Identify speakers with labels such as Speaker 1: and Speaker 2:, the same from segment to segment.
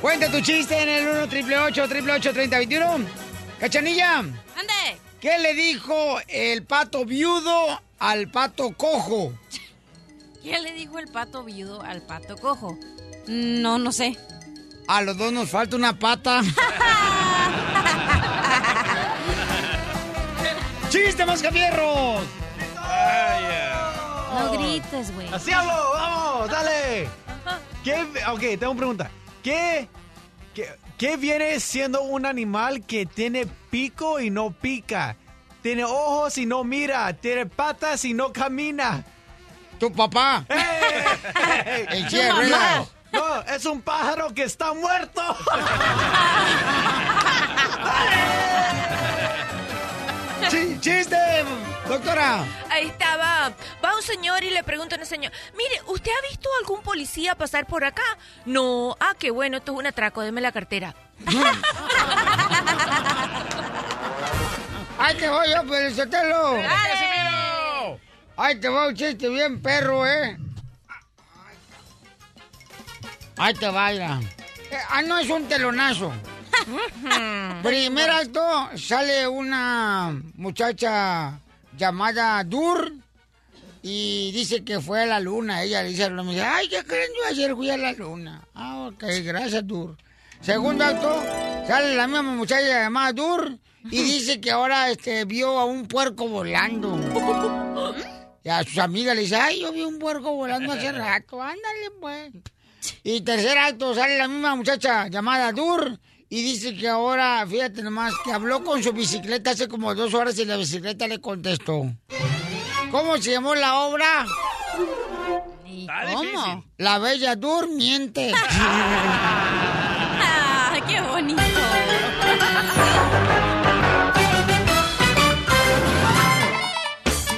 Speaker 1: Cuenta tu chiste en el 1 triple 8 triple 8 30 21. Cachanilla.
Speaker 2: Ande.
Speaker 1: ¿Qué le dijo el pato viudo al pato cojo?
Speaker 2: ¿Qué le dijo el pato viudo al pato cojo? No, no sé.
Speaker 1: A los dos nos falta una pata. ¡Chiste, mascafierros!
Speaker 2: No grites, güey.
Speaker 3: Así hablo, vamos, dale. ¿Qué, ok, tengo una pregunta. ¿Qué, qué, qué viene siendo un animal que tiene pico y no pica? Tiene ojos y no mira. Tiene patas y no camina.
Speaker 1: Tu papá.
Speaker 3: El
Speaker 1: Tu Jerry, mamá.
Speaker 3: No, es un pájaro que está muerto.
Speaker 1: Chi- ¡Chiste, doctora!
Speaker 4: Ahí estaba. Va un señor y le pregunta a una señora, mire, ¿usted ha visto algún policía pasar por acá? No. Ah, qué bueno, esto es un atraco, deme la cartera.
Speaker 1: ¡Ahí te voy yo, Pelizotelo! Pues, ¡Ahí te va un chiste bien perro, eh! ¡Ahí te vaya! ah, no, es un telonazo. Primer acto, sale una muchacha llamada Dur y dice que fue a la luna. Ella le dice a la luna, me dice, ay, ¿qué creen? Yo ayer fui a la luna. Ah, ok, gracias, Dur. Segundo acto, sale la misma muchacha llamada Dur y dice que ahora este, vio a un puerco volando. Y a sus amigas le dice, ay, yo vi un puerco volando hace rato, ándale pues. Y tercer acto, sale la misma muchacha llamada Dur y dice que ahora, fíjate nomás, que habló con su bicicleta hace como dos horas y la bicicleta le contestó. ¿Cómo se llamó la obra?
Speaker 2: ¿Cómo?
Speaker 1: La bella durmiente.
Speaker 2: Ah, ¡Qué bonito!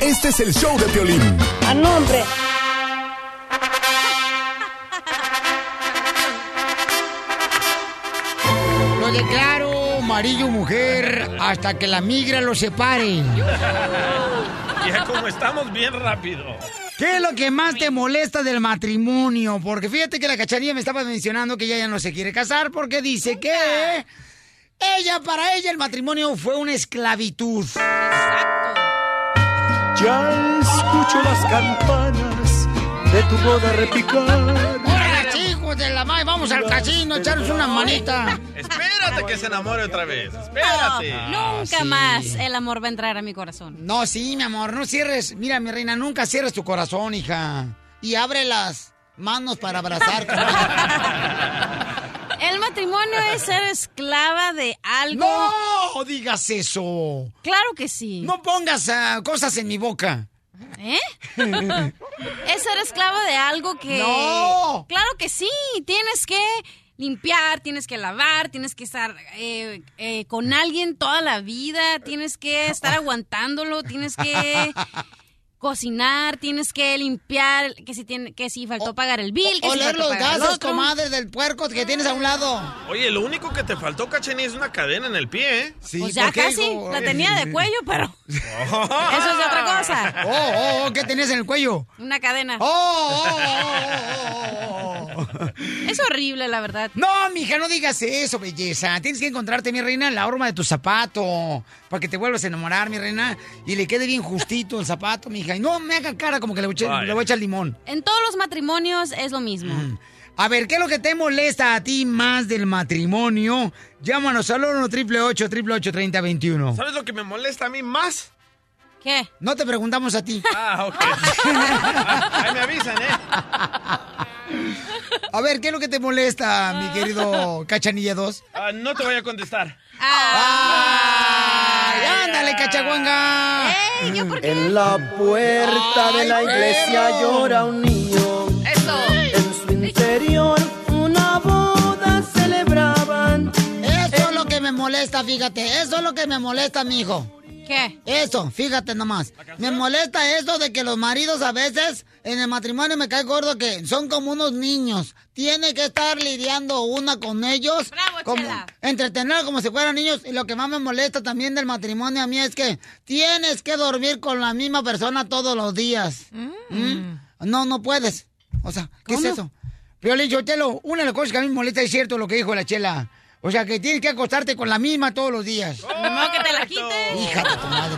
Speaker 5: Este es el show de Piolín.
Speaker 6: A nombre.
Speaker 1: Lo declaro amarillo mujer hasta que la migra lo separe.
Speaker 7: Y es como estamos bien rápido.
Speaker 1: ¿Qué es lo que más te molesta del matrimonio? Porque fíjate que la cacharilla me estaba mencionando que ella ya no se quiere casar porque dice que ella, para ella, el matrimonio fue una esclavitud.
Speaker 8: Ya escucho las campanas de tu boda repicar.
Speaker 1: ¡Hola, chicos de la madre! Vamos al casino, echarnos una manita.
Speaker 7: Espérate que se enamore otra vez. Espérate.
Speaker 2: No, nunca más el amor va a entrar a mi corazón.
Speaker 1: No, sí, mi amor, no cierres. Mira, mi reina, nunca cierres tu corazón, hija. Y abre las manos para abrazar.
Speaker 2: El matrimonio es ser esclava de algo.
Speaker 1: ¡No digas eso!
Speaker 2: Claro que sí.
Speaker 1: No pongas ah, cosas en mi boca.
Speaker 2: ¿Eh? es ser esclavo de algo que.
Speaker 1: ¡No!
Speaker 2: Claro que sí. Tienes que limpiar, tienes que lavar, tienes que estar eh, eh, con alguien toda la vida, tienes que estar aguantándolo, tienes que cocinar, tienes que limpiar, que si tiene, que si faltó pagar el bill, que si
Speaker 1: Oler
Speaker 2: faltó
Speaker 1: los
Speaker 2: pagar el
Speaker 1: gases,
Speaker 2: otro.
Speaker 1: comadre, del puerco que tienes a un lado.
Speaker 7: Oye, lo único que te faltó, Cacheni, es una cadena en el pie, ¿eh?
Speaker 1: Sí,
Speaker 2: Pues ya casi, la tenía de cuello, pero
Speaker 7: Oh,
Speaker 2: eso es otra cosa.
Speaker 1: Oh, oh, oh, ¿qué tenés en el cuello?
Speaker 2: Una cadena.
Speaker 1: Oh, oh,
Speaker 2: Es horrible, la verdad.
Speaker 1: No, mija, no digas eso, belleza. Tienes que encontrarte, mi reina, la horma de tu zapato. Para que te vuelvas a enamorar, mi reina. Y le quede bien justito el zapato, mija. Y no me haga cara como que le voy a echar-
Speaker 2: Vaya.
Speaker 1: le voy a echar limón.
Speaker 2: En todos los matrimonios es lo mismo.
Speaker 1: Mm. A ver, ¿qué es lo que te molesta a ti más del matrimonio? Llámanos al 1 888 3021
Speaker 7: ¿Sabes lo que me molesta a mí más?
Speaker 2: ¿Qué?
Speaker 1: No te preguntamos a ti.
Speaker 7: Ah, ok. Ahí me avisan, ¿eh?
Speaker 1: A ver, ¿qué es lo que te molesta, mi querido Cachanilla 2?
Speaker 7: Ah, no te voy a contestar.
Speaker 1: ¡Ay, ándale, cachaguanga!
Speaker 8: En la puerta de la iglesia llora un niño. En su interior una boda celebra.
Speaker 1: molesta, fíjate. Eso es lo que me molesta, mijo.
Speaker 2: ¿Qué?
Speaker 1: Eso, fíjate nomás. Me molesta eso de que los maridos a veces en el matrimonio me cae gordo que son como unos niños. Tiene que estar lidiando una con ellos.
Speaker 2: Bravo,
Speaker 1: como,
Speaker 2: Chela.
Speaker 1: entretenerlos como si fueran niños. Y lo que más me molesta también del matrimonio a mí es que tienes que dormir con la misma persona todos los días. ¿Mm? No, no puedes. O sea, ¿qué
Speaker 2: ¿Cómo?
Speaker 1: es eso? Piolín Chotelo, una de las cosas que a mí me molesta es cierto lo que dijo la Chela. O sea, que tienes que acostarte con la misma todos los días.
Speaker 2: Ni modo que te la quites.
Speaker 1: Hija de tu madre.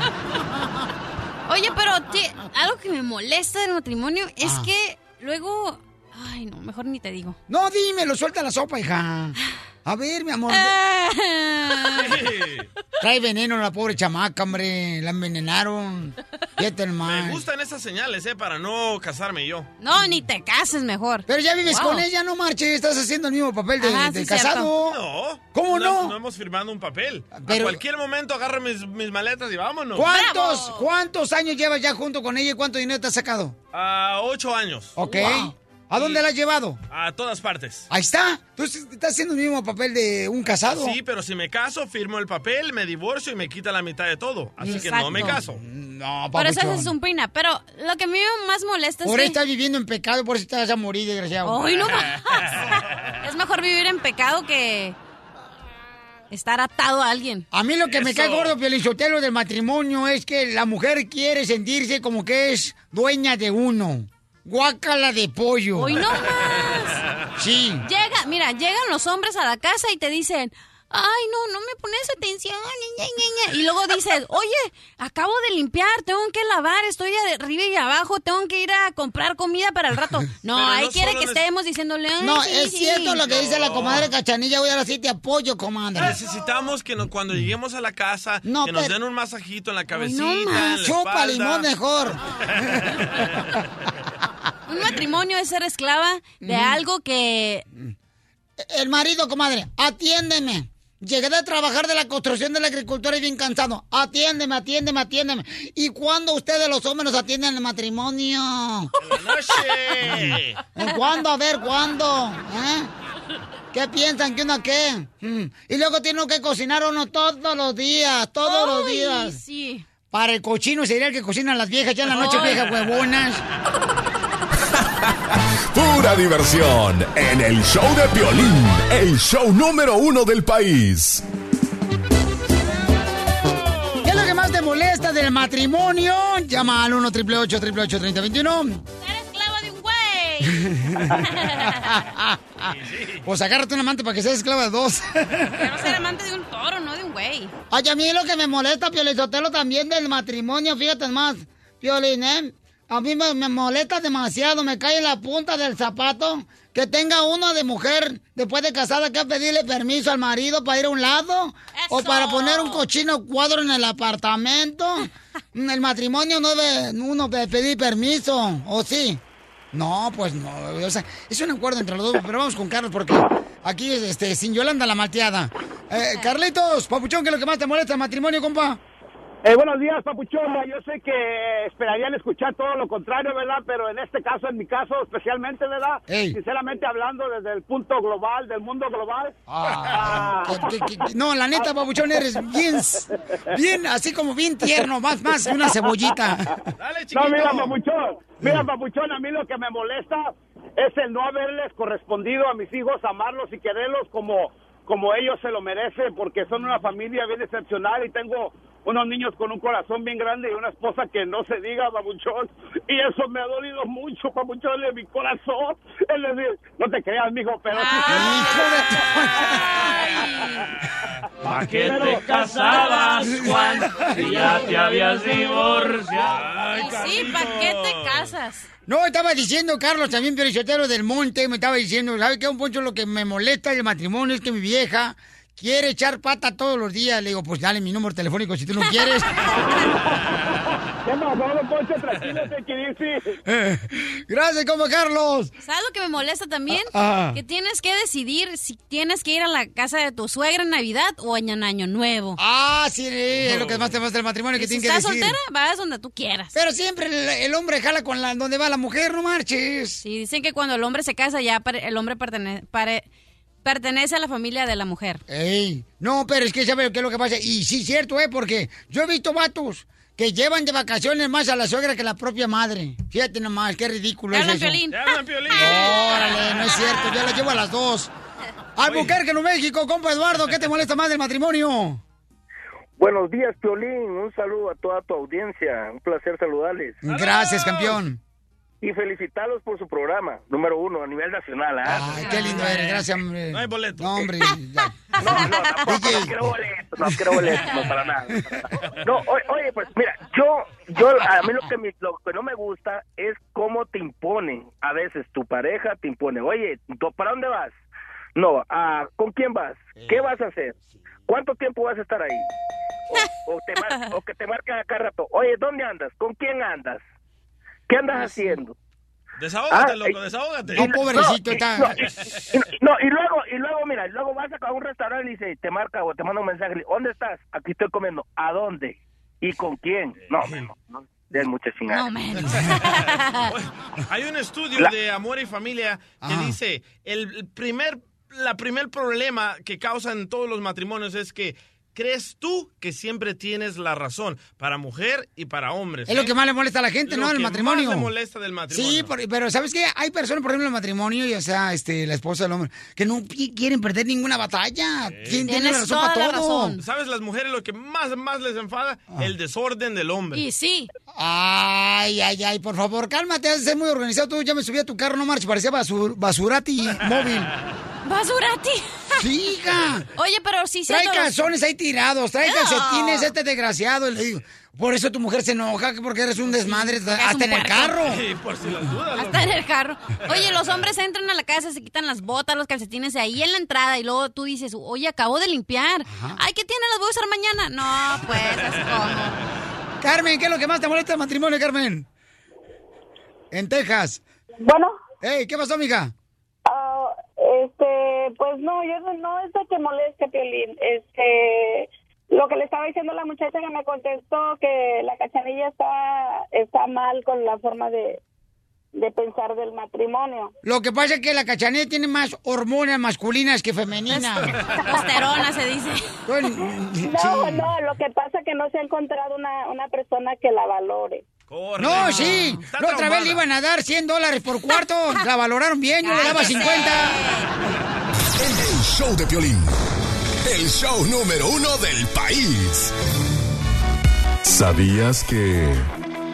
Speaker 2: Oye, pero te- algo que me molesta del matrimonio es
Speaker 1: Ah.
Speaker 2: que luego. Ay, no, mejor ni te digo.
Speaker 1: No, dímelo, suelta la sopa, hija. A ver, mi amor. Trae veneno la pobre chamaca, hombre. La envenenaron. Fíjate
Speaker 7: Me
Speaker 1: hermano.
Speaker 7: gustan esas señales, ¿eh? Para no casarme yo.
Speaker 2: No, ni te cases mejor.
Speaker 1: Mm. Pero ya vives
Speaker 2: Wow.
Speaker 1: con ella, no marches. Estás haciendo el mismo papel de,
Speaker 2: Ah,
Speaker 1: de
Speaker 2: sí,
Speaker 1: casado.
Speaker 7: No.
Speaker 1: ¿Cómo no?
Speaker 7: No hemos firmado un papel.
Speaker 1: Pero-
Speaker 7: A cualquier momento agarro mis, mis maletas y vámonos.
Speaker 1: ¿Cuántos,
Speaker 2: Bravo.
Speaker 1: ¿Cuántos años llevas ya junto con ella y cuánto dinero te has sacado?
Speaker 7: A ocho años.
Speaker 1: Ok. ¿A dónde la has llevado?
Speaker 7: A todas partes.
Speaker 1: Ahí está. Tú estás haciendo el mismo papel de un casado.
Speaker 7: Sí, pero si me caso, firmo el papel, me divorcio y me quita la mitad de todo. Así que
Speaker 2: Exacto.
Speaker 7: no me caso.
Speaker 1: No,
Speaker 2: Por eso
Speaker 1: papuchón.
Speaker 2: haces un prenup. Pero lo que a mí más molesta es
Speaker 1: Por
Speaker 2: que...
Speaker 1: eso estás viviendo en pecado, por eso te vas a morir, desgraciado.
Speaker 2: Ay, no más. Es mejor vivir en pecado que estar atado a alguien.
Speaker 1: A mí lo que me
Speaker 7: Eso.
Speaker 1: cae gordo, Pielichotelo, del matrimonio es que la mujer quiere sentirse como que es dueña de uno. Guácala de pollo.
Speaker 2: Hoy no más.
Speaker 1: Sí.
Speaker 2: Llega, mira, llegan los hombres a la casa y te dicen, ay, no, no me pones atención. ña, ña, ña, ña". Y luego dices, oye, acabo de limpiar, tengo que lavar, estoy de arriba y abajo, tengo que ir a comprar comida para el rato. No,
Speaker 7: Pero
Speaker 2: ahí
Speaker 7: no
Speaker 2: quiere
Speaker 7: solo
Speaker 2: que
Speaker 7: es-
Speaker 2: estemos diciéndole, "Ay,
Speaker 1: No,
Speaker 2: sí,
Speaker 1: es
Speaker 2: sí".
Speaker 1: cierto lo que dice la comadre Cachanilla. Voy a decir, te apoyo, comadre.
Speaker 7: Necesitamos que no- cuando lleguemos a la casa,
Speaker 1: No,
Speaker 7: que nos
Speaker 1: pero-
Speaker 7: den un masajito en la
Speaker 2: Ay,
Speaker 7: cabecita.
Speaker 2: no
Speaker 7: en
Speaker 2: más.
Speaker 7: la
Speaker 1: Chupa
Speaker 7: espalda.
Speaker 1: limón mejor.
Speaker 2: Un matrimonio es ser esclava de algo que
Speaker 1: El marido, comadre, atiéndeme. Llegué de trabajar de la construcción de la agricultura y bien cansado. Atiéndeme, atiéndeme, atiéndeme. ¿Y cuándo ustedes los hombres nos atienden en el matrimonio?
Speaker 7: Noche.
Speaker 1: ¿En Pues, ¿Cuándo? A ver, ¿cuándo? ¿Eh? ¿Qué piensan? ¿Que uno qué? Mm. Y luego tiene uno que cocinar uno todos los días, todos los
Speaker 2: Ay,
Speaker 1: días.
Speaker 2: Sí.
Speaker 1: Para el cochino sería el que cocinan las viejas ya en la noche,
Speaker 2: Ay.
Speaker 1: viejas huevonas.
Speaker 9: Pura diversión en el show de Piolín, el show número uno del país.
Speaker 1: ¿Qué es lo que más te molesta del matrimonio? Llama al 1 888 3021
Speaker 2: Ser esclava de un güey.
Speaker 1: Pues agárrate un amante para que seas esclava de dos.
Speaker 2: Quiero ser amante de un toro, no de un güey.
Speaker 1: Oye, a mí lo que me molesta, Piolizotelo, también del matrimonio, fíjate más, Piolín, ¿eh? A mí me, me molesta demasiado, me cae la punta del zapato que tenga uno de mujer después de casada que pedirle permiso al marido para ir a un lado o
Speaker 2: ¡Eso!
Speaker 1: para poner un cochino cuadro en el apartamento. En el matrimonio no debe uno pe- pedir permiso, ¿o sí? No, pues no, o sea, es un acuerdo entre los dos, pero vamos con Carlos porque aquí, este, sin Yolanda la malteada. Eh, Carlitos, papuchón, ¿qué es lo que más te molesta el matrimonio, compa?
Speaker 5: Eh, buenos días, Papuchona. Yo sé que esperarían escuchar todo lo contrario, ¿verdad? Pero en este caso, en mi caso especialmente, ¿verdad?
Speaker 1: Ey.
Speaker 5: Sinceramente hablando desde el punto global, del mundo global.
Speaker 1: Ah, que- que- que- no, la neta, papuchón, eres bien, bien, así como bien tierno, más, más, que una cebollita.
Speaker 7: Dale, chiquito. Mm.
Speaker 5: No, mira, Papuchón. Mira, Papuchón, a mí lo que me molesta es el no haberles correspondido a mis hijos, amarlos y quererlos como, como ellos se lo merecen, porque son una familia bien excepcional y tengo unos niños con un corazón bien grande y una esposa que no se diga, Papuchón. Y eso me ha dolido mucho, Papuchón, de mi corazón. Es decir, no te creas, mijo, pero... sí-
Speaker 1: Hijo
Speaker 7: Ah. ¿Para
Speaker 5: qué te
Speaker 7: casabas, Juan?
Speaker 1: si
Speaker 7: ya te habías divorciado.
Speaker 2: Y sí, ¿para qué te casas?
Speaker 1: No, estaba diciendo Carlos también, Piorichotero del Monte, me estaba diciendo, ¿sabes qué, un poncho? Lo que me molesta del matrimonio es que mi vieja quiere echar pata todos los días. Le digo, pues dale mi número telefónico si tú no quieres.
Speaker 5: ¿Qué pasó, don Poncho? Tranquilo, te quiero decir.
Speaker 1: Eh, Gracias, compa Carlos.
Speaker 2: ¿Sabes lo que me molesta también?
Speaker 1: Ah, ah.
Speaker 2: Que tienes que decidir si tienes que ir a la casa de tu suegra en Navidad o en Año Nuevo.
Speaker 1: Ah, sí, es lo que más te pasa del matrimonio que
Speaker 2: Y si
Speaker 1: tiene
Speaker 2: estás
Speaker 1: que decir.
Speaker 2: soltera, vas donde tú quieras.
Speaker 1: Pero siempre el, el hombre jala con la donde va la mujer, no marches.
Speaker 2: Sí, dicen que cuando el hombre se casa ya pare- el hombre pertene- pare- Pertenece a la familia de la mujer.
Speaker 1: Ey, no, pero es que sabe qué es lo que pasa. Y sí, cierto, ¿eh? Porque yo he visto vatos que llevan de vacaciones más a la suegra que la propia madre. Fíjate nomás, qué ridículo
Speaker 2: Te
Speaker 1: es
Speaker 2: hablan,
Speaker 1: eso.
Speaker 2: Piolín. Te
Speaker 7: hablan, Piolín.
Speaker 1: Órale, no es cierto, yo la llevo a las dos. Albuquerque, Nuevo México, compa Eduardo, ¿qué te molesta más del matrimonio?
Speaker 6: Buenos días, Piolín. Un saludo a toda tu audiencia. Un placer saludarles.
Speaker 1: Gracias, campeón.
Speaker 6: Y felicitarlos por su programa, número uno a nivel nacional. ¿ah?
Speaker 1: Ay, qué lindo eres, gracias, hombre. No hay
Speaker 7: boleto.
Speaker 1: No, hombre.
Speaker 6: quiero boletos, no quiero boletos, no para nada. no, para nada. No, o- oye, pues mira, yo, yo, a mí lo que, me- lo que no me gusta es cómo te imponen. A veces tu pareja te impone, oye, ¿tú ¿para dónde vas? No, ah, ¿con quién vas? ¿Qué vas a hacer? ¿Cuánto tiempo vas a estar ahí? O, o te mar- o que te marcan acá rato, oye, ¿dónde andas? ¿Con quién andas? ¿Qué andas haciendo?
Speaker 7: Desahógate,
Speaker 6: Ah,
Speaker 7: loco,
Speaker 6: eh,
Speaker 7: desahógate.
Speaker 6: y- no, y- No, y- y- no, y luego, y luego, mira, luego vas a un restaurante y dice, te marca o te manda un mensaje, ¿dónde estás? Aquí estoy comiendo. ¿A dónde? ¿Y con quién? No, no, no, es mucha chingada.
Speaker 7: Hay un estudio
Speaker 6: La-
Speaker 7: de amor y familia que
Speaker 1: Ah.
Speaker 7: dice el primer la primer problema que causan todos los matrimonios es que crees tú que siempre tienes la razón para mujer y para hombres.
Speaker 1: Es lo
Speaker 7: ¿eh?
Speaker 1: que más le molesta a la gente,
Speaker 7: Lo
Speaker 1: ¿no? El
Speaker 7: que
Speaker 1: matrimonio.
Speaker 7: Más le molesta del matrimonio.
Speaker 1: Sí, por- pero ¿sabes qué? Hay personas, por ejemplo, en el matrimonio, ya sea este, la esposa del hombre, que no pi- quieren perder ninguna batalla. Tienen, tienen la razón para todo. Ah.
Speaker 7: ¿Sabes? Las mujeres lo que más, más les enfada, el desorden del hombre.
Speaker 1: sí. Ay, ay, ay, por favor, cálmate, has de ser muy organizado. Tú ya me subí a tu carro, no marches, parecía basur- basurati móvil.
Speaker 2: ¿Basurati?
Speaker 1: Sí, hija.
Speaker 2: Oye, pero sí
Speaker 1: Trae
Speaker 2: siento-
Speaker 1: calzones ahí tirados, trae
Speaker 2: No.
Speaker 1: calcetines este desgraciado. Y le digo, por eso tu mujer se enoja, porque eres un desmadre hasta
Speaker 2: un
Speaker 1: en el
Speaker 2: puerco.
Speaker 1: carro.
Speaker 7: Sí, por si las dudas.
Speaker 2: Hasta en el carro. Oye, los hombres entran a la casa, se quitan las botas, los calcetines de ahí en la entrada y luego tú dices, oye, acabo de limpiar. Ay, ¿qué tiene? Las voy a usar mañana. No, pues, así como.
Speaker 1: Carmen, ¿qué es lo que más te molesta del matrimonio, Carmen? En Texas. Bueno. Ey, ¿qué pasó, mija?
Speaker 10: Ah, este, pues no, yo no- no es lo que molesta, Piolín. Este, lo que le estaba diciendo la muchacha que me contestó que la cachanilla está, está mal con la forma de, de pensar del matrimonio.
Speaker 1: Lo que pasa es que la cachanilla tiene más hormonas masculinas que femeninas.
Speaker 2: Testosterona se dice.
Speaker 10: No, no, lo que pasa es que no se ha encontrado una, una persona que la valore.
Speaker 1: No, sí. La otra vez le iban a dar 100 dólares por cuarto. La valoraron bien, yo le daba 50.
Speaker 9: El show de Piolín. El show número uno del país. ¿Sabías que...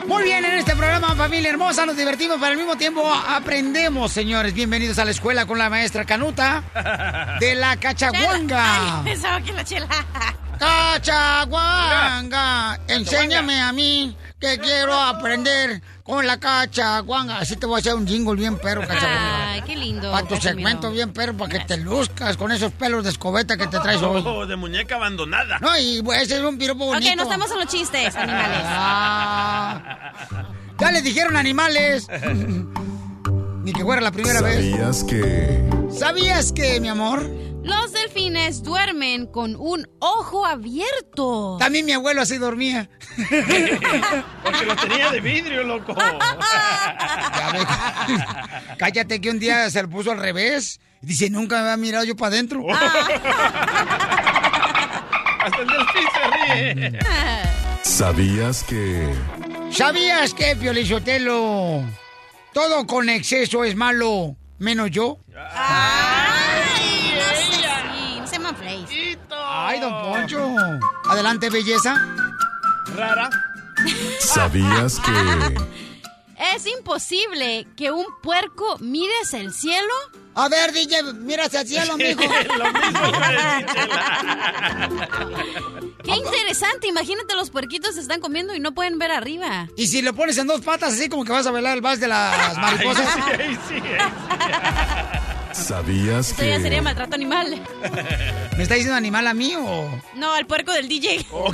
Speaker 1: Muy bien, en este programa, familia hermosa, nos divertimos, pero al mismo tiempo aprendemos, señores. Bienvenidos a la escuela con la maestra Canuta de la Cachaguanga.
Speaker 2: pues. Ay, pensaba que la chela.
Speaker 1: Cachaguanga, enséñame a mí que quiero aprender con la cachaguanga. Así te voy a hacer un jingle bien perro, cachaguanga.
Speaker 2: Ay, qué lindo.
Speaker 1: Para tu segmento bien perro, para que te luzcas con esos pelos de escobeta que te traes hoy.
Speaker 7: Oh, de muñeca abandonada.
Speaker 1: No, y ese es un piropo bonito. Ah,
Speaker 2: Ok, no estamos en los chistes, animales.
Speaker 1: Ya les dijeron animales. Ni que fuera la primera vez.
Speaker 9: ¿Sabías que...
Speaker 1: ¿Sabías que, mi amor?
Speaker 2: Los delfines duermen con un ojo abierto.
Speaker 1: También mi abuelo así dormía.
Speaker 7: Porque lo tenía de vidrio, loco.
Speaker 1: Cállate que un día se lo puso al revés. Dice, nunca me había mirado yo para adentro.
Speaker 7: Hasta el delfín se ríe.
Speaker 9: ¿Sabías que...
Speaker 1: ¿Sabías que, Piolichotelo? Todo con exceso es malo, menos yo.
Speaker 2: Ay, no sé así, no se llama Place.
Speaker 1: Ay, don
Speaker 2: Oh.
Speaker 1: Poncho. Adelante, belleza.
Speaker 7: Rara.
Speaker 9: ¿Sabías que...
Speaker 2: Es imposible que un puerco mires el cielo.
Speaker 1: A ver, DJ, mira hacia el cielo, mijo.
Speaker 2: Qué interesante, imagínate los puerquitos se están comiendo y no pueden ver arriba.
Speaker 1: Y si lo pones en dos patas, así como que vas a velar el vals de las mariposas.
Speaker 7: Ahí sí, ¿eh? ahí
Speaker 9: ¿Sabías
Speaker 2: Esto ya sería
Speaker 9: que...
Speaker 2: maltrato animal.
Speaker 1: ¿Me está diciendo animal a mí o...?
Speaker 2: No, al puerco del DJ.
Speaker 7: Oh.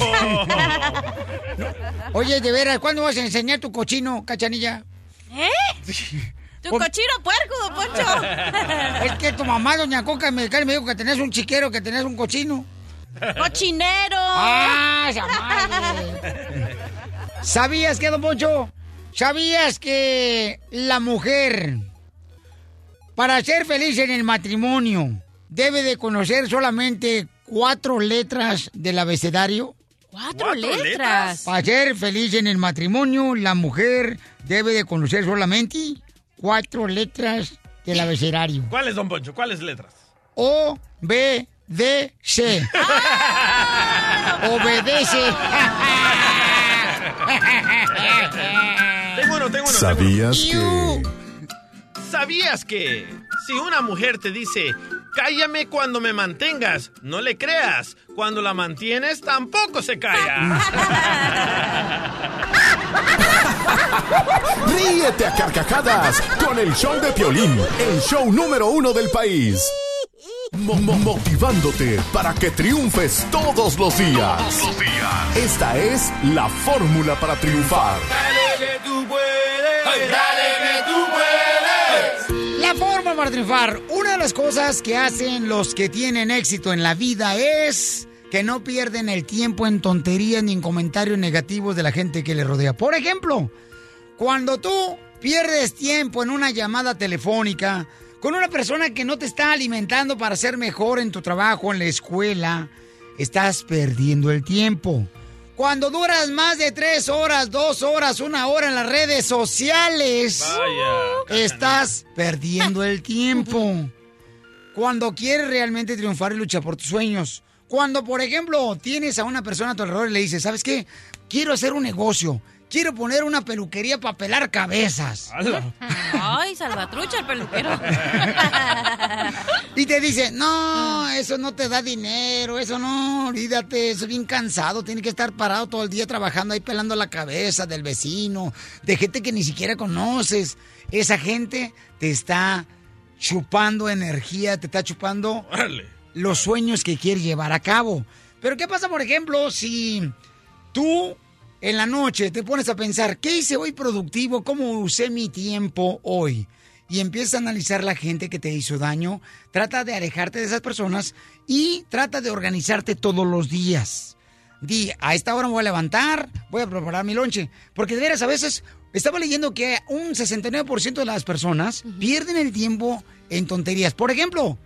Speaker 1: Oye, de veras, ¿cuándo vas a enseñar tu cochino, cachanilla?
Speaker 2: ¿Eh? Tu
Speaker 1: Por-
Speaker 2: cochino puerco, don Poncho.
Speaker 1: Es que tu mamá, doña Coca, me me dijo que tenés un chiquero, que tenés un cochino.
Speaker 2: Cochinero.
Speaker 1: ¡Ah, esa madre! ¿Sabías que, don Poncho? ¿Sabías que la mujer, para ser feliz en el matrimonio, debe de conocer solamente cuatro letras del abecedario.
Speaker 2: ¿Cuatro, letras?
Speaker 1: Para ser feliz en el matrimonio, la mujer debe de conocer solamente cuatro letras del abecedario.
Speaker 7: ¿Cuáles, don Poncho? ¿Cuáles letras?
Speaker 1: O, B, D, C. Obedece.
Speaker 7: tengo uno, tengo uno.
Speaker 9: ¿Sabías
Speaker 7: tengo uno. ¿Sabías que si una mujer te dice, cállame cuando me mantengas, no le creas? Cuando la mantienes, tampoco se calla.
Speaker 9: Ríete a carcajadas con el show de Piolín, el show número uno del país. Mo- mo- motivándote para que triunfes todos los días. Esta es la fórmula para triunfar.
Speaker 8: que tú puedes. dale que tú puedes.
Speaker 1: La forma para triunfar. Una de las cosas que hacen los que tienen éxito en la vida es que no pierden el tiempo en tonterías ni en comentarios negativos de la gente que les rodea. Por ejemplo, cuando tú pierdes tiempo en una llamada telefónica con una persona que no te está alimentando para ser mejor en tu trabajo, en la escuela, estás perdiendo el tiempo. Cuando duras más de tres horas, dos horas, una hora en las redes sociales, estás perdiendo el tiempo. Cuando quieres realmente triunfar y luchar por tus sueños. Cuando, por ejemplo, tienes a una persona a tu alrededor y le dices, ¿sabes qué? Quiero hacer un negocio. Quiero poner una peluquería para pelar cabezas.
Speaker 2: Ay, salvatrucha el peluquero.
Speaker 1: Y te dice, no, eso no te da dinero, eso no, olvídate, eso es bien cansado, tiene que estar parado todo el día trabajando ahí pelando la cabeza del vecino, de gente que ni siquiera conoces. Esa gente te está chupando energía, te está chupando los sueños que quieres llevar a cabo. Pero ¿qué pasa, por ejemplo, si tú en la noche te pones a pensar, ¿qué hice hoy productivo? ¿Cómo usé mi tiempo hoy? Y empiezas a analizar la gente que te hizo daño, trata de alejarte de esas personas y trata de organizarte todos los días. Di, a esta hora me voy a levantar, voy a preparar mi lonche. Porque de veras, a veces estaba leyendo que un 69% de las personas pierden el tiempo en tonterías. Por ejemplo,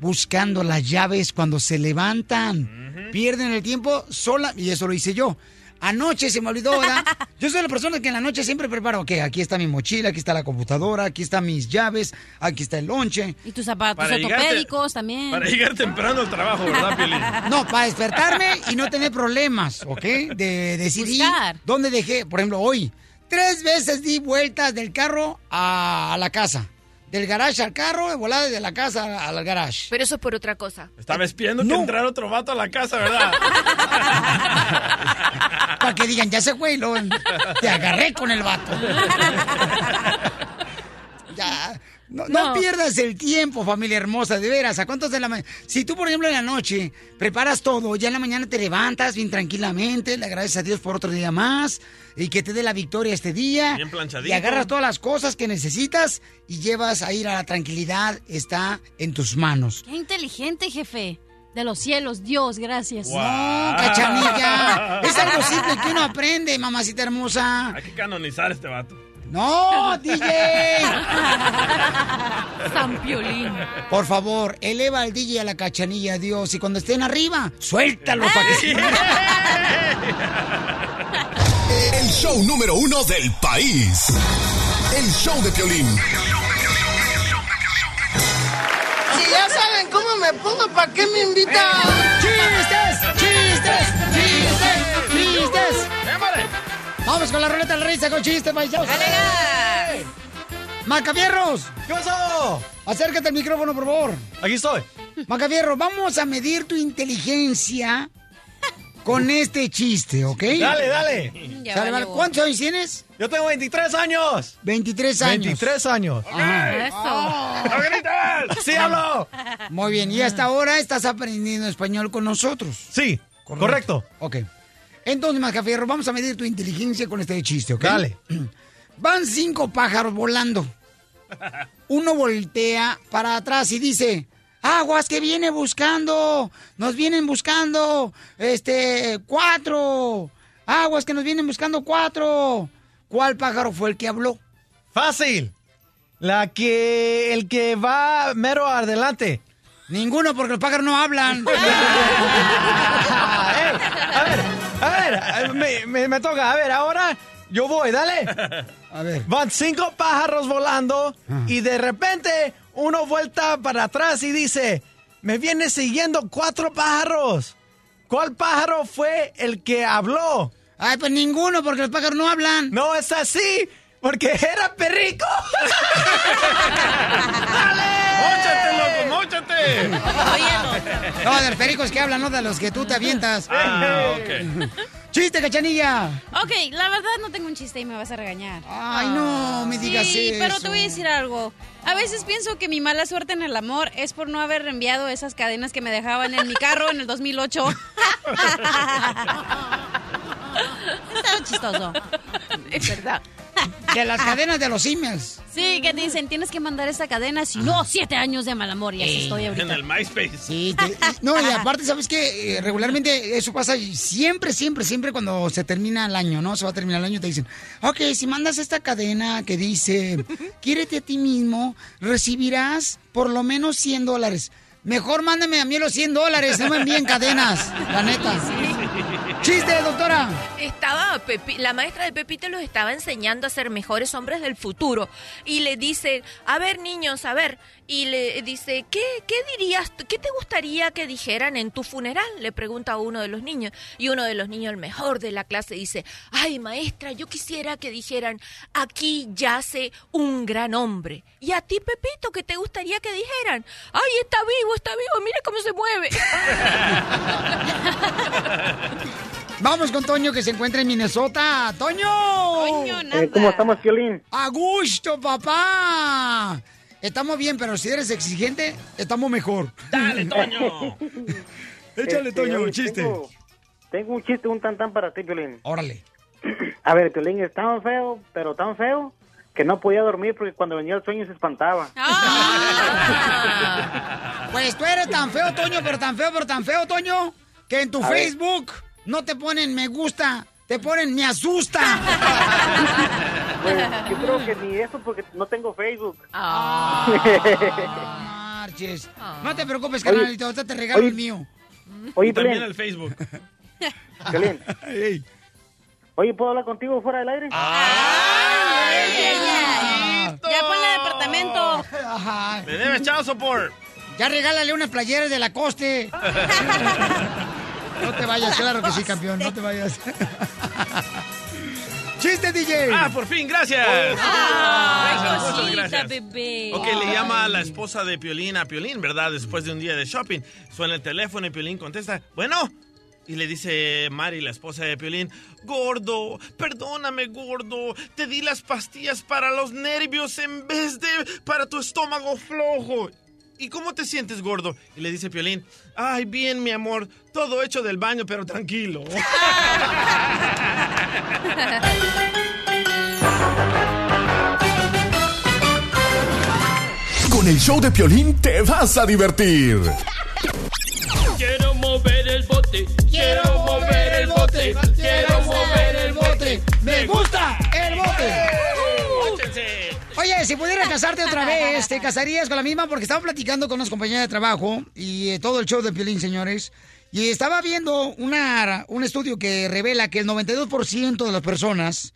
Speaker 1: buscando las llaves cuando se levantan. Pierden el tiempo sola, y eso lo hice yo. Anoche se me olvidó, ¿verdad? Yo soy la persona que en la noche siempre preparo, ok, aquí está mi mochila, aquí está la computadora, aquí están mis llaves, aquí está el lonche.
Speaker 2: Y tus zapatos
Speaker 1: Para llegarte-
Speaker 2: ortopédicos también.
Speaker 7: Para llegar temprano al trabajo, ¿verdad, Piolín?
Speaker 1: No, para despertarme y no tener problemas, ¿ok? De decidir dónde dejé, por ejemplo, hoy. Tres veces di vueltas del carro a, a la casa. Del garage al carro, de volada de la casa al garage.
Speaker 4: Pero eso es por otra cosa.
Speaker 7: Estaba espiando que entrar otro vato a la casa, ¿verdad?
Speaker 1: Para que digan, ya se fue y luego te agarré con el vato. ya. No, no pierdas el tiempo, familia hermosa, de veras. ¿A cuántos de la mañana? Si tú, por ejemplo, en la noche preparas todo, ya en la mañana te levantas bien tranquilamente, le agradeces a Dios por otro día más y que te dé la victoria este día.
Speaker 7: Bien planchadito.
Speaker 1: Y agarras todas las cosas que necesitas y llevas a ir a la tranquilidad, está en tus manos.
Speaker 2: Qué inteligente, jefe. De los cielos, Dios, gracias.
Speaker 7: Guau.
Speaker 1: No, cachanilla. Es algo simple que uno aprende, mamacita hermosa.
Speaker 7: Hay que canonizar a este vato.
Speaker 1: No, DJ.
Speaker 2: San Piolín.
Speaker 1: Por favor, eleva al DJ a la cachanilla, Dios. Y cuando estén arriba, suéltalo para que
Speaker 8: Ah.
Speaker 1: se muera.
Speaker 9: El show número uno del país. El show de Piolín.
Speaker 8: Si ya saben cómo me pongo, ¿para qué me invitan?
Speaker 1: ¡Chistes! ¡Chistes! ¡Chistes! ¡Chistes! Vamos con la ruleta de la risa con chistes, paisanos. Eh. ¡Macafierros!
Speaker 3: ¿Qué pasó?
Speaker 1: Acércate al micrófono, por favor.
Speaker 3: Aquí estoy.
Speaker 1: Macafierro, vamos a medir tu inteligencia con este chiste, ¿ok?
Speaker 3: Dale, dale.
Speaker 1: Ya Sale, vale. valió. ¿Cuántos años tienes?
Speaker 3: Yo tengo 23 años.
Speaker 1: 23 años.
Speaker 3: 23 años.
Speaker 1: Ajá.
Speaker 8: ¡No grites!
Speaker 3: ¡Sí hablo!
Speaker 1: Muy bien, y hasta ahora estás aprendiendo español con nosotros.
Speaker 3: Sí, correcto.
Speaker 1: Ok. Entonces, Mascafierro, vamos a medir tu inteligencia con este chiste, ¿ok?
Speaker 3: Dale.
Speaker 1: Van cinco pájaros volando. Uno voltea para atrás y dice, aguas que viene buscando, nos vienen buscando, este, cuatro, aguas que nos vienen buscando cuatro. ¿Cuál pájaro fue el que habló?
Speaker 3: Fácil. La que. El que va mero adelante.
Speaker 1: Ninguno, porque los pájaros no hablan. Ah.
Speaker 3: A ver, a ver, a- me, me- me toca. A ver, ahora yo voy, dale.
Speaker 1: A ver. Ah.
Speaker 3: Van cinco pájaros volando y de repente uno vuelta para atrás y dice, me vienen siguiendo cuatro pájaros. ¿Cuál pájaro fue el que habló?
Speaker 1: Ay, pues ninguno, porque los pájaros no hablan.
Speaker 3: No, es así, porque era perrico.
Speaker 7: ¡Móchate, loco, móchate!
Speaker 1: No, de los pericos que hablan, no de los que tú te avientas.
Speaker 7: Ah, ok.
Speaker 1: ¡Chiste, cachanilla!
Speaker 2: Ok, la verdad no tengo un chiste y me vas a regañar.
Speaker 1: Ay, no me digas
Speaker 2: Sí, pero
Speaker 1: eso.
Speaker 2: te voy a decir algo. A veces pienso que mi mala suerte en el amor es por no haber enviado esas cadenas que me dejaban en mi carro en el 2008. Está chistoso. Es verdad.
Speaker 1: De las cadenas de los emails.
Speaker 2: Sí, que te dicen, tienes que mandar esa cadena, si no, siete años de mal amor. Y así estoy
Speaker 7: En
Speaker 2: ahorita.
Speaker 7: el MySpace.
Speaker 1: Sí, te- no, y aparte, ¿sabes qué? Eh, Regularmente eso pasa y siempre, siempre, siempre cuando se termina el año, ¿no? Se va a terminar el año y te dicen, ok, si mandas esta cadena que dice, quiérete a ti mismo, recibirás por lo menos 100 dólares. Mejor mándame a mí los 100 dólares, no me envíen cadenas, la neta. ¡Chiste, doctora!
Speaker 4: Estaba Pepi- la maestra de Pepito los estaba enseñando a ser mejores hombres del futuro y le dice, a ver niños, a ver, y le dice, ¿qué, qué dirías, tú- qué te gustaría que dijeran en tu funeral? Le pregunta a uno de los niños y uno de los niños, el mejor de la clase, dice, ay maestra, yo quisiera que dijeran, aquí yace un gran hombre. Y a ti Pepito, ¿qué te gustaría que dijeran? Ay, está vivo, está vivo, mira cómo se mueve.
Speaker 1: Vamos con Toño que se encuentra en Minnesota. ¡Toño!
Speaker 6: Eh, ¿Cómo estamos, Piolín?
Speaker 1: ¡A gusto, papá! Estamos bien, pero si eres exigente, estamos mejor.
Speaker 7: ¡Dale, Toño!
Speaker 1: Échale,
Speaker 6: Este,
Speaker 1: Toño,
Speaker 6: oye,
Speaker 1: chiste.
Speaker 6: Tengo, tengo un chiste, un tantán para ti, Piolín.
Speaker 1: Órale.
Speaker 6: A ver, Piolín es tan feo, pero tan feo, que no podía dormir porque cuando venía el sueño se espantaba.
Speaker 1: Pues tú eres tan feo, Toño, pero tan feo, pero tan feo, Toño, que en tu
Speaker 6: A ver.
Speaker 1: Facebook no te ponen me gusta, te ponen me asusta.
Speaker 6: Pues, yo creo que ni eso porque no tengo Facebook.
Speaker 1: Ah. Marches. No te preocupes, carnalito, ahorita te regalo
Speaker 6: oye.
Speaker 1: el mío.
Speaker 6: Oye,
Speaker 7: Y también
Speaker 6: Piolín,
Speaker 7: el Facebook.
Speaker 6: Piolín, Oye, ¿puedo hablar contigo fuera del aire?
Speaker 1: Ah.
Speaker 2: Ya ponle departamento.
Speaker 1: Ajá.
Speaker 7: Me debes chao support.
Speaker 1: Ya regálale unas playeras de la coste. No te vayas, claro que sí, campeón, no te vayas. ¡Chiste, DJ!
Speaker 7: Ah, por fin, gracias. gracias, muchas
Speaker 2: Cosita,
Speaker 7: gracias.
Speaker 2: bebé.
Speaker 7: Ok, le llama a la esposa de Piolín a Piolín, ¿verdad? Después de un día de shopping. Suena el teléfono y Piolín contesta, bueno. Y le dice Mari, la esposa de Piolín, gordo, perdóname, gordo, te di las pastillas para los nervios en vez de para tu estómago flojo. ¿Y cómo te sientes, gordo? Y le dice Piolín, ay, bien, mi amor, todo hecho del baño, pero tranquilo.
Speaker 9: Con el show de Piolín te vas a divertir.
Speaker 8: Quiero mover el bote,
Speaker 1: Quiero mover el bote, quiero mover el bote. Me gusta el bote.
Speaker 7: Échense.
Speaker 1: Oye, si pudieras casarte otra vez, ¿te casarías con la misma? Porque estaba platicando con unas compañeras de trabajo y eh, todo el show de Piolín, señores. Y estaba viendo una, un estudio que revela que el 92% de las personas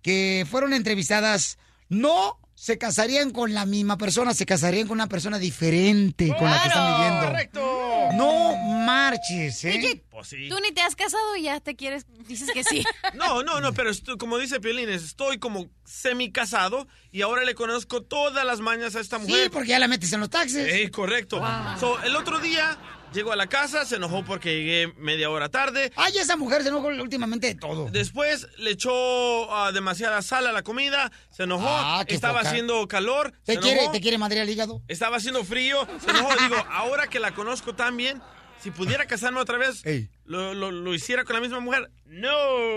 Speaker 1: que fueron entrevistadas no se casarían con la misma persona, se casarían con una persona diferente con la que están viviendo.
Speaker 7: Correcto.
Speaker 1: No marches, ¿eh?
Speaker 2: DJ,
Speaker 7: Pues sí.
Speaker 2: tú ni te has casado y ya te quieres, dices que sí.
Speaker 7: No, no, no, pero estoy- como dice Piolín, estoy como semi casado y ahora le conozco todas las mañas a esta mujer.
Speaker 1: Sí, porque ya la metes en los taxis.
Speaker 7: Eh, correcto. So, el otro día llegó a la casa, se enojó porque llegué media hora tarde.
Speaker 1: Ay, esa mujer se enojó últimamente de todo.
Speaker 7: Después le echó ah, demasiada sal a la comida, se enojó,
Speaker 1: Ah, qué
Speaker 7: estaba
Speaker 1: poca.
Speaker 7: haciendo calor,
Speaker 1: ¿Te
Speaker 7: se enojó,
Speaker 1: quiere, te quiere madre al hígado?
Speaker 7: estaba haciendo frío, se enojó. Digo, ahora que la conozco tan bien, si pudiera casarme otra vez,
Speaker 1: Ey.
Speaker 7: lo, lo- lo hiciera con la misma mujer. No.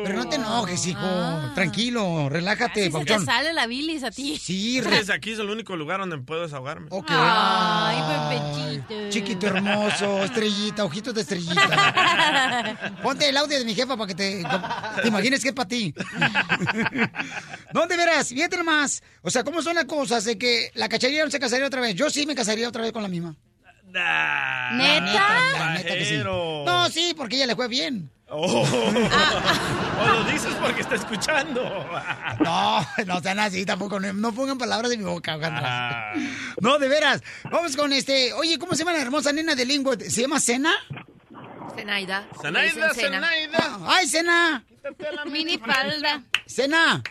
Speaker 1: Pero no te enojes, hijo. Tranquilo, relájate,
Speaker 2: Ah. Así se te
Speaker 1: pauchón.
Speaker 2: sale la bilis a ti.
Speaker 1: Sí, re...
Speaker 7: Desde aquí es el único lugar donde puedo desahogarme.
Speaker 1: Ok.
Speaker 7: Ah.
Speaker 2: Ay, bebecito.
Speaker 1: Chiquito hermoso, estrellita, ojitos de estrellita. Ponte el audio de mi jefa para que te, te imagines que es para ti. ¿Dónde verás? Fíjate más. O sea, ¿cómo son las cosas de que la cacharía no se casaría otra vez? Yo sí me casaría otra vez con la misma. La neta que sí. No, sí, porque ella le fue bien.
Speaker 7: Oh.
Speaker 1: Ah,
Speaker 7: O lo dices porque está escuchando.
Speaker 1: No, no sean así tampoco. No, no pongan palabras de mi boca. Alejandra. No, de veras. Vamos con este. Oye, ¿cómo se llama la hermosa nena de Lingwood? ¿Se llama Cena?
Speaker 4: Zenaida.
Speaker 7: Zenaida, Zenaida.
Speaker 1: Ah, ¡Ay, Cena!
Speaker 4: Mini falda.
Speaker 1: Cena.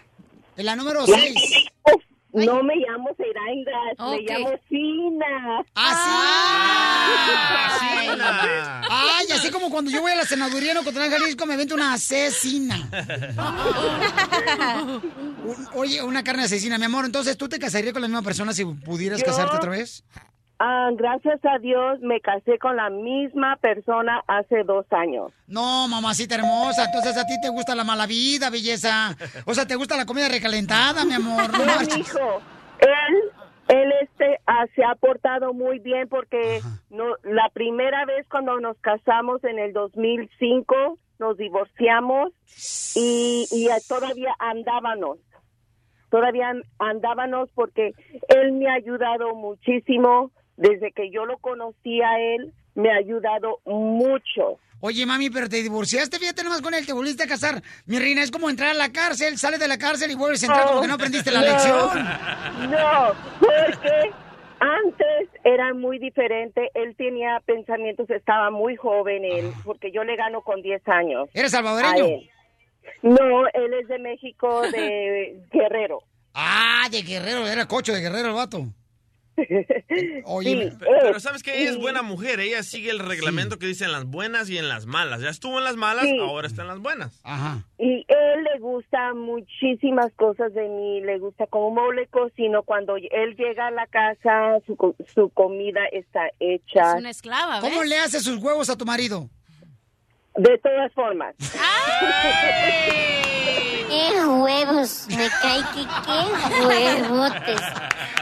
Speaker 1: En la número 6.
Speaker 11: No me llamo Zenaida, me
Speaker 4: Ok.
Speaker 11: llamo Sina.
Speaker 1: ¡Ah, sí! Ay, así como cuando yo voy a la senaduría en Ocotlán, Jalisco, me vente una asesina. Un- oye, una carne asesina, mi amor. Entonces, ¿tú te casarías con la misma persona si pudieras
Speaker 11: Yo-
Speaker 1: casarte otra vez?
Speaker 11: Ah, gracias a Dios me casé con la misma persona hace dos años.
Speaker 1: No, mamacita hermosa. Entonces, ¿a ti te gusta la mala vida, belleza? O sea, ¿te gusta la comida recalentada, mi amor? No
Speaker 11: No,
Speaker 1: marches.
Speaker 11: mijo, él, él este, ah, se ha portado muy bien porque no, la primera vez cuando nos casamos en el 2005 nos divorciamos y, y ah, todavía andábamos. Todavía an- andábamos porque él me ha ayudado muchísimo. Desde que yo lo conocí a él, me ha ayudado mucho.
Speaker 1: Oye, mami, pero te divorciaste, fíjate nomás con él, te volviste a casar. Mi reina, es como entrar a la cárcel, sales de la cárcel y vuelves a entrar como que no aprendiste la
Speaker 11: Oh, No.
Speaker 1: lección.
Speaker 11: No, porque antes era muy diferente. Él tenía pensamientos, estaba muy joven él, porque yo le gano con 10 años.
Speaker 1: ¿Eres salvadoreño?
Speaker 11: A
Speaker 4: eh.
Speaker 11: él. No, él es de México, de Guerrero.
Speaker 1: Ah, de guerrero, era cocho de guerrero el vato. Oye,
Speaker 7: Pe- Pero sabes que ella es buena mujer, ella sigue el reglamento que dice en las buenas y en las malas. Ya estuvo en las malas,
Speaker 11: Sí.
Speaker 7: ahora está en las buenas.
Speaker 1: Ajá.
Speaker 11: Y él le gusta muchísimas cosas de mí, le gusta cómo le cocino. Cuando él llega a la casa, su, co- su comida está hecha.
Speaker 2: Es una esclava, ¿ves?
Speaker 1: ¿cómo le haces sus huevos a tu marido?
Speaker 11: De todas formas.
Speaker 12: ¡Qué huevos! Me cae que qué huevotes.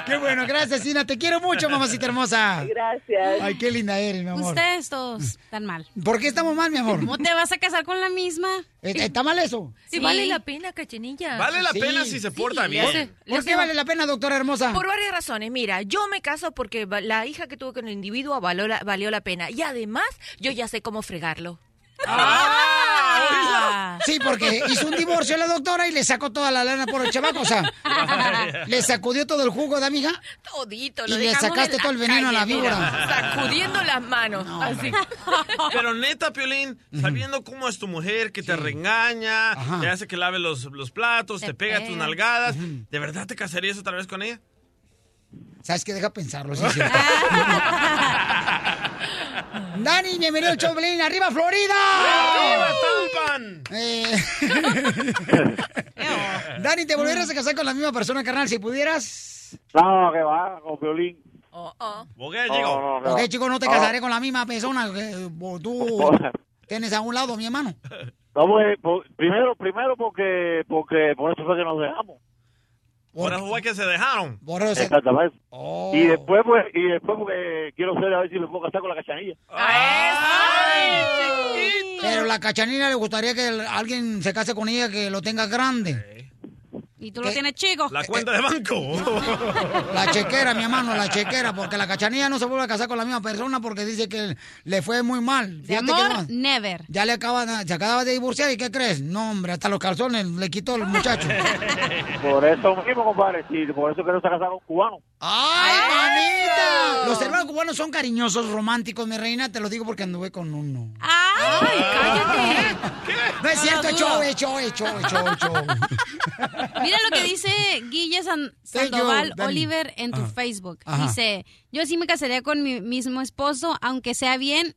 Speaker 1: Qué bueno, gracias, Sina. Te quiero mucho, mamacita hermosa.
Speaker 11: Gracias.
Speaker 1: Ay, qué linda eres, mi amor. Mm.
Speaker 2: Ustedes todos tan mal.
Speaker 1: ¿Por qué estamos mal, mi amor?
Speaker 2: ¿Cómo te vas a casar con la misma?
Speaker 1: Eh, ¿Está mal eso?
Speaker 4: Sí, vale la pena, cachenilla.
Speaker 7: Vale la
Speaker 1: Sí.
Speaker 7: pena si se porta
Speaker 4: le hace-
Speaker 7: bien.
Speaker 4: le
Speaker 1: ¿Por
Speaker 4: hace
Speaker 1: qué
Speaker 4: va-
Speaker 1: vale la pena, doctora hermosa?
Speaker 4: Por varias razones. Mira, yo me caso porque va- la hija que tuve con el individuo valió la, valió la pena. Y además, yo ya sé cómo fregarlo.
Speaker 2: Ah,
Speaker 1: Sí, porque hizo un divorcio la doctora y le sacó toda la lana por el chabaco, o sea, le sacudió todo el jugo, ¿da, mija?
Speaker 4: Todito. Lo
Speaker 1: Y le
Speaker 4: dejamos en
Speaker 1: sacaste
Speaker 4: la
Speaker 1: todo el veneno a la
Speaker 4: calle, mira,
Speaker 1: víbora.
Speaker 4: sacudiendo las manos. así.
Speaker 7: Pero neta, Piolín, sabiendo cómo es tu mujer, que te reengaña,
Speaker 1: Ajá.
Speaker 7: te hace que lave los, los platos, te,
Speaker 2: Te
Speaker 7: pega,
Speaker 2: pega.
Speaker 7: tus nalgadas, ¿de verdad te casarías otra vez con ella?
Speaker 1: ¿Sabes qué? Deja pensarlo, sí, es cierto. Dani, bienvenido al show, Belén. ¡Arriba, Florida!
Speaker 7: ¡Arriba, Tampan!
Speaker 1: Eh, Dani, ¿te volverías a casar con la misma persona, carnal, si pudieras?
Speaker 13: No, que va, con violín.
Speaker 4: Oh, oh.
Speaker 7: Boguea
Speaker 13: No,
Speaker 7: llegó.
Speaker 13: no, no.
Speaker 1: Ok, Eh, chico,
Speaker 5: Oh.
Speaker 1: no te casaré con la misma persona que eh, tú tienes a un lado, mi hermano.
Speaker 13: No, pues, po- primero, primero porque, porque por eso fue que nos dejamos.
Speaker 7: Por eso fue que se dejaron.
Speaker 1: Por eso se-
Speaker 13: Exactamente.
Speaker 1: Oh.
Speaker 13: Y después, pues, y después porque quiero ser a ver si me puedo casar con la cachanilla.
Speaker 1: Pero la cachanina le gustaría que el- alguien se case con ella que lo tenga grande.
Speaker 2: y tú lo
Speaker 1: ¿Qué?
Speaker 2: tienes chico.
Speaker 7: La cuenta de banco.
Speaker 1: La chequera, mi hermano, la chequera, porque la cachanilla no se vuelve a casar con la misma persona porque dice que le fue muy mal.
Speaker 2: De
Speaker 1: Fíjate que
Speaker 2: amor,
Speaker 1: no.
Speaker 2: never.
Speaker 1: Ya le acaban, se acaba de divorciar y ¿qué crees? No, hombre, hasta los calzones le quitó el muchacho.
Speaker 13: Por eso mismo, compadre, sí, por eso quiero casar con un cubano.
Speaker 1: ¡Ay, mamita! Los hermanos cubanos son cariñosos, románticos, mi reina. Te lo digo porque anduve con uno.
Speaker 2: ¡Ay, cállate!
Speaker 1: No es cierto,
Speaker 2: dudo.
Speaker 1: hecho, hecho, hecho, hecho, hecho.
Speaker 2: Mira lo que dice Guille San-
Speaker 1: Thank you,
Speaker 2: Sandoval
Speaker 1: Dani.
Speaker 2: Oliver en tu
Speaker 1: Ajá.
Speaker 2: Facebook.
Speaker 1: Ajá.
Speaker 2: Dice, yo sí me casaría con mi mismo esposo, aunque sea bien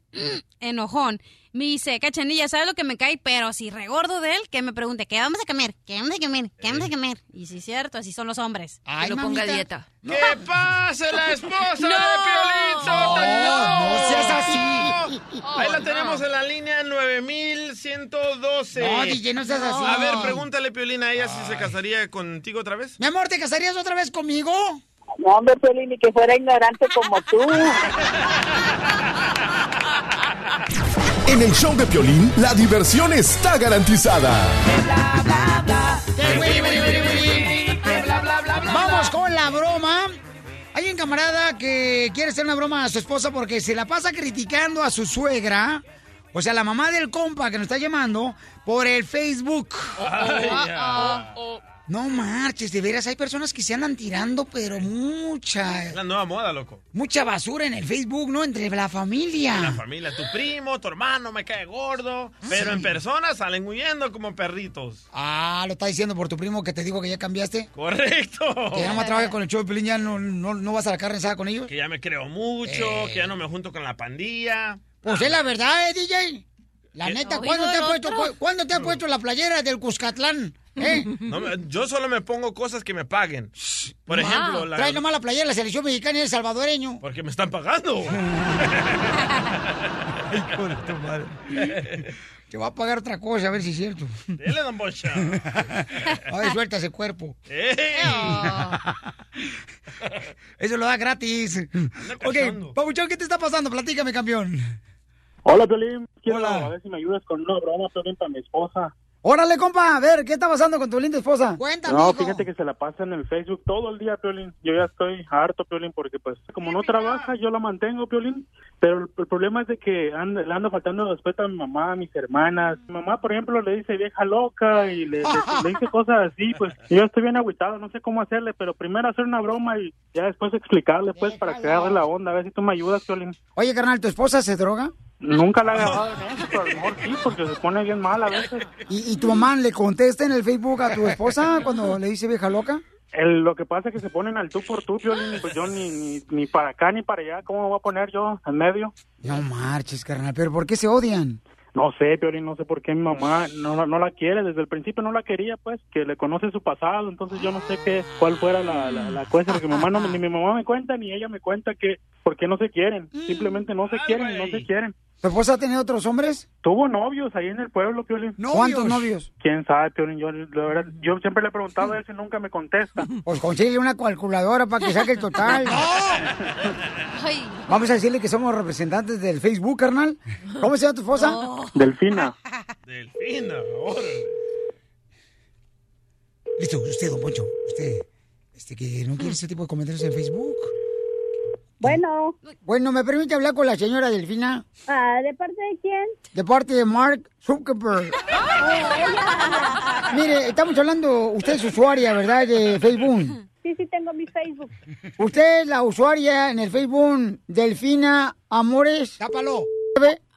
Speaker 2: enojón. Me dice, cachanilla, ¿sabes lo que me cae? Pero si regordo de él, que me pregunte, ¿qué vamos a comer? ¿Qué vamos a comer? ¿Qué vamos a comer? Y sí, es cierto, así son los hombres.
Speaker 1: Ay,
Speaker 4: lo ponga a
Speaker 1: mamita.
Speaker 4: dieta.
Speaker 7: ¡Que pase la esposa
Speaker 2: No.
Speaker 7: de Piolín Sotelo!
Speaker 1: No, no seas así.
Speaker 7: Ahí la tenemos en la línea 9112.
Speaker 1: No, DJ, no seas así.
Speaker 7: A ver, pregúntale, Piolín, a ella si se casaría contigo otra vez.
Speaker 1: Mi amor, ¿te casarías otra vez conmigo?
Speaker 11: No, hombre, Piolín, ni que fuera ignorante como tú.
Speaker 9: En el show de Piolín, la diversión está garantizada.
Speaker 1: Vamos con la broma Hay un camarada que quiere hacer una broma a su esposa porque se la pasa criticando a su suegra, o sea, la mamá del compa que nos está llamando, por el Facebook. Oh, Ah,
Speaker 8: Ay, ya.
Speaker 1: No marches, de veras, hay personas que se andan tirando, pero mucha,
Speaker 7: La nueva moda, loco.
Speaker 1: mucha basura en el Facebook, ¿no? Entre la familia.
Speaker 7: La familia, tu primo, tu hermano, me cae gordo. Pero
Speaker 1: Ah, Sí.
Speaker 7: en persona salen huyendo como perritos.
Speaker 1: Ah, lo está diciendo por tu primo que te digo que ya cambiaste.
Speaker 7: Correcto.
Speaker 1: Que ya no más trabaja con el show de Pelín, ya no, no, no vas a la carne asada con ellos.
Speaker 7: Que ya me creo mucho,
Speaker 1: Eh.
Speaker 7: que ya no me junto con la pandilla.
Speaker 1: Pues es la verdad, eh, DJ. La
Speaker 7: ¿Qué?
Speaker 1: neta,
Speaker 7: No,
Speaker 1: ¿cuándo
Speaker 7: digo
Speaker 1: te,
Speaker 7: el
Speaker 1: ha puesto,
Speaker 7: otro.
Speaker 1: cu- ¿cuándo te ha puesto la playera del Cuscatlán? ¿Eh?
Speaker 7: No me- yo solo me pongo cosas que me paguen. Por
Speaker 1: Wow.
Speaker 7: ejemplo,
Speaker 1: Trae nomás
Speaker 7: la,
Speaker 1: la playera de la selección mexicana y el salvadoreño.
Speaker 7: porque me están pagando.
Speaker 1: Te va a pagar otra cosa, a ver si es cierto.
Speaker 7: Dele, don Bocha.
Speaker 1: A ver, suelta ese cuerpo.
Speaker 7: ¡Ey!
Speaker 1: Eso lo da gratis. Ok, Pabuchón, ¿qué te está pasando? Platícame, campeón.
Speaker 14: Hola, Piolín. Quiero
Speaker 1: Hola.
Speaker 14: a ver si me ayudas con una broma, Piolín, para mi esposa.
Speaker 1: Órale, compa, a ver, ¿qué está pasando con tu linda esposa? Cuéntame,
Speaker 14: No, fíjate que se la pasa en el Facebook todo el día, Piolín. Yo ya estoy harto, Piolín, porque pues como no trabaja, yo la mantengo, Piolín. Pero el, el problema es de que ando, le ando faltando respeto a mi mamá, a mis hermanas. Mi mamá, por ejemplo, le dice vieja loca y le, le- le dice cosas así, pues yo estoy bien agüitado, no sé cómo hacerle, pero primero hacer una broma y ya después explicarle, pues, para que agarre la onda. A ver si tú me ayudas, Piolín.
Speaker 1: Oye, carnal, ¿tu esposa se droga?
Speaker 14: Nunca la he grabado en eso, pero a lo mejor sí, porque se pone bien mal a veces.
Speaker 1: ¿Y, y tu mamá le contesta en el Facebook a tu esposa cuando le dice vieja loca?
Speaker 14: El- lo que pasa es que se ponen al tú por tú, Piolín, y pues yo ni, ni, ni para acá ni para allá. ¿Cómo me voy a poner yo en medio?
Speaker 1: No marches, carnal, pero ¿por qué se odian?
Speaker 14: No sé, Piolín, no sé por qué mi mamá no, la- no la quiere. Desde el principio no la quería, pues, que le conoce su pasado. Entonces yo no sé qué, cuál fuera la, la, la cosa, porque mi mamá no, ni mi mamá me cuenta ni ella me cuenta que, porque no se quieren. Simplemente no se quieren, no se quieren.
Speaker 1: ¿Tu esposa ha tenido otros hombres?
Speaker 14: Tuvo novios ahí en el pueblo, Piolín.
Speaker 1: ¿Cuántos novios?
Speaker 14: ¿Quién sabe, Piolín? Yo, la verdad, yo siempre le he preguntado a él si nunca me contesta.
Speaker 1: Pues consíguele una calculadora para que saque el total. Vamos a decirle que somos representantes del Facebook, carnal. ¿Cómo se llama tu esposa?
Speaker 14: Delfina.
Speaker 7: Delfina, órale.
Speaker 1: Listo, usted, don Poncho. Usted, este, que no quiere ese tipo de comentarios en Facebook.
Speaker 10: Bueno.
Speaker 1: Bueno, ¿me permite hablar con la señora Delfina?
Speaker 10: Ah, ¿de parte de quién? Oh,
Speaker 1: De parte de Mark Zuckerberg. Mire, estamos hablando, usted es usuaria, ¿verdad? De Facebook.
Speaker 10: Sí, sí, tengo mi Facebook.
Speaker 1: Usted es la usuaria en el Facebook Delfina Amores. Tápalo.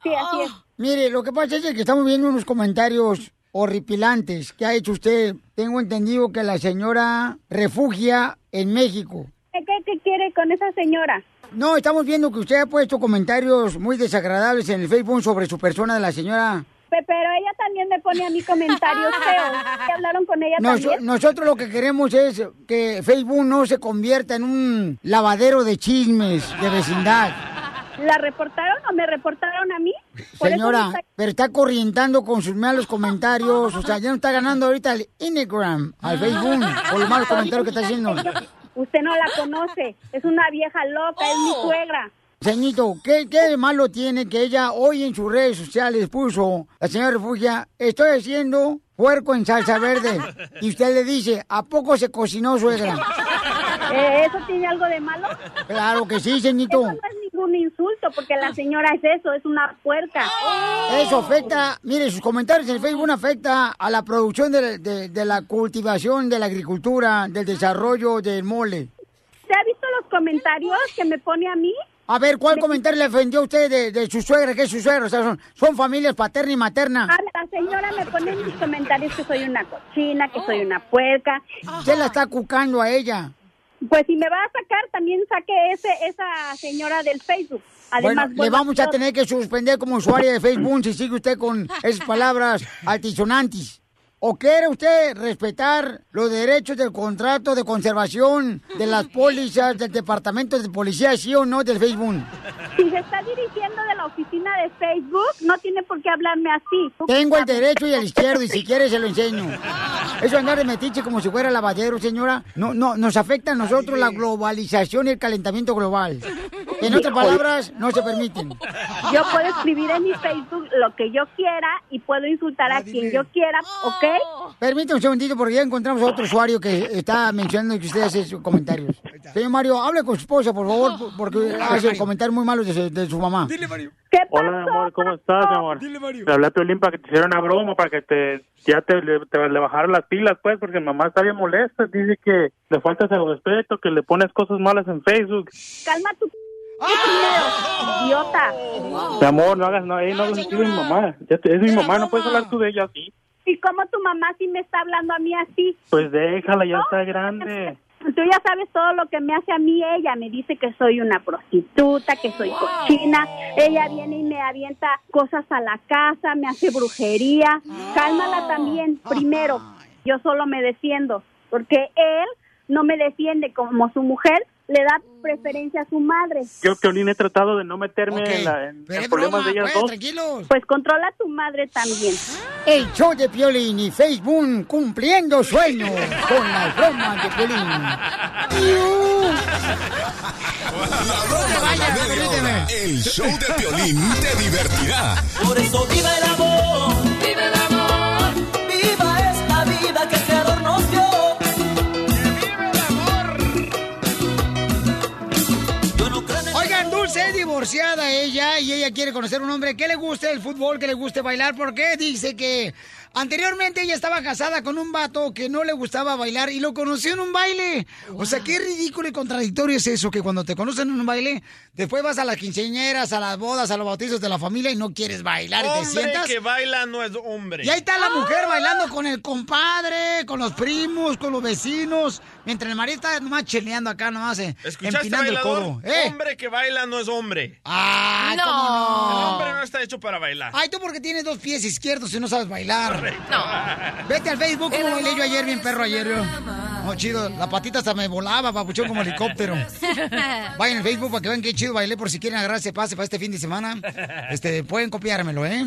Speaker 10: Sí, así es.
Speaker 1: Mire, lo que pasa es que estamos viendo unos comentarios horripilantes que ha hecho usted. Tengo entendido que la señora refugia en México.
Speaker 10: ¿Qué, qué quiere con esa señora?
Speaker 1: No, estamos viendo que usted ha puesto comentarios muy desagradables en el Facebook sobre su persona de la señora.
Speaker 10: Pe- Pero ella también me pone a mí comentarios feos. ¿Qué hablaron con ella
Speaker 1: Nos-
Speaker 10: también?
Speaker 1: nosotros lo que queremos es que Facebook no se convierta en un lavadero de chismes de vecindad.
Speaker 10: ¿La reportaron o me reportaron a mí? Por eso me
Speaker 1: Señora,
Speaker 10: está-
Speaker 1: pero está corrientando con sus malos comentarios. O sea, ya no está ganando ahorita el Instagram, al Facebook, por los malos comentarios que está haciendo.
Speaker 10: Usted no la conoce. Es una vieja loca, es mi suegra.
Speaker 1: Señito, ¿qué, ¿qué de malo tiene que ella hoy en sus redes sociales puso, la señora Refugia, estoy haciendo puerco en salsa verde? Y usted le dice, ¿a poco se cocinó suegra?
Speaker 10: Eh, ¿Eso tiene algo de malo?
Speaker 1: Claro que sí, señito.
Speaker 10: No es ningún insulto, porque la señora es eso, es una puerca.
Speaker 1: Eso afecta, mire, sus comentarios en Facebook afecta a la producción de, de- de la cultivación, de la agricultura, del desarrollo del mole.
Speaker 10: ¿Se ha visto los comentarios que me pone a mí?
Speaker 1: A ver, ¿cuál comentario le ofendió a usted de, de su suegra? ¿Qué es su suegra? O sea, son, son familias paterna y materna.
Speaker 10: A ah, la señora me pone en mis comentarios que soy una cochina, que soy una puerca.
Speaker 1: ¿Qué la está cucando a ella?
Speaker 10: Pues si me va a sacar, también saque ese, esa señora del Facebook. Además,
Speaker 1: bueno, le
Speaker 10: bueno,
Speaker 1: vamos a
Speaker 10: yo-
Speaker 1: tener que suspender como usuaria de Facebook si sigue usted con esas palabras altisonantes. ¿O quiere usted respetar los derechos del contrato de conservación de las pólizas del Departamento de Policía, sí o no, del Facebook?
Speaker 10: Si se está dirigiendo de la oficina de Facebook, no tiene por qué hablarme así.
Speaker 1: Tengo el derecho y el izquierdo, y si quiere se lo enseño. Eso andar de metiche como si fuera lavadero, señora. No, no, nos afecta a nosotros la globalización y el calentamiento global. En otras palabras, no se permiten.
Speaker 15: Yo puedo escribir en mi Facebook lo que yo quiera y puedo insultar a quien yo quiera, ¿ok?
Speaker 1: Oh. Permítame un segundito porque ya encontramos a otro usuario que está mencionando que usted hace sus comentarios. Señor Mario, hable con su esposa, por favor, porque hace comentarios muy malos de su, de su mamá.
Speaker 14: Hola, mi amor, ¿cómo estás, mi amor? Te hablé a Piolín para que te hiciera una broma, para que te ya te, le- te- le bajaran las pilas, pues, porque mamá está bien molesta. Dice que le faltas el respeto, que le pones cosas malas en Facebook.
Speaker 15: Calma tu... primero, idiota.
Speaker 14: Mi amor, no hagas, no, ey, no hagas así de mi mamá. Ya te- es mi mamá, no puedes hablar tú de ella así.
Speaker 15: ¿Y cómo tu mamá sí me está hablando a mí así?
Speaker 14: Pues déjala, ya está grande.
Speaker 15: Tú ya sabes todo lo que me hace a mí ella. Me dice que soy una prostituta, que soy cochina. Ella viene y me avienta cosas a la casa, me hace brujería. Cálmala también, primero. Yo solo me defiendo, porque él no me defiende como su mujer. Le da preferencia a su madre.
Speaker 14: Yo, Piolín, he tratado de no meterme en, la- en
Speaker 15: Pero
Speaker 14: los
Speaker 15: es
Speaker 14: problemas
Speaker 15: broma,
Speaker 14: de ellas
Speaker 15: pues,
Speaker 14: dos.
Speaker 1: Tranquilos.
Speaker 15: Pues controla a tu madre también.
Speaker 1: El show de Piolín y Facebook cumpliendo sueños con las bromas de Piolín.
Speaker 9: El show de Piolín te divertirá.
Speaker 8: Por eso viva el amor, viva el amor, viva esta vida que se adornos dio.
Speaker 1: Oigan, Dulce es divorciada ella y ella quiere conocer un hombre que le guste el fútbol, que le guste bailar, porque dice que anteriormente ella estaba casada con un vato que no le gustaba bailar y lo conoció en un baile. O sea, qué ridículo y contradictorio es eso, que cuando te conocen en un baile, después vas a las quinceañeras, a las bodas, a los bautizos de la familia y no quieres bailar y te
Speaker 7: Hombre Ah.
Speaker 1: sientas.
Speaker 7: que baila no es hombre.
Speaker 1: Y ahí está la mujer bailando con el compadre, con los primos, con los vecinos, mientras el marido está nomás cheleando acá, nomás eh,
Speaker 7: ¿Escuchaste,
Speaker 1: empinando el
Speaker 7: bailador?
Speaker 1: codo. ¿Eh?
Speaker 7: Hombre que baila no es hombre.
Speaker 1: Ah,
Speaker 7: no.
Speaker 1: ¿cómo no?
Speaker 7: El hombre no está hecho para bailar.
Speaker 1: Ay, tú porque tienes dos pies izquierdos y no sabes bailar.
Speaker 7: No.
Speaker 1: Vete al Facebook como bailé yo ayer, bien perro ayer. yo. Oh, chido, la patita hasta me volaba, papuchón como helicóptero. Vayan al Facebook para que vean qué chido bailé por si quieren agarrarse pase para este fin de semana. Este, pueden copiármelo, ¿eh?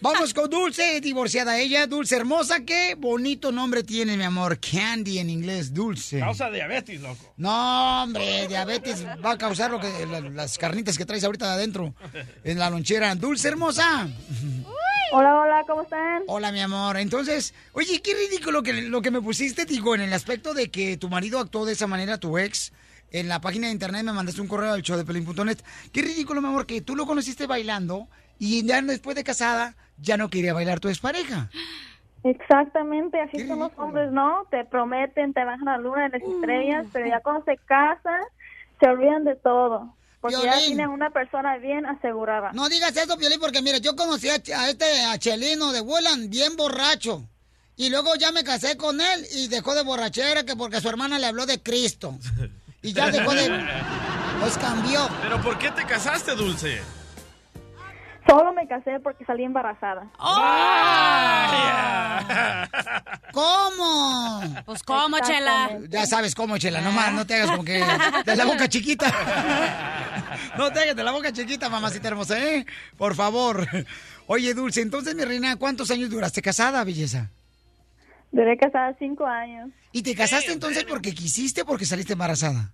Speaker 1: Vamos con Dulce, divorciada ella, Dulce hermosa, qué bonito nombre tiene, mi amor. Candy en inglés, Dulce.
Speaker 7: Causa diabetes, loco.
Speaker 1: No, hombre, diabetes va a causar lo que, la- las carnitas que traes ahorita adentro en la lonchera. Dulce hermosa.
Speaker 15: Hola, hola, ¿cómo están?
Speaker 1: Hola, mi amor. Entonces, oye, qué ridículo que, lo que me pusiste, digo, en el aspecto de que tu marido actuó de esa manera, tu ex. En la página de internet me mandaste un correo al show de pelín.net. Qué ridículo, mi amor, que tú lo conociste bailando y ya después de casada ya no quería bailar tu expareja.
Speaker 15: Exactamente, así son los hombres, ¿no? Te prometen, te bajan la luna de las estrellas, pero ya cuando se casan, se olvidan de todo. Porque ya
Speaker 1: Violín.
Speaker 15: tienen una persona bien asegurada.
Speaker 1: No digas eso, Piolín, porque mira, yo conocí a, Ch- a este a Chelino de Wolan bien borracho. Y luego ya me casé con él y dejó de borrachera que porque su hermana le habló de Cristo. Y ya dejó de... Pues cambió.
Speaker 7: ¿Pero por qué te casaste, Dulce?
Speaker 15: Solo me casé porque salí embarazada.
Speaker 2: Oh.
Speaker 7: Ah,
Speaker 1: ¿Cómo?
Speaker 2: Pues cómo, chela.
Speaker 1: Ah. Ya sabes cómo, Chela, nomás, no te hagas como que de la boca chiquita. No te hagas de la boca chiquita, mamacita hermosa, ¿eh? Por favor. Oye, Dulce, entonces, mi reina, ¿cuántos años duraste casada, belleza?
Speaker 15: Duré casada cinco años.
Speaker 1: ¿Y te casaste entonces porque quisiste o porque saliste embarazada?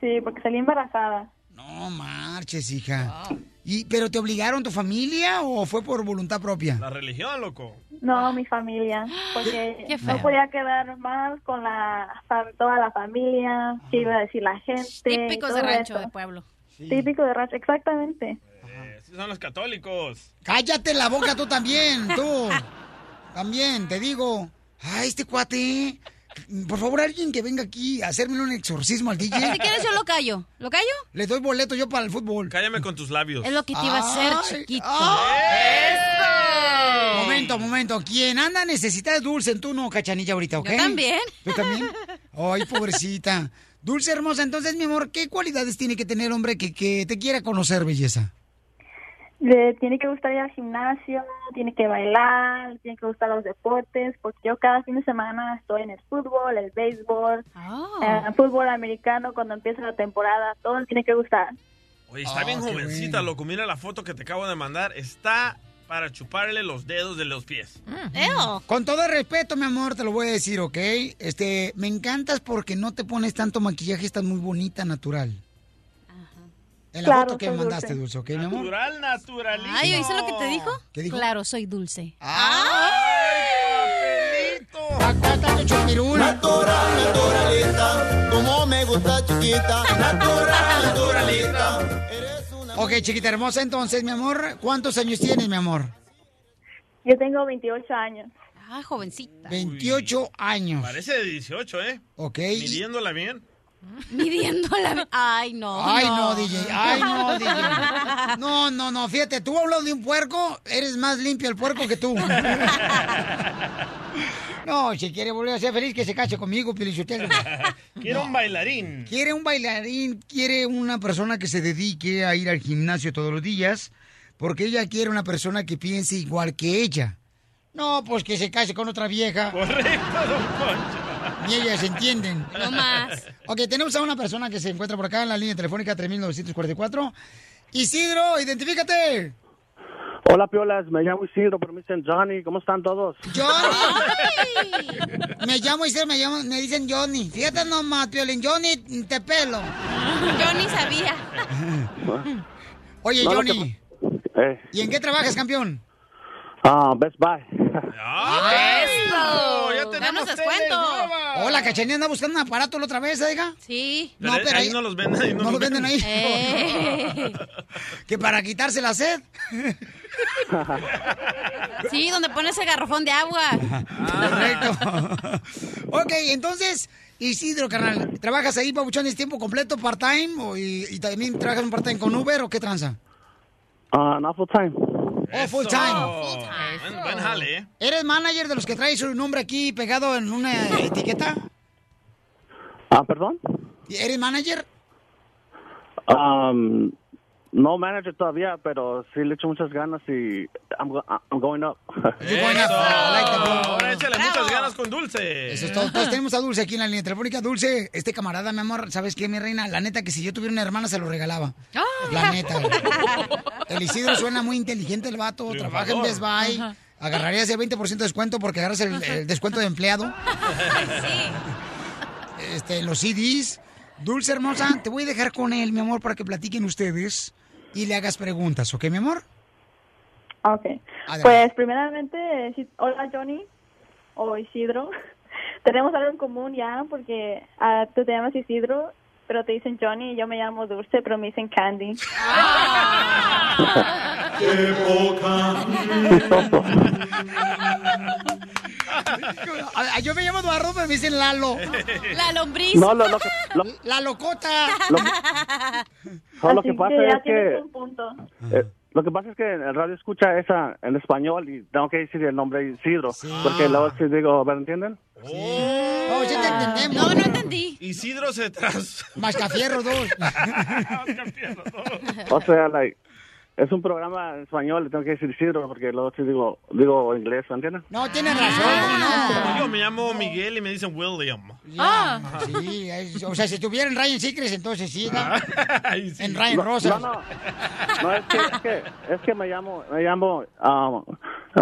Speaker 15: Sí, porque salí embarazada.
Speaker 1: No marches, hija. ¿Y, ¿Pero te obligaron tu familia o fue por voluntad propia?
Speaker 7: La religión, loco.
Speaker 15: No, mi familia, porque
Speaker 1: Ah. Qué feo.
Speaker 15: no podía quedar mal con la fa- toda la familia, que iba a decir la gente.
Speaker 2: Típicos
Speaker 15: y
Speaker 2: de
Speaker 15: todo
Speaker 2: rancho,
Speaker 15: eso.
Speaker 2: de pueblo.
Speaker 15: Típico de rancho, exactamente.
Speaker 7: Esos son los católicos.
Speaker 1: Cállate la boca tú también, tú. También, te digo. Ay, este cuate. Por favor, alguien que venga aquí a hacerme un exorcismo al DJ.
Speaker 2: Si quieres, yo lo callo. ¿Lo callo?
Speaker 1: Le doy boleto yo para el fútbol.
Speaker 7: Cállame con tus labios.
Speaker 2: Es lo que te iba a hacer,
Speaker 1: Ay,
Speaker 2: chiquito.
Speaker 1: ay. Momento, momento. Quien anda necesita de dulce, tú no, cachanilla, ahorita, ¿ok?
Speaker 2: Yo también.
Speaker 1: ¿Tú también? Ay, pobrecita. Dulce hermosa, entonces, mi amor, ¿qué cualidades tiene que tener el hombre que, que te quiera conocer, belleza?
Speaker 15: Le tiene que gustar ir al gimnasio, tiene que bailar, tiene que gustar los deportes, porque yo cada fin de semana estoy en el fútbol, el béisbol,
Speaker 2: Ah.
Speaker 15: eh, fútbol americano, cuando empieza la temporada, todo le tiene que gustar.
Speaker 7: Oye, está
Speaker 15: Ah,
Speaker 7: bien
Speaker 15: qué
Speaker 7: jovencita, loco. Mira la foto que te acabo de mandar. Está para chuparle los dedos de los pies.
Speaker 1: Con todo el respeto, mi amor, te lo voy a decir, ¿ok? Este, me encantas porque no te pones tanto maquillaje, estás muy bonita, natural. En la
Speaker 15: Claro,
Speaker 1: foto que
Speaker 15: soy
Speaker 1: mandaste,
Speaker 15: dulce.
Speaker 1: Dulce, ¿ok, mi amor?
Speaker 7: Natural, naturalísimo.
Speaker 2: Ay, ¿oíste lo que te dijo?
Speaker 1: ¿Qué dijo?
Speaker 2: Claro, soy dulce.
Speaker 1: Acá está tu chupirul.
Speaker 12: Natural, naturalita, como me gusta chiquita. Natural, naturalita.
Speaker 1: Ok, chiquita hermosa, entonces, mi amor, ¿cuántos años tienes, mi amor?
Speaker 15: Yo tengo 28 años.
Speaker 2: Ah, jovencita.
Speaker 1: 28 años.
Speaker 7: Parece de 18, ¿eh?
Speaker 1: Ok.
Speaker 7: Midiéndola bien.
Speaker 2: Midiéndola. Ay, no.
Speaker 1: Ay, no, DJ. Ay, no, DJ. No, no, no. Fíjate, tú hablas de un puerco, eres más limpio el puerco que tú. No, si quiere volver a ser feliz, que se case conmigo, Pilichotelo.
Speaker 7: Quiero un bailarín.
Speaker 1: Quiere un bailarín, quiere una persona que se dedique a ir al gimnasio todos los días, porque ella quiere una persona que piense igual que ella. No, pues que se case con otra vieja.
Speaker 7: Correcto, don Poncho.
Speaker 1: Y ellas se entienden.
Speaker 7: No más.
Speaker 1: Ok, tenemos a una persona que se encuentra por acá en la línea telefónica 3944. Isidro, identifícate.
Speaker 13: Hola, Piolas. Me llamo Isidro, pero me dicen Johnny. ¿Cómo están todos?
Speaker 1: Johnny. Me llamo Isidro, me, llamo, me dicen Johnny. Fíjate nomás, Piolín. Johnny, te pelo. Johnny sabía. Oye,
Speaker 13: No, lo que
Speaker 1: Johnny,
Speaker 13: Eh,
Speaker 1: ¿y en qué trabajas, campeón?
Speaker 13: ah, Best Buy.
Speaker 8: Ah.
Speaker 2: ¡Eso! Ya tenemos descuento.
Speaker 1: Hola, Cachanía anda buscando un aparato la otra vez, oiga.
Speaker 2: Sí.
Speaker 1: No, pero
Speaker 7: ahí no los venden. ahí
Speaker 1: no los venden ahí.
Speaker 2: Eh.
Speaker 1: que para quitarse la sed.
Speaker 2: Sí, donde pones el garrafón de agua.
Speaker 1: ok, entonces, Isidro, carnal, ¿trabajas ahí, Pabuchón, es tiempo completo, part-time? o- Y, y también trabajas un part-time con Uber o qué tranza?
Speaker 13: Ah, no full time.
Speaker 1: Oh, full time.
Speaker 7: Eso. Buen, buen jale, ¿eh?
Speaker 1: ¿Eres manager de los que traes su nombre aquí pegado en una etiqueta?
Speaker 13: Ah, perdón.
Speaker 1: ¿Eres manager?
Speaker 13: Um, no manager todavía, pero sí le echo muchas ganas y I'm, go- I'm going up.
Speaker 7: Eso. Ahora échale muchas ganas con dulce.
Speaker 1: Eso es todo. Entonces, tenemos a Dulce aquí en la línea telefónica. Dulce, este camarada, mi amor, ¿sabes qué, mi reina? La neta que si yo tuviera una hermana se lo regalaba. La neta. El Isidro suena muy inteligente el vato, trabaja en Best Buy.
Speaker 8: Ajá.
Speaker 1: Agarrarías el 20% de descuento porque agarras el, el descuento de empleado. Este, en los CDs. Dulce hermosa, te voy a dejar con él, mi amor, para que platiquen ustedes y le hagas preguntas, ¿ok, mi amor?
Speaker 15: Ok.
Speaker 1: Adelante.
Speaker 15: Pues primeramente, eh, sí- hola Johnny o Isidro. Tenemos algo en común ya porque ah, tú te llamas Isidro, pero te dicen Johnny y yo me llamo Dulce, pero me dicen Candy.
Speaker 2: Ah,
Speaker 8: ¡Qué
Speaker 1: Ah, Yo me llamo Eduardo, pero me dicen Lalo. La lombriz.
Speaker 13: No, lo, lo que, lo,
Speaker 1: La locota.
Speaker 13: no, lo que pasa
Speaker 15: ya
Speaker 13: es que...
Speaker 15: tienes un punto.
Speaker 13: eh, lo que pasa es que el radio escucha esa en español y tengo que decir el nombre Isidro. Porque luego si digo, ¿me entienden?
Speaker 1: No, sí Oh, te entendemos. No, no entendí.
Speaker 7: Isidro se tras.
Speaker 1: Mascafierro dos.
Speaker 13: O sea, like, es un programa en español, le tengo que decir Isidro porque luego si digo, digo inglés, ¿me entienden?
Speaker 1: No, tienes razón.
Speaker 7: Yo me llamo Miguel y me dicen William.
Speaker 1: Ah. Sí, es- o sea, si estuviera en Ryan Seacrest, entonces sí, ¿no? En Ryan
Speaker 13: Ah, No,
Speaker 1: Rosas.
Speaker 13: no, No, es que, es que, es que me llamo, me llamo ah,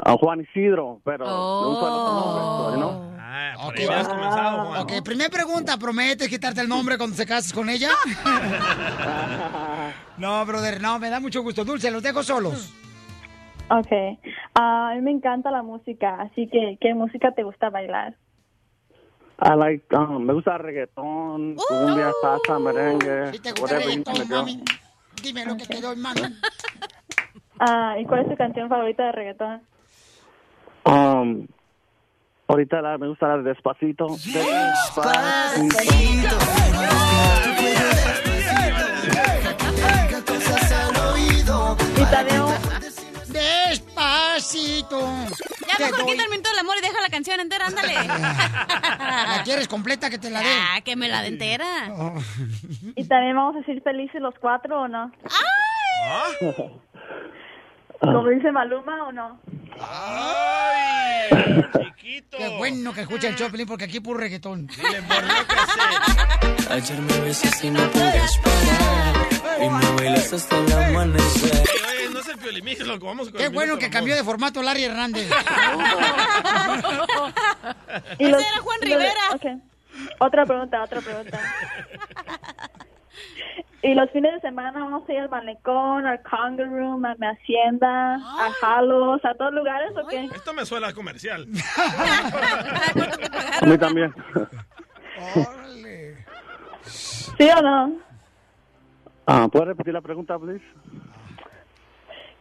Speaker 13: ah, Juan Isidro, pero
Speaker 15: Oh.
Speaker 13: nunca lo conozco, ¿no?
Speaker 7: Ah, por ahí habías comenzado, Juan.
Speaker 1: ah, Ok, primera pregunta, ¿prometes quitarte el nombre cuando se cases con ella? no, brother, no, me da mucho gusto. Dulce, los dejo solos.
Speaker 15: Ok. Ah, a mí me encanta la música, así que ¿qué música te gusta bailar?
Speaker 13: I like, ah, me gusta reggaetón, cumbia, salsa, merengue,
Speaker 15: Oh, Sí, te gusta
Speaker 13: whatever you
Speaker 15: reggaetón,
Speaker 13: can do.
Speaker 15: mami.
Speaker 1: Dime lo que te doy, mano.
Speaker 15: Ah, ¿Y cuál es tu canción favorita de reggaetón?
Speaker 13: Um, ahorita la- me gusta la de Despacito. Despacito.
Speaker 15: Y también un-
Speaker 1: Despacito.
Speaker 2: Ya
Speaker 1: Te
Speaker 2: mejor
Speaker 1: doy-
Speaker 2: quita el minuto del amor y deja la canción entera, ándale.
Speaker 1: ¿La quieres completa que te la dé?
Speaker 2: Ah, que me la dé entera.
Speaker 15: ¿Y también vamos a ser felices los cuatro o no? ¿Como dice Maluma o no?
Speaker 1: Qué bueno que escucha el Choplin porque aquí puro reggaetón.
Speaker 8: Ayer me besas y no puedes parar. Y me bailas hasta el amanecer.
Speaker 7: Oye, no es el Piolimix, loco. Vamos con
Speaker 1: Qué
Speaker 7: el
Speaker 1: bueno
Speaker 7: minuto
Speaker 1: que
Speaker 7: del amor.
Speaker 1: cambió de formato Larry Hernández.
Speaker 15: Y
Speaker 2: Ese
Speaker 15: los-
Speaker 2: era Juan
Speaker 15: los-
Speaker 2: Rivera.
Speaker 15: ok. Otra pregunta, otra pregunta. Y los fines de semana vamos a ir al malecón, al kangaroo, a mi hacienda, a Jalos, a todos lugares, ¿o qué?
Speaker 7: Esto me suena comercial.
Speaker 13: A mí también.
Speaker 15: ¿Sí o no?
Speaker 13: Ah, ¿Puedes repetir la pregunta, please?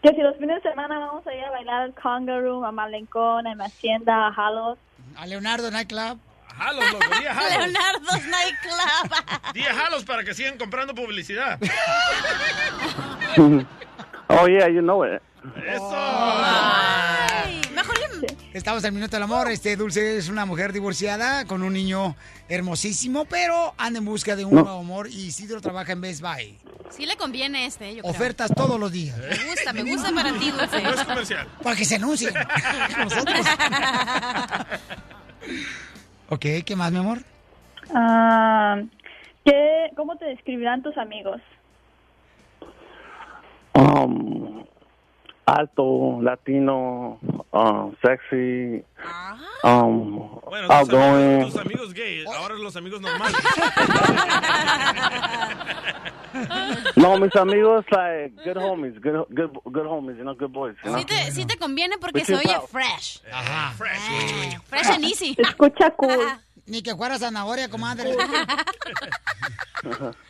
Speaker 15: Que si los fines de semana vamos a ir a bailar al kangaroo, a malecón, a mi hacienda, a Jalos.
Speaker 1: A Leonardo Nightclub.
Speaker 7: Jalos, loco, di a jalos.
Speaker 2: Leonardo's Nightclub.
Speaker 7: Di a jalos para que sigan comprando publicidad.
Speaker 13: oh, yeah, you know it.
Speaker 1: Estamos en Minuto del Amor. Este Dulce es una mujer divorciada con un niño hermosísimo, pero anda en busca de un
Speaker 2: No.
Speaker 1: nuevo amor y Isidro trabaja en Best Buy.
Speaker 2: Sí le conviene este, yo creo. ¿Eh?
Speaker 1: Ofertas todos los días.
Speaker 2: Me gusta, me gusta para ti, Dulce.
Speaker 1: No es
Speaker 7: comercial.
Speaker 1: Para que se anuncien. Nosotros. ok, ¿qué más, mi amor?
Speaker 15: Ah, ¿qué, ¿Cómo te describirán tus amigos?
Speaker 13: Um, alto, latino, um, sexy, um,
Speaker 7: Ah. Bueno, tus,
Speaker 13: outgoing.
Speaker 7: amigos, tus amigos gay, ahora los amigos normales.
Speaker 13: No, mis amigos, like, good homies, good, good, good homies, you know, good boys. You know?
Speaker 2: Sí te, sí te conviene porque
Speaker 13: Which
Speaker 2: se
Speaker 13: is
Speaker 2: oye
Speaker 13: out.
Speaker 2: fresh.
Speaker 13: Ajá.
Speaker 2: Fresh and easy.
Speaker 15: Escucha cool.
Speaker 1: Ni que fuera zanahoria, comadre.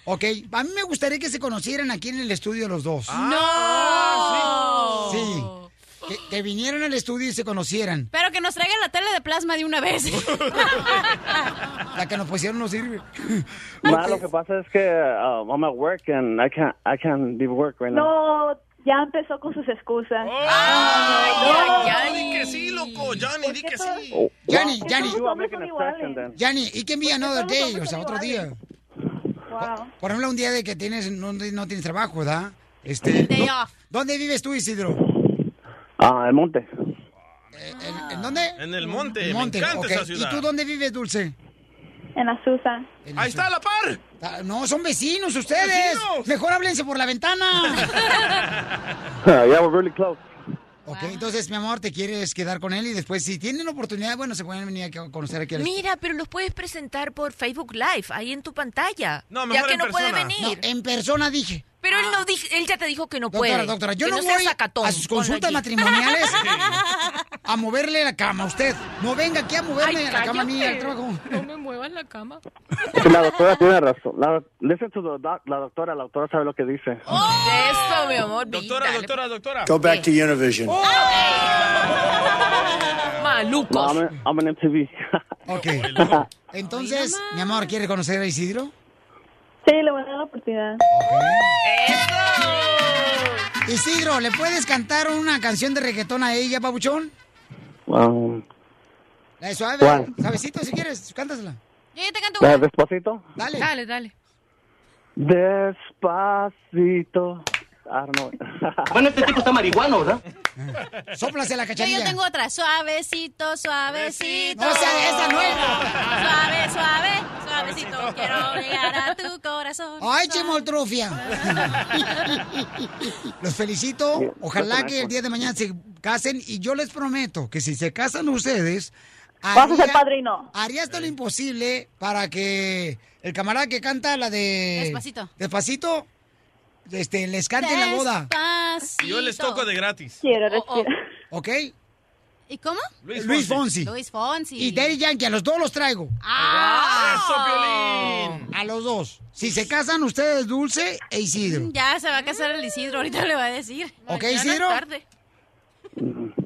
Speaker 1: ok, a mí me gustaría que se conocieran aquí en el estudio los dos.
Speaker 2: Ah. ¡No!
Speaker 1: Sí. Que, que vinieran al estudio y se conocieran.
Speaker 2: Pero que nos traigan la tele de plasma de una vez.
Speaker 1: La que nos pusieron no sirve.
Speaker 13: Nah, lo que pasa es que um, I'm at work and I can't, I can't leave work right now.
Speaker 15: No, ya empezó con sus excusas.
Speaker 1: Oh.
Speaker 15: Ah.
Speaker 7: Ya di que sí, loco. Johnny, di que sí.
Speaker 13: Oh,
Speaker 1: Johnny, Johnny.
Speaker 13: You are making an exception then.
Speaker 1: Johnny, ¿y qué envía
Speaker 2: Pues
Speaker 1: another day? O sea, otro día.
Speaker 15: Wow.
Speaker 1: Por ejemplo, un día de que tienes no, no tienes trabajo, ¿verdad? Este,
Speaker 2: Day
Speaker 1: ¿dó-
Speaker 2: off.
Speaker 1: ¿Dónde vives tú, Isidro?
Speaker 13: Ah, el monte.
Speaker 1: ¿En, en dónde?
Speaker 7: En el monte, Eh, me encanta esa
Speaker 1: ok.
Speaker 7: ciudad.
Speaker 1: ¿Y tú dónde vives, Dulce?
Speaker 15: En Azusa.
Speaker 7: Ahí está la par.
Speaker 1: Ah, No, son vecinos ustedes. Mejor háblense por la ventana.
Speaker 13: yeah, we're really close.
Speaker 1: ok, entonces, mi amor, te quieres quedar con él y después, si tienen oportunidad, bueno, se pueden venir a conocer aquí. al-
Speaker 4: Mira, pero los puedes presentar por Facebook Live, ahí en tu pantalla.
Speaker 1: No,
Speaker 4: ya
Speaker 1: mejor
Speaker 4: que
Speaker 1: en
Speaker 4: no puede
Speaker 1: persona. Ah.
Speaker 4: venir.
Speaker 1: en persona dije.
Speaker 4: Pero él, no dij- él ya te dijo que no
Speaker 1: Doctora,
Speaker 4: puede.
Speaker 1: doctora, yo
Speaker 4: que
Speaker 1: no,
Speaker 4: sea
Speaker 1: voy
Speaker 4: sacatón.
Speaker 1: a sus
Speaker 4: Ponlo
Speaker 1: consultas
Speaker 4: allí.
Speaker 1: matrimoniales a moverle la cama a usted. No venga aquí a moverme la cama mía al trabajo.
Speaker 4: No me muevas la cama.
Speaker 13: La doctora tiene razón. La, listen to the doc- la doctora, la doctora sabe lo que dice.
Speaker 4: Eso, mi amor.
Speaker 7: Doctora, doctora, doctora.
Speaker 13: Go back to Univision.
Speaker 4: Malucos.
Speaker 13: No, I'm, in- I'm on MTV.
Speaker 1: Ok. Entonces, mi amor, ¿quiere conocer a Isidro?
Speaker 15: Sí, le voy a dar la oportunidad.
Speaker 1: Isidro, ¿le puedes cantar una canción de reggaetón a ella, babuchón?
Speaker 13: Um,
Speaker 1: La de suave.
Speaker 13: ¿Cuál?
Speaker 1: Suavecito, si quieres, cántasela.
Speaker 2: Yo ya te canto
Speaker 13: ¿la
Speaker 2: una.
Speaker 13: despacito?
Speaker 1: Dale.
Speaker 2: Dale, dale.
Speaker 13: Despacito. I don't know. bueno, este tipo está marihuano, ¿verdad?
Speaker 1: Sóplase la
Speaker 2: Yo,
Speaker 1: cacharilla.
Speaker 2: yo tengo otra. Suavecito, suavecito.
Speaker 1: No, esa- esa no
Speaker 2: Suave, suave, suavecito. Quiero llegar a tu corazón.
Speaker 1: ¡Ay, chimoltrufia! Los felicito. Ojalá que el día de mañana se casen y yo les prometo que si se casan ustedes...
Speaker 15: Vas a ser padrino.
Speaker 1: Haría hasta lo imposible para que el camarada que canta la de...
Speaker 2: Despacito.
Speaker 1: Despacito, este, les cante en la boda.
Speaker 7: Yo les toco de gratis.
Speaker 1: ¿Ok?
Speaker 2: ¿Y cómo?
Speaker 1: Luis Luis Fonsi. Fonsi.
Speaker 2: Luis Fonsi.
Speaker 1: Y Daddy Yankee, a los dos los traigo.
Speaker 2: ¡Ah! ¡Eso,
Speaker 1: A los dos. Si se casan ustedes, Dulce e Isidro.
Speaker 2: Ya se va a casar el Isidro, ahorita le va a decir.
Speaker 1: Ok,
Speaker 2: Mañana
Speaker 1: Isidro.
Speaker 2: tarde.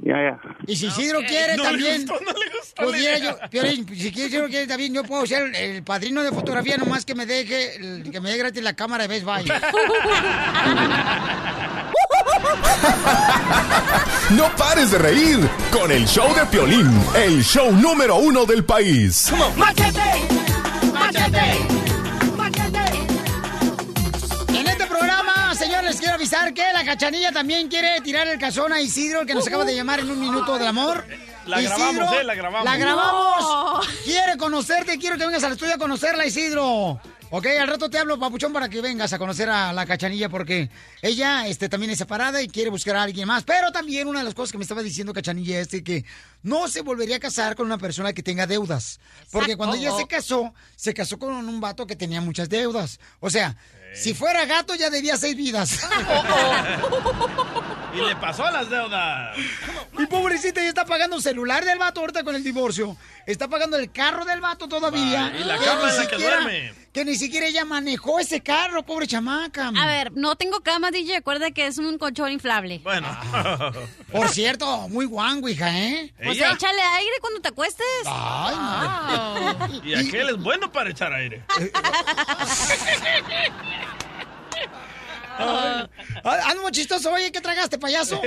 Speaker 13: Ya, ya.
Speaker 1: Y si Isidro
Speaker 2: Ok.
Speaker 1: quiere
Speaker 2: Eh, No le
Speaker 1: también...
Speaker 2: gustó, no le gustó la
Speaker 1: Pudiera
Speaker 2: idea.
Speaker 1: Pues yo, Piolín, si quiere, si no quiere también, yo puedo ser el, el padrino de fotografía, nomás que me deje, el- que me dé gratis la cámara de Best Buy.
Speaker 9: No pares de reír con el show de Piolín, el show número uno del país.
Speaker 1: En este programa, señores, les quiero avisar que la cachanilla también quiere tirar el cazón a Isidro, que nos acaba de llamar en un minuto del amor.
Speaker 7: La grabamos, eh, la grabamos.
Speaker 1: La grabamos. Quiere conocerte, quiero que vengas al estudio a conocerla, Isidro. Ok, al rato te hablo, papuchón, para que vengas a conocer a la cachanilla, porque ella este, también es separada y quiere buscar a alguien más. Pero también una de las cosas que me estaba diciendo cachanilla es de que no se volvería a casar con una persona que tenga deudas. Porque cuando ella se casó, se casó con un vato que tenía muchas deudas. O sea, si fuera gato ya debía seis vidas.
Speaker 7: Y le pasó las deudas.
Speaker 1: Y pobrecita, ella está pagando el celular del vato ahorita con el divorcio. Está pagando el carro del vato todavía.
Speaker 7: Y la
Speaker 1: Que
Speaker 7: cama
Speaker 1: ni
Speaker 7: en la que
Speaker 1: siquiera-
Speaker 7: duerme.
Speaker 1: Que ni siquiera ella manejó ese carro, pobre chamaca.
Speaker 2: A ver, no tengo cama, DJ. Acuerda que es un colchón inflable.
Speaker 7: Bueno.
Speaker 1: Ah, Por cierto, muy guango, hija, ¿eh?
Speaker 2: O sea, échale aire cuando te acuestes. Ah,
Speaker 1: Ay,
Speaker 7: Y aquel es bueno para echar aire.
Speaker 1: Ah, Ando muy chistoso, oye, ¿qué tragaste, payaso?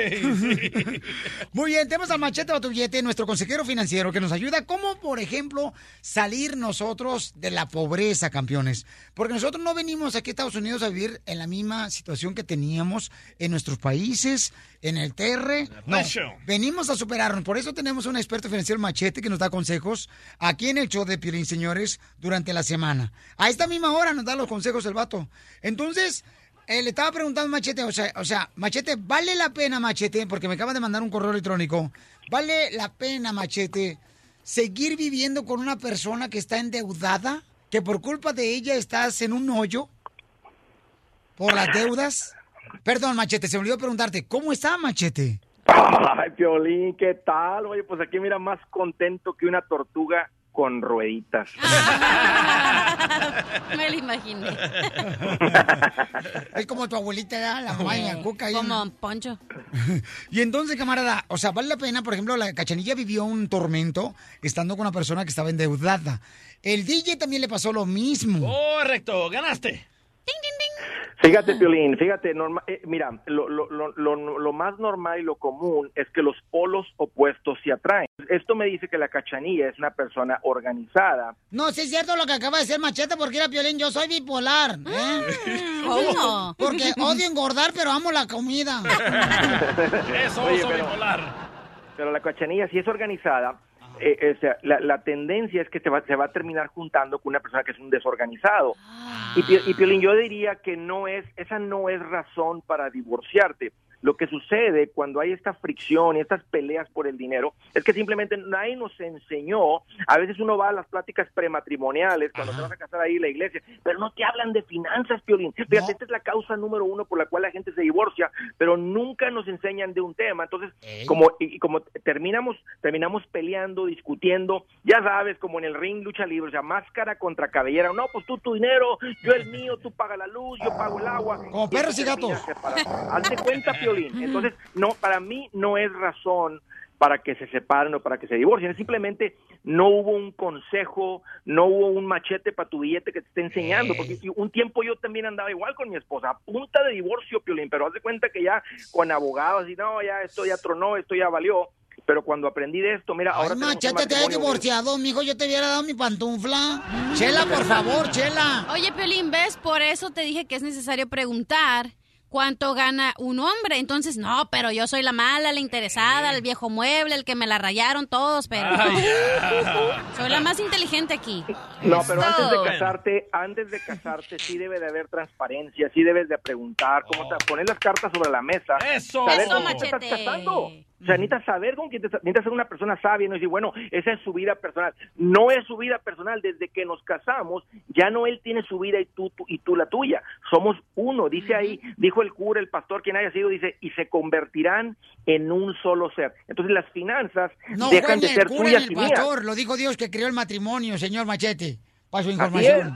Speaker 1: Muy bien, tenemos al machete o billete, nuestro consejero financiero, que nos ayuda cómo, por ejemplo, salir nosotros de la pobreza, campeones. Porque nosotros no venimos aquí a Estados Unidos a vivir en la misma situación que teníamos en nuestros países, en el terre. No,
Speaker 7: rancho.
Speaker 1: venimos a superarnos. Por eso tenemos un experto financiero, Machete, que nos da consejos aquí en el show de Piolín, señores, durante la semana. A esta misma hora nos da los consejos el vato. Entonces... Eh, le estaba preguntando Machete, o sea, o sea, Machete, ¿vale la pena, Machete? Porque me acaba de mandar un correo electrónico. ¿Vale la pena, Machete, seguir viviendo con una persona que está endeudada? ¿Que por culpa de ella estás en un hoyo? ¿Por las deudas? Perdón, Machete, se me olvidó preguntarte, ¿cómo está, Machete?
Speaker 6: Ay, Piolín, ¿qué tal? Oye, pues aquí mira, más contento que una tortuga con rueditas.
Speaker 2: Me lo imaginé.
Speaker 1: Es como tu abuelita, ¿verdad? la maña, cuca. ahí en-
Speaker 2: Como Poncho.
Speaker 1: Y entonces, camarada, o sea, vale la pena, por ejemplo, la cachanilla vivió un tormento estando con una persona que estaba endeudada. El DJ también le pasó lo mismo.
Speaker 6: Oh.
Speaker 7: Correcto, ganaste.
Speaker 6: Fíjate, Piolín, fíjate, norma- eh, mira, lo, lo- lo- lo- lo más normal y lo común es que los polos opuestos se atraen. Esto me dice que la cachanilla es una persona organizada.
Speaker 1: No, sí es cierto lo que acaba de decir Machete, porque era Piolín, yo soy bipolar. ¿eh?
Speaker 6: Ah, ¿cómo?
Speaker 1: Porque odio engordar, pero amo la comida.
Speaker 7: Eso,
Speaker 6: Oye,
Speaker 7: oso
Speaker 6: pero-
Speaker 7: bipolar.
Speaker 6: Pero la cachanilla, si es organizada, eh, eh, o sea, la, la tendencia es que te va- se va a terminar juntando con una persona que es un desorganizado. Y, Pio- y Piolín, yo diría que no es, esa no es razón para divorciarte. Lo que sucede cuando hay esta fricción y estas peleas por el dinero es que simplemente nadie nos enseñó. A veces uno va a las pláticas prematrimoniales cuando te vas a casar ahí en la iglesia, pero no te hablan de finanzas, Piolín. Fíjate, esta es la causa número uno por la cual la gente se divorcia, pero nunca nos enseñan de un tema. Entonces, como y, y como terminamos terminamos peleando, discutiendo, ya sabes, como en el ring lucha libre, o sea, máscara contra cabellera. No, pues tú tu dinero, yo el mío, tú pagas la luz, yo pago el agua.
Speaker 1: Como perros y gatos.
Speaker 6: Hazte cuenta, Piolín. Entonces, no, para mí no es razón para que se separen o para que se divorcien. Es Simplemente no hubo un consejo, no hubo un machete para tu billete que te esté enseñando. Porque si un tiempo
Speaker 5: pues
Speaker 6: yo también andaba igual con mi esposa, a punta de divorcio, Piolín. Pero haz de cuenta que ya con abogados y no, ya esto ya tronó, esto ya valió. Pero cuando aprendí de esto, mira,
Speaker 1: Ay,
Speaker 6: ahora... tenemos un
Speaker 1: Machete, te has
Speaker 6: matrimonio unido.
Speaker 1: divorciado, mijo, yo te hubiera dado mi pantufla. Chela, por favor, chela.
Speaker 2: Oye, Piolín, ¿ves? Por eso te dije que es necesario preguntar cuánto gana un hombre. Entonces, no, pero yo soy la mala, la interesada, el viejo mueble, el que me la rayaron todos, pero... Soy la más inteligente aquí.
Speaker 6: No, pero antes de casarte, antes de casarte sí debe de haber transparencia, sí debes de preguntar,
Speaker 1: Oh.
Speaker 6: cómo te, poner las cartas sobre la mesa.
Speaker 7: Eso.
Speaker 6: saber
Speaker 2: Eso,
Speaker 6: con quién te estás
Speaker 2: machete.
Speaker 6: casando. O sea, necesitas saber con quién te estás, necesitas ser una persona sabia y no decir, bueno, esa es su vida personal. No es su vida personal, desde que nos casamos, ya no él tiene su vida y tú, tú- y tú la tuya. Somos uno, dice ahí, dijo el cura, el pastor, quien haya sido, dice, y se convertirán en un solo ser. Entonces las finanzas
Speaker 1: No,
Speaker 6: dejan
Speaker 1: fue
Speaker 6: de
Speaker 1: ni
Speaker 6: ser
Speaker 1: el cura
Speaker 6: tuyas
Speaker 1: ni el
Speaker 6: y mías.
Speaker 1: pastor, lo dijo Dios que creó el matrimonio, señor Machete. Para su
Speaker 6: Así
Speaker 1: información.
Speaker 6: es.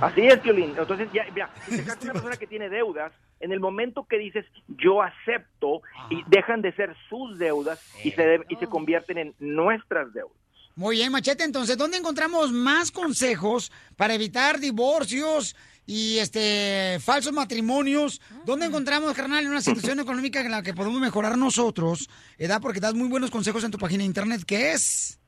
Speaker 6: Así es, Piolín. Entonces, ya, mira, si te casas con una persona que tiene deudas, en el momento que dices yo acepto,
Speaker 1: Ah.
Speaker 6: y dejan de ser sus deudas y se, de- y se convierten en nuestras deudas.
Speaker 1: Muy bien, Machete. Entonces, ¿dónde encontramos más consejos para evitar divorcios y este falsos matrimonios? ¿Dónde encontramos, carnal, una situación económica en la que podemos mejorar nosotros? Edad, porque das muy buenos consejos en tu página de internet, que es?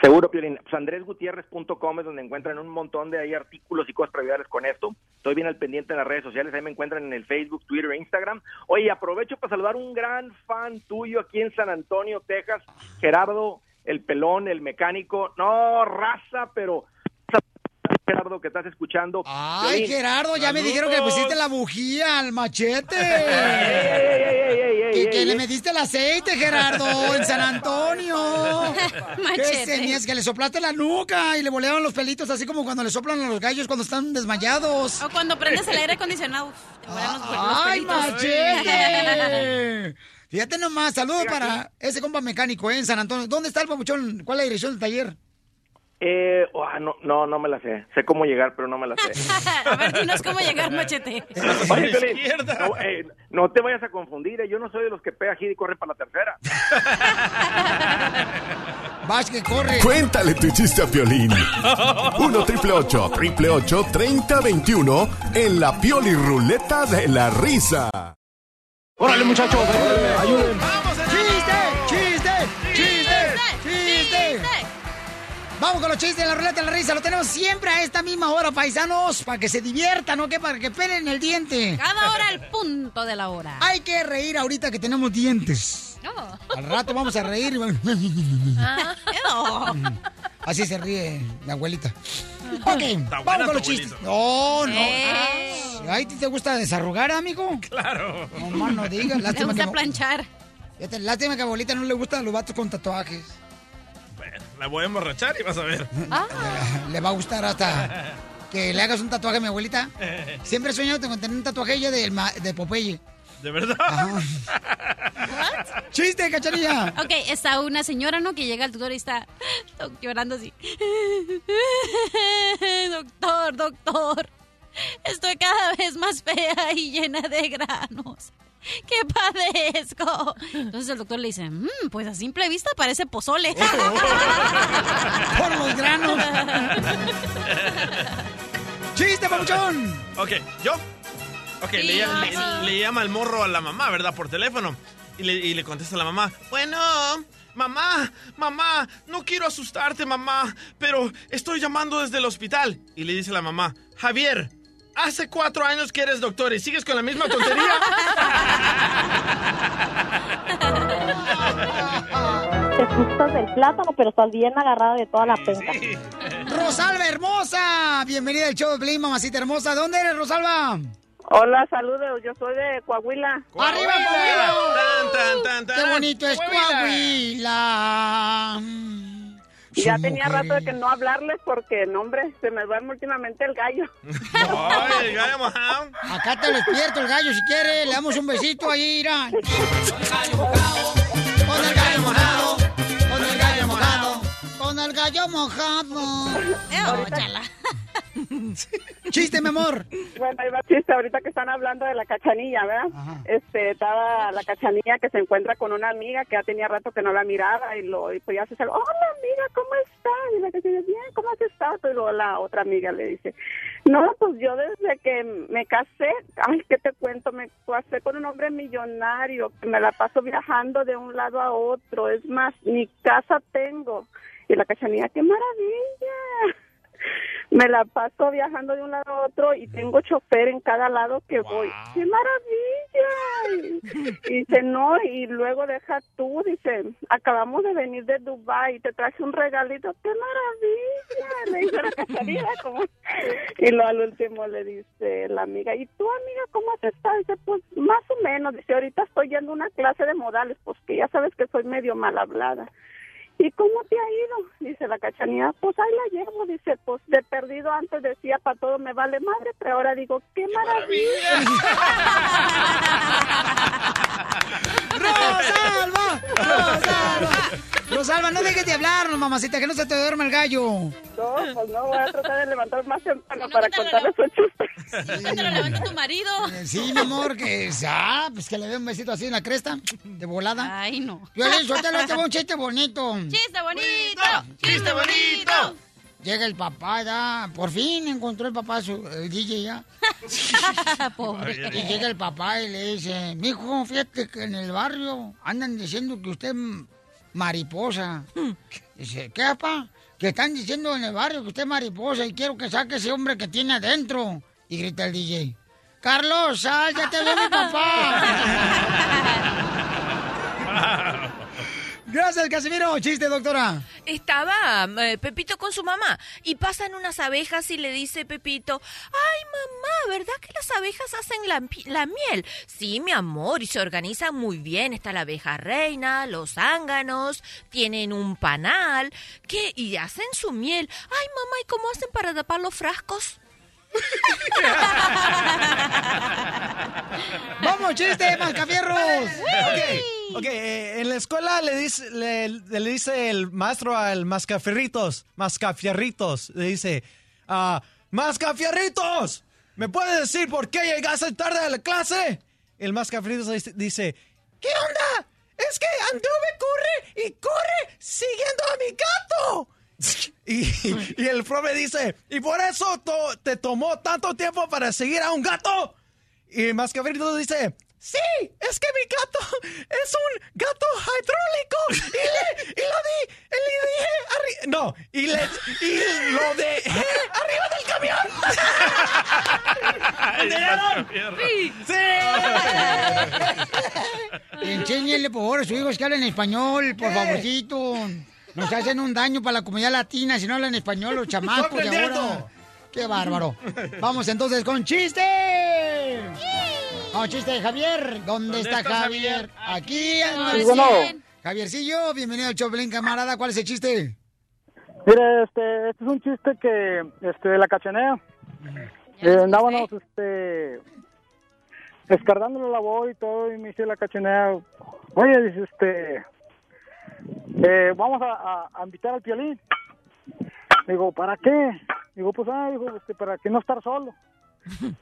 Speaker 6: Seguro, Piolín. Pues andresgutierrez.com es donde encuentran un montón de ahí artículos y cosas para ayudarles con esto. Estoy bien al pendiente en las redes sociales. Ahí me encuentran en el Facebook, Twitter e Instagram. Oye, aprovecho para saludar un gran fan tuyo aquí en San Antonio, Texas, Gerardo, el pelón, el mecánico. No, raza, pero
Speaker 16: Gerardo, que estás escuchando.
Speaker 1: Ay,
Speaker 16: Piolín.
Speaker 1: Gerardo, ya me dijeron que le pusiste la bujía al machete. que que le metiste el aceite, Gerardo, en San Antonio.
Speaker 2: Machete.
Speaker 1: ¿Qué tenías? Que le soplaste la nuca y le volaron los pelitos, así como cuando le soplan a los gallos cuando están desmayados.
Speaker 2: O cuando prendes el aire acondicionado, uf, te vuelan los, los
Speaker 1: ¡Ay,
Speaker 2: pelitos.
Speaker 1: machete! Fíjate nomás, saludos para ese compa mecánico eh, en San Antonio. ¿Dónde está el papuchón? ¿Cuál es la dirección del taller?
Speaker 16: Eh, ah, no, no, no me la sé. Sé cómo llegar, pero no me la sé.
Speaker 2: A ver, dinos cómo llegar, machete.
Speaker 16: Oye, Piolín, no, eh, no te vayas a confundir, eh, yo no soy de los que pega gira y corre para la tercera.
Speaker 1: Vas que corre.
Speaker 9: Cuéntale tu chiste a Piolín. 1 triple 8 triple 8 3021 en la Pioli Ruleta de la Risa.
Speaker 8: Órale, muchachos, ayúdenme, ayúdenme.
Speaker 1: ¡Chiste! ¡Chiste! ¡Chiste! ¡Chiste! Vamos con los chistes de la ruleta de la risa. Lo tenemos siempre a esta misma hora, paisanos, para que se diviertan, ¿no? Que para que pelen el diente.
Speaker 2: Cada hora al punto de la hora.
Speaker 1: Hay que reír ahorita que tenemos dientes.
Speaker 2: No.
Speaker 1: Al rato vamos a reír.
Speaker 2: Ah, ew.
Speaker 1: Así se ríe la abuelita.
Speaker 2: Ah.
Speaker 1: Ok,
Speaker 2: Está
Speaker 1: vamos
Speaker 2: buena
Speaker 1: con
Speaker 2: tu
Speaker 1: los chistes.
Speaker 2: abuelita.
Speaker 1: No, no.
Speaker 2: Eh.
Speaker 1: Ay, ¿te gusta desarrugar, amigo?
Speaker 7: Claro.
Speaker 1: No, más no digas.
Speaker 2: Le
Speaker 1: Lástima
Speaker 2: gusta
Speaker 1: que,
Speaker 2: planchar.
Speaker 1: Fíjate, lástima que a abuelita no le gustan los vatos con tatuajes.
Speaker 7: Bueno, la voy a emborrachar y vas a ver.
Speaker 1: Le va a gustar hasta que le hagas un tatuaje a mi abuelita. Siempre he soñado con tener un tatuaje ella de, de Popeye.
Speaker 7: ¿De verdad?
Speaker 1: ¡Chiste, cacharilla!
Speaker 2: Ok, está una señora, ¿no? Que llega al doctor y está doc- llorando así. Doctor, doctor. Estoy cada vez más fea y llena de granos. ¿Qué padezco? Entonces el doctor le dice, "Mm, pues a simple vista parece pozole.
Speaker 1: ¡Por los granos! ¡Chiste, papuchón!
Speaker 7: Ok, ¿yo? Ok, le,
Speaker 8: Sí,
Speaker 7: llama-
Speaker 8: sí.
Speaker 7: le- le llama el morro a la mamá, ¿verdad? Por teléfono. Y le, y le contesta la mamá, bueno, mamá, mamá, no quiero asustarte, mamá, pero estoy llamando desde el hospital. Y le dice la mamá, Javier, hace cuatro años que eres doctor y sigues con la misma tontería.
Speaker 15: Te gustas del plátano, pero estás bien agarrada de toda la penca.
Speaker 1: ¡Rosalba hermosa! Bienvenida al show de Play, mamacita hermosa. ¿De ¿Dónde eres, Rosalba?
Speaker 10: Hola, saludos. Yo soy de Coahuila.
Speaker 1: ¡Arriba, Coahuila! ¡Qué bonito es Coahuila!
Speaker 10: Y ya
Speaker 1: Su
Speaker 10: tenía
Speaker 1: mujer
Speaker 10: rato de que no hablarles porque, no, hombre, se me duerme últimamente el gallo.
Speaker 7: Ay, gallo mojado.
Speaker 1: Acá te lo despierto el gallo si quiere. Le damos un besito ahí, irán. Con el gallo mojado. Con el gallo mojado. Con el gallo mojado. Chiste, mi amor.
Speaker 10: Bueno, ahí va el chiste. Ahorita que están hablando de la cachanilla, ¿verdad? Este, estaba la cachanilla que se encuentra con una amiga que ya tenía rato que no la miraba y, lo, y pues ya se salió. Hola, amiga, ¿cómo estás? Y la cachanilla, bien, ¿cómo has estado? Y luego la otra amiga le dice, no, pues yo desde que me casé, ay, ¿qué te cuento? Me casé con un hombre millonario que me la paso viajando de un lado a otro. Es más, ni casa tengo. Y la cachanilla, qué maravilla. Me la paso viajando de un lado a otro y tengo chofer en cada lado que voy. ¡Qué maravilla! Y dice, no, y luego deja tú, dice, acabamos de venir de Dubai te traje un regalito. ¡Qué maravilla! Le dice la cacharilla, como... Y luego al último le dice la amiga, ¿y tú, amiga, cómo has estado? Dice, pues más o menos. Dice, ahorita estoy yendo a una clase de modales, pues que ya sabes que soy medio mal hablada. ¿Y cómo te ha ido? Dice la cachanilla. Pues ahí la llevo, dice. Pues de perdido antes decía, para todo me vale madre, pero ahora digo, qué maravilla.
Speaker 1: ¡Rosalba! ¡Rosalba! Rosalba, no dejes de hablarnos, mamacita, que no se te duerma el gallo.
Speaker 10: No, pues no, voy a tratar de levantar más temprano para contarles un chiste.
Speaker 2: Te lo levanta tu marido.
Speaker 1: Sí, mi amor, que ah, pues que le dé un besito así en la cresta, de volada.
Speaker 2: Ay, no.
Speaker 1: Violín, suéltalo, te va un chiste bonito.
Speaker 2: Chiste bonito.
Speaker 1: ¡Chiste bonito! Llega el papá, ya. Por fin encontró el papá, su, el DJ ya. Y llega el papá y le dice, mijo, fíjate que en el barrio andan diciendo que usted es mariposa.
Speaker 2: Hmm.
Speaker 1: Dice, ¿qué, papá? Que están diciendo en el barrio que usted es mariposa y quiero que saque ese hombre que tiene adentro. Y grita el DJ, Carlos, sal, ya te veo mi papá. Gracias, Casimiro. Chiste, doctora.
Speaker 4: estaba eh, Pepito con su mamá y pasan unas abejas y le dice Pepito, ay mamá, ¿verdad que las abejas hacen la, pi- la miel? Sí, mi amor, y se organizan muy bien. Está la abeja reina, los zánganos, tienen un panal, que y hacen su miel. Ay mamá, ¿y cómo hacen para tapar los frascos?
Speaker 1: ¡Vamos, chiste, mascafierros!
Speaker 3: Ok, ok, eh, en la escuela le dice, le, le dice el maestro al mascafierritos, mascafierritos, le dice, ah, mascafierritos, ¿me puedes decir por qué llegaste tarde a la clase? El mascafierritos le dice- dice, "Ah, ¿qué onda? Es que anduve, corre y corre siguiendo a mi gato. Y, y el profe dice, ¿y por eso to- te tomó tanto tiempo para seguir a un gato? Y Mascafierritos dice, sí, es que mi gato es un gato hidráulico. Y, le, y lo di, y le dije, arri- no, y, le, y lo dejé arriba del camión. ¿Entendieron?
Speaker 1: Enséñenle, por favor, a sus hijos que hablen español, por favorcito. Nos hacen un daño para la comunidad latina si no hablan español los chamacos de
Speaker 12: aprendiendo.
Speaker 1: ahora. ¡Qué bárbaro! Vamos entonces con chiste. Vamos, chiste, Javier. ¿Dónde, está,
Speaker 12: está
Speaker 1: Javier?
Speaker 12: Javier?
Speaker 1: Aquí. anda
Speaker 12: Sí, bueno.
Speaker 1: recién. Javiercillo, bienvenido al Choplin, camarada. ¿Cuál es el chiste?
Speaker 17: Mira, este, este es un chiste que, este, la cachanea. Eh, andábamos, este, descargando la labor y todo, y me dice la cachanea, oye, dice, este, eh, vamos a, a- a invitar al piolín. Digo, ¿para qué? Digo, pues, ah, digo, este, para que no estar solo.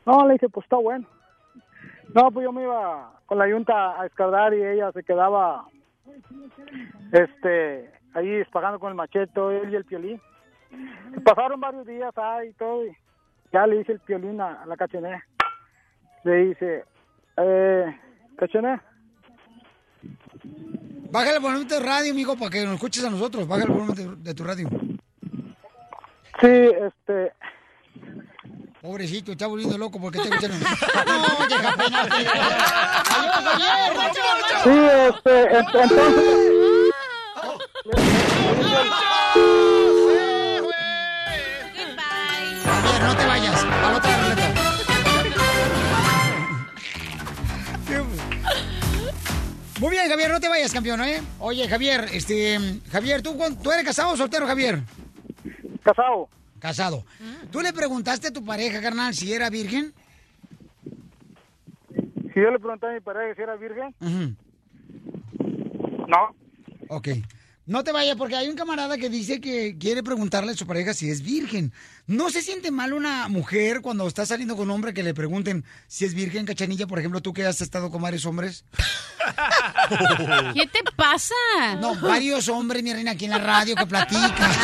Speaker 17: No, le dije, pues, está bueno. No, pues yo me iba con la yunta a descargar y ella se quedaba este, ahí despagando con el machete, él y el piolín. Pasaron varios días ahí y todo, y ya le dice el piolín a, a la cachenea. Le dice, eh, cachenea,
Speaker 1: Baja el volumen de tu radio, amigo, para que nos escuches a nosotros. Baja el volumen de, de tu radio.
Speaker 17: sí, este,
Speaker 1: Pobrecito, está volviendo loco porque te escuchan. ¡No, deja pena! ¡Adiós, Javier!
Speaker 17: sí, este, en- entonces...
Speaker 1: Javier, no te vayas. A la otra ruleta. Muy bien, Javier, no te vayas, campeón, ¿eh? Oye, Javier, este... Javier, ¿tú, cuán- ¿tú eres casado o soltero, Javier?
Speaker 17: Casado. Mm.
Speaker 1: Casado. ¿Tú le preguntaste a tu pareja, carnal, si era virgen?
Speaker 17: Si yo le pregunté a mi pareja si era virgen,
Speaker 1: Ujú.
Speaker 17: no,
Speaker 1: Ok. No te vayas porque hay un camarada que dice que quiere preguntarle a su pareja si es virgen. ¿No se siente mal una mujer cuando está saliendo con un hombre que le pregunten si es virgen, cachanilla? Por ejemplo, tú que has estado con varios hombres.
Speaker 2: ¿Qué te pasa?
Speaker 1: No, varios hombres, mi reina, aquí en la radio que platicas.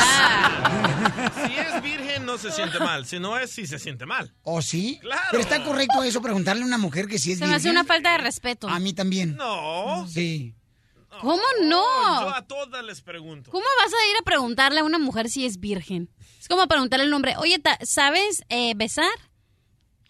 Speaker 7: Si es virgen, no se siente mal. Si no es, sí se siente mal.
Speaker 1: ¿O ¿Oh, sí?
Speaker 7: Claro.
Speaker 1: Pero está correcto eso, preguntarle a una mujer que si es
Speaker 2: Se me
Speaker 1: virgen.
Speaker 2: hace una falta de respeto.
Speaker 1: A mí también.
Speaker 2: Oh,
Speaker 7: No.
Speaker 1: Sí.
Speaker 2: ¿Cómo
Speaker 7: Yo
Speaker 2: no?
Speaker 7: a todas les pregunto.
Speaker 2: ¿Cómo vas a ir a preguntarle a una mujer si es virgen? Es como preguntarle al hombre, oye, ta- ¿sabes eh, besar?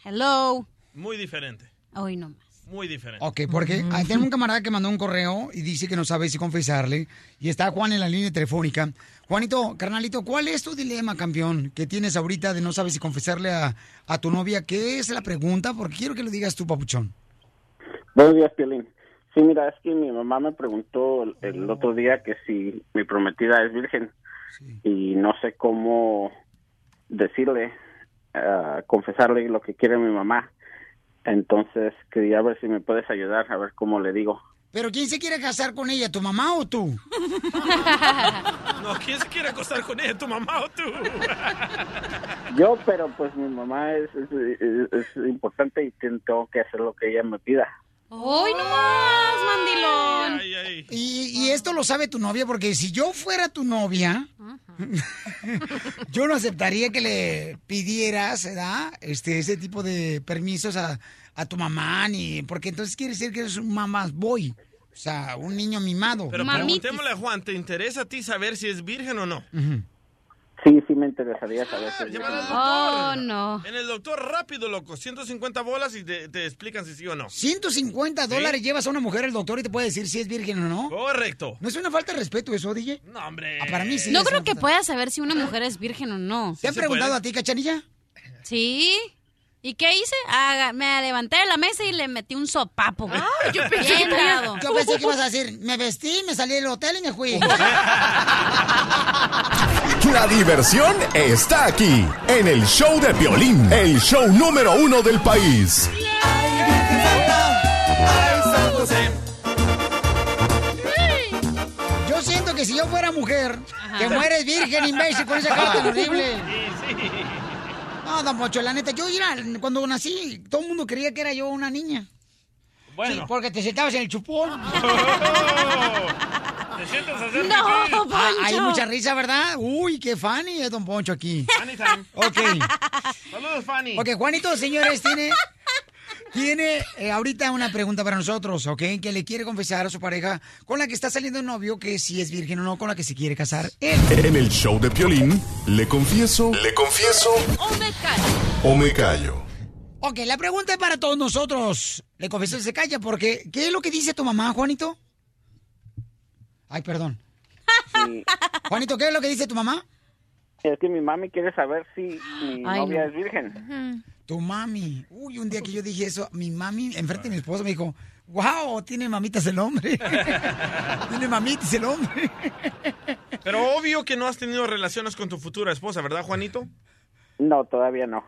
Speaker 2: Hello.
Speaker 7: Muy diferente.
Speaker 2: Hoy no más. Mm.
Speaker 7: Muy diferente.
Speaker 1: Ok, porque ah, tenemos un camarada que mandó un correo y dice que no sabe si confesarle. Y está Juan en la línea telefónica. Juanito, carnalito, ¿cuál es tu dilema, campeón, que tienes ahorita de no saber si confesarle a, a tu novia? ¿Qué es la pregunta? Porque quiero que lo digas tú, papuchón.
Speaker 18: Buenos días, Piolín. Sí, mira, es que mi mamá me preguntó el- el otro día que si mi prometida es virgen y no sé cómo decirle, ah, confesarle lo que quiere mi mamá. Entonces quería ver si me puedes ayudar, a ver cómo le digo.
Speaker 1: ¿Pero quién se quiere casar con ella, tu mamá o tú?
Speaker 7: No, ¿quién se quiere acostar con ella, tu mamá o tú?
Speaker 18: Yo, pero pues mi mamá es, es, es- es importante y ten- tengo que hacer lo que ella me pida.
Speaker 2: ¡Hoy no más, mandilón!
Speaker 1: Y, y esto lo sabe tu novia, porque si yo fuera tu novia, yo no aceptaría que le pidieras, ¿verdad? Este, ese tipo de permisos a, a tu mamá, ni, porque entonces quiere decir que eres un mamás boy, o sea, un niño mimado.
Speaker 7: Pero preguntémosle a Juan, ¿te interesa a ti saber si es virgen o no?
Speaker 18: Sí, sí me interesaría saber. si es
Speaker 7: Llamar al
Speaker 18: virgen.
Speaker 7: doctor.
Speaker 2: Oh, no.
Speaker 7: En el doctor rápido, loco. 150 bolas y te, te explican si sí o no.
Speaker 1: 150 dólares llevas a una mujer al doctor y te puede decir si es virgen o no.
Speaker 7: Correcto.
Speaker 1: ¿No es una falta de respeto eso, DJ?
Speaker 7: No, hombre.
Speaker 1: Ah, para mí sí.
Speaker 2: No
Speaker 1: es
Speaker 2: creo
Speaker 1: una
Speaker 2: que
Speaker 1: falta.
Speaker 2: puedas saber si una mujer es virgen o no.
Speaker 1: ¿Te han preguntado a ti, cachanilla?
Speaker 2: Sí. ¿Y qué hice? Ah, me levanté de la mesa y le metí un sopapo.
Speaker 7: Ah,
Speaker 1: yo
Speaker 2: pensé que te-
Speaker 1: Yo pensé que ibas a decir, me vestí, me salí del hotel y me fui.
Speaker 9: La diversión está aquí, en el show de Piolín, el show número uno del país.
Speaker 1: Yo siento que si yo fuera mujer, te mueres virgen, imbécil, con esa cara tan horrible. No, don Pocho, la neta, yo mira, cuando nací, todo el mundo creía que era yo una niña.
Speaker 7: Bueno.
Speaker 1: Sí, porque te sentabas en el chupón.
Speaker 7: ¿Te sientas a hacer
Speaker 1: Ah,
Speaker 7: pipí?
Speaker 1: Hay mucha risa, ¿verdad? Uy, qué funny es don Poncho aquí.
Speaker 7: Funny time.
Speaker 1: Ok.
Speaker 7: Saludos, Fanny.
Speaker 1: Ok, Juanito, señores, tiene, tiene eh, ahorita una pregunta para nosotros, ¿ok? Que le quiere confesar a su pareja con la que está saliendo un novio que si es virgen o no, con la que se quiere casar él.
Speaker 9: En el show de Piolín, le confieso, le confieso o me callo.
Speaker 1: Ok, la pregunta es para todos nosotros. Le confesó se calla porque ¿qué es lo que dice tu mamá, Juanito? Ay, perdón. Juanito, ¿qué es lo que dice tu mamá?
Speaker 18: Es que mi mami quiere saber si mi
Speaker 1: Ay,
Speaker 18: novia
Speaker 1: no.
Speaker 18: es virgen.
Speaker 1: Tu mami. Uy, un día que yo dije eso, mi mami, enfrente de mi esposo, me dijo, wow, tiene mamitas el hombre. tiene mamitas el hombre.
Speaker 7: Pero obvio que no has tenido relaciones con tu futura esposa, ¿verdad, Juanito?
Speaker 18: No, todavía no.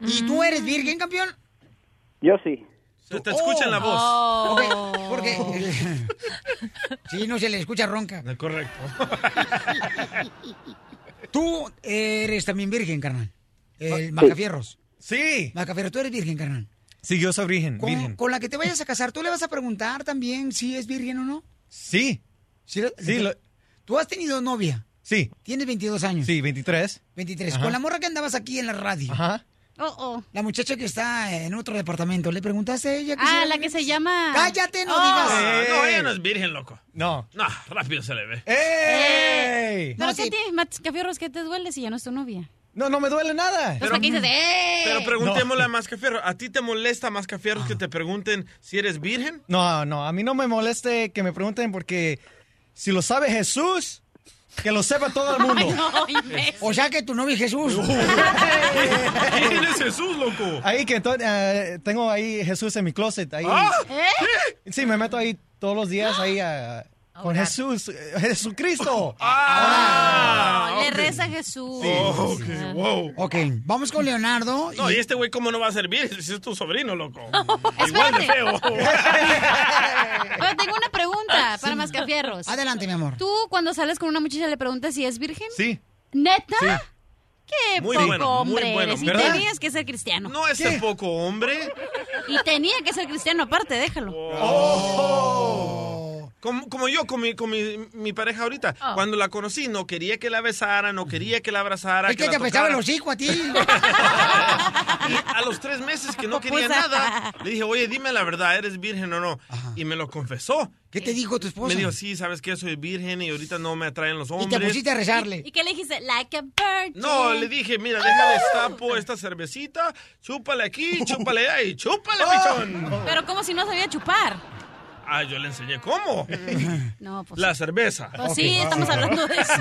Speaker 1: ¿Y tú eres virgen, campeón?
Speaker 18: Yo sí.
Speaker 7: Se
Speaker 1: Oh.
Speaker 7: te escucha en la voz.
Speaker 1: Ok, porque... Oh. sí, no se le escucha ronca.
Speaker 7: Correcto.
Speaker 1: Tú eres también virgen, carnal.
Speaker 2: Ah,
Speaker 1: El Macafierros.
Speaker 3: Sí.
Speaker 1: Macafierros, tú eres virgen, carnal.
Speaker 3: Sí, yo soy virgen.
Speaker 1: Con,
Speaker 3: virgen.
Speaker 1: con la que te vayas a casar, ¿tú le vas a preguntar también si es virgen o no?
Speaker 3: Sí.
Speaker 1: Sí.
Speaker 3: lo-
Speaker 1: ¿Tú has tenido novia?
Speaker 3: Sí.
Speaker 1: Tienes 22 años.
Speaker 3: Sí, 23.
Speaker 1: 23.
Speaker 3: Ajá.
Speaker 1: Con la morra que andabas aquí en la radio.
Speaker 3: Ajá.
Speaker 2: Oh, oh.
Speaker 1: La muchacha que está en otro departamento. ¿Le preguntaste a ella?
Speaker 2: Ah, la que se llama...
Speaker 1: ¡Cállate, no
Speaker 2: Oh.
Speaker 1: digas!
Speaker 7: Ah, No,
Speaker 3: Ey.
Speaker 7: ella no es virgen, loco.
Speaker 3: No.
Speaker 7: No, rápido se le ve.
Speaker 3: ¡Ey!
Speaker 2: Eh, ¿Pero qué tienes, Mascafierros, qué te duele si ya no es tu novia?
Speaker 3: No, no me duele nada.
Speaker 2: Entonces, ¿para qué dices, eh?
Speaker 7: Pero preguntémosle a Mascafierro, ¿a ti te molesta, Mascafierros, que te pregunten si eres virgen?
Speaker 3: No, no, a mí no me moleste que me pregunten porque si lo sabe Jesús, que lo sepa todo el mundo.
Speaker 1: o sea que tu novio es Jesús.
Speaker 7: ¿Quién es Jesús, loco?
Speaker 3: Ahí que to- eh, tengo ahí Jesús en mi closet. Ahí.
Speaker 7: ¿Ah?
Speaker 3: Sí, me meto ahí todos los días ahí a- con Jesús, eh, Jesucristo.
Speaker 2: Le reza a Jesús. Ah.
Speaker 7: Oh, mm, ok, wow.
Speaker 1: Ok, vamos con Leonardo.
Speaker 7: No,
Speaker 1: y-
Speaker 7: y este güey, ¿cómo no va a ser virgen si es tu sobrino, loco? Igual de
Speaker 2: Pues Espérate.
Speaker 7: feo.
Speaker 2: Pero tengo una
Speaker 7: Ah,
Speaker 2: pregunta para Mascafierros.
Speaker 1: Adelante, mi amor.
Speaker 2: ¿Tú cuando sales con una muchacha le preguntas si es virgen?
Speaker 3: Sí.
Speaker 2: ¿Neta?
Speaker 3: Sí.
Speaker 2: Qué
Speaker 7: Muy
Speaker 2: poco
Speaker 7: bueno, muy
Speaker 2: hombre
Speaker 7: bueno,
Speaker 2: eres. Y
Speaker 7: ¿verdad?
Speaker 2: tenías que ser cristiano.
Speaker 7: No es tampoco hombre.
Speaker 2: Y tenía que ser cristiano aparte, déjalo.
Speaker 1: Oh.
Speaker 7: Oh. Como, como yo con, mi, con mi, mi pareja ahorita. Cuando la conocí, no quería que la besara, no quería que la abrazara.
Speaker 1: Es que
Speaker 7: la
Speaker 1: te apestaba
Speaker 7: tocara.
Speaker 1: el hocico a ti.
Speaker 7: Y a los tres meses que
Speaker 2: Oh,
Speaker 7: no
Speaker 1: Pues,
Speaker 7: quería nada, le dije, oye, dime la verdad, ¿eres virgen o no? Y me lo confesó.
Speaker 1: ¿Qué te dijo tu esposa?
Speaker 7: Me dijo, sí, ¿sabes qué? Soy virgen y ahorita no me atraen los
Speaker 1: Y
Speaker 7: hombres.
Speaker 1: te pusiste a rezarle.
Speaker 2: ¿Y qué le dijiste? Like a bird.
Speaker 7: No, le dije, mira,
Speaker 2: ¡Oh!
Speaker 7: déjale destapo esta cervecita, chúpale aquí, chúpale ahí, chúpale,
Speaker 1: ¡Oh!
Speaker 7: pichón.
Speaker 2: Pero como si no sabía chupar.
Speaker 7: Ah, yo le enseñé cómo.
Speaker 2: No, pues.
Speaker 7: La cerveza.
Speaker 2: Pues sí, estamos hablando de eso.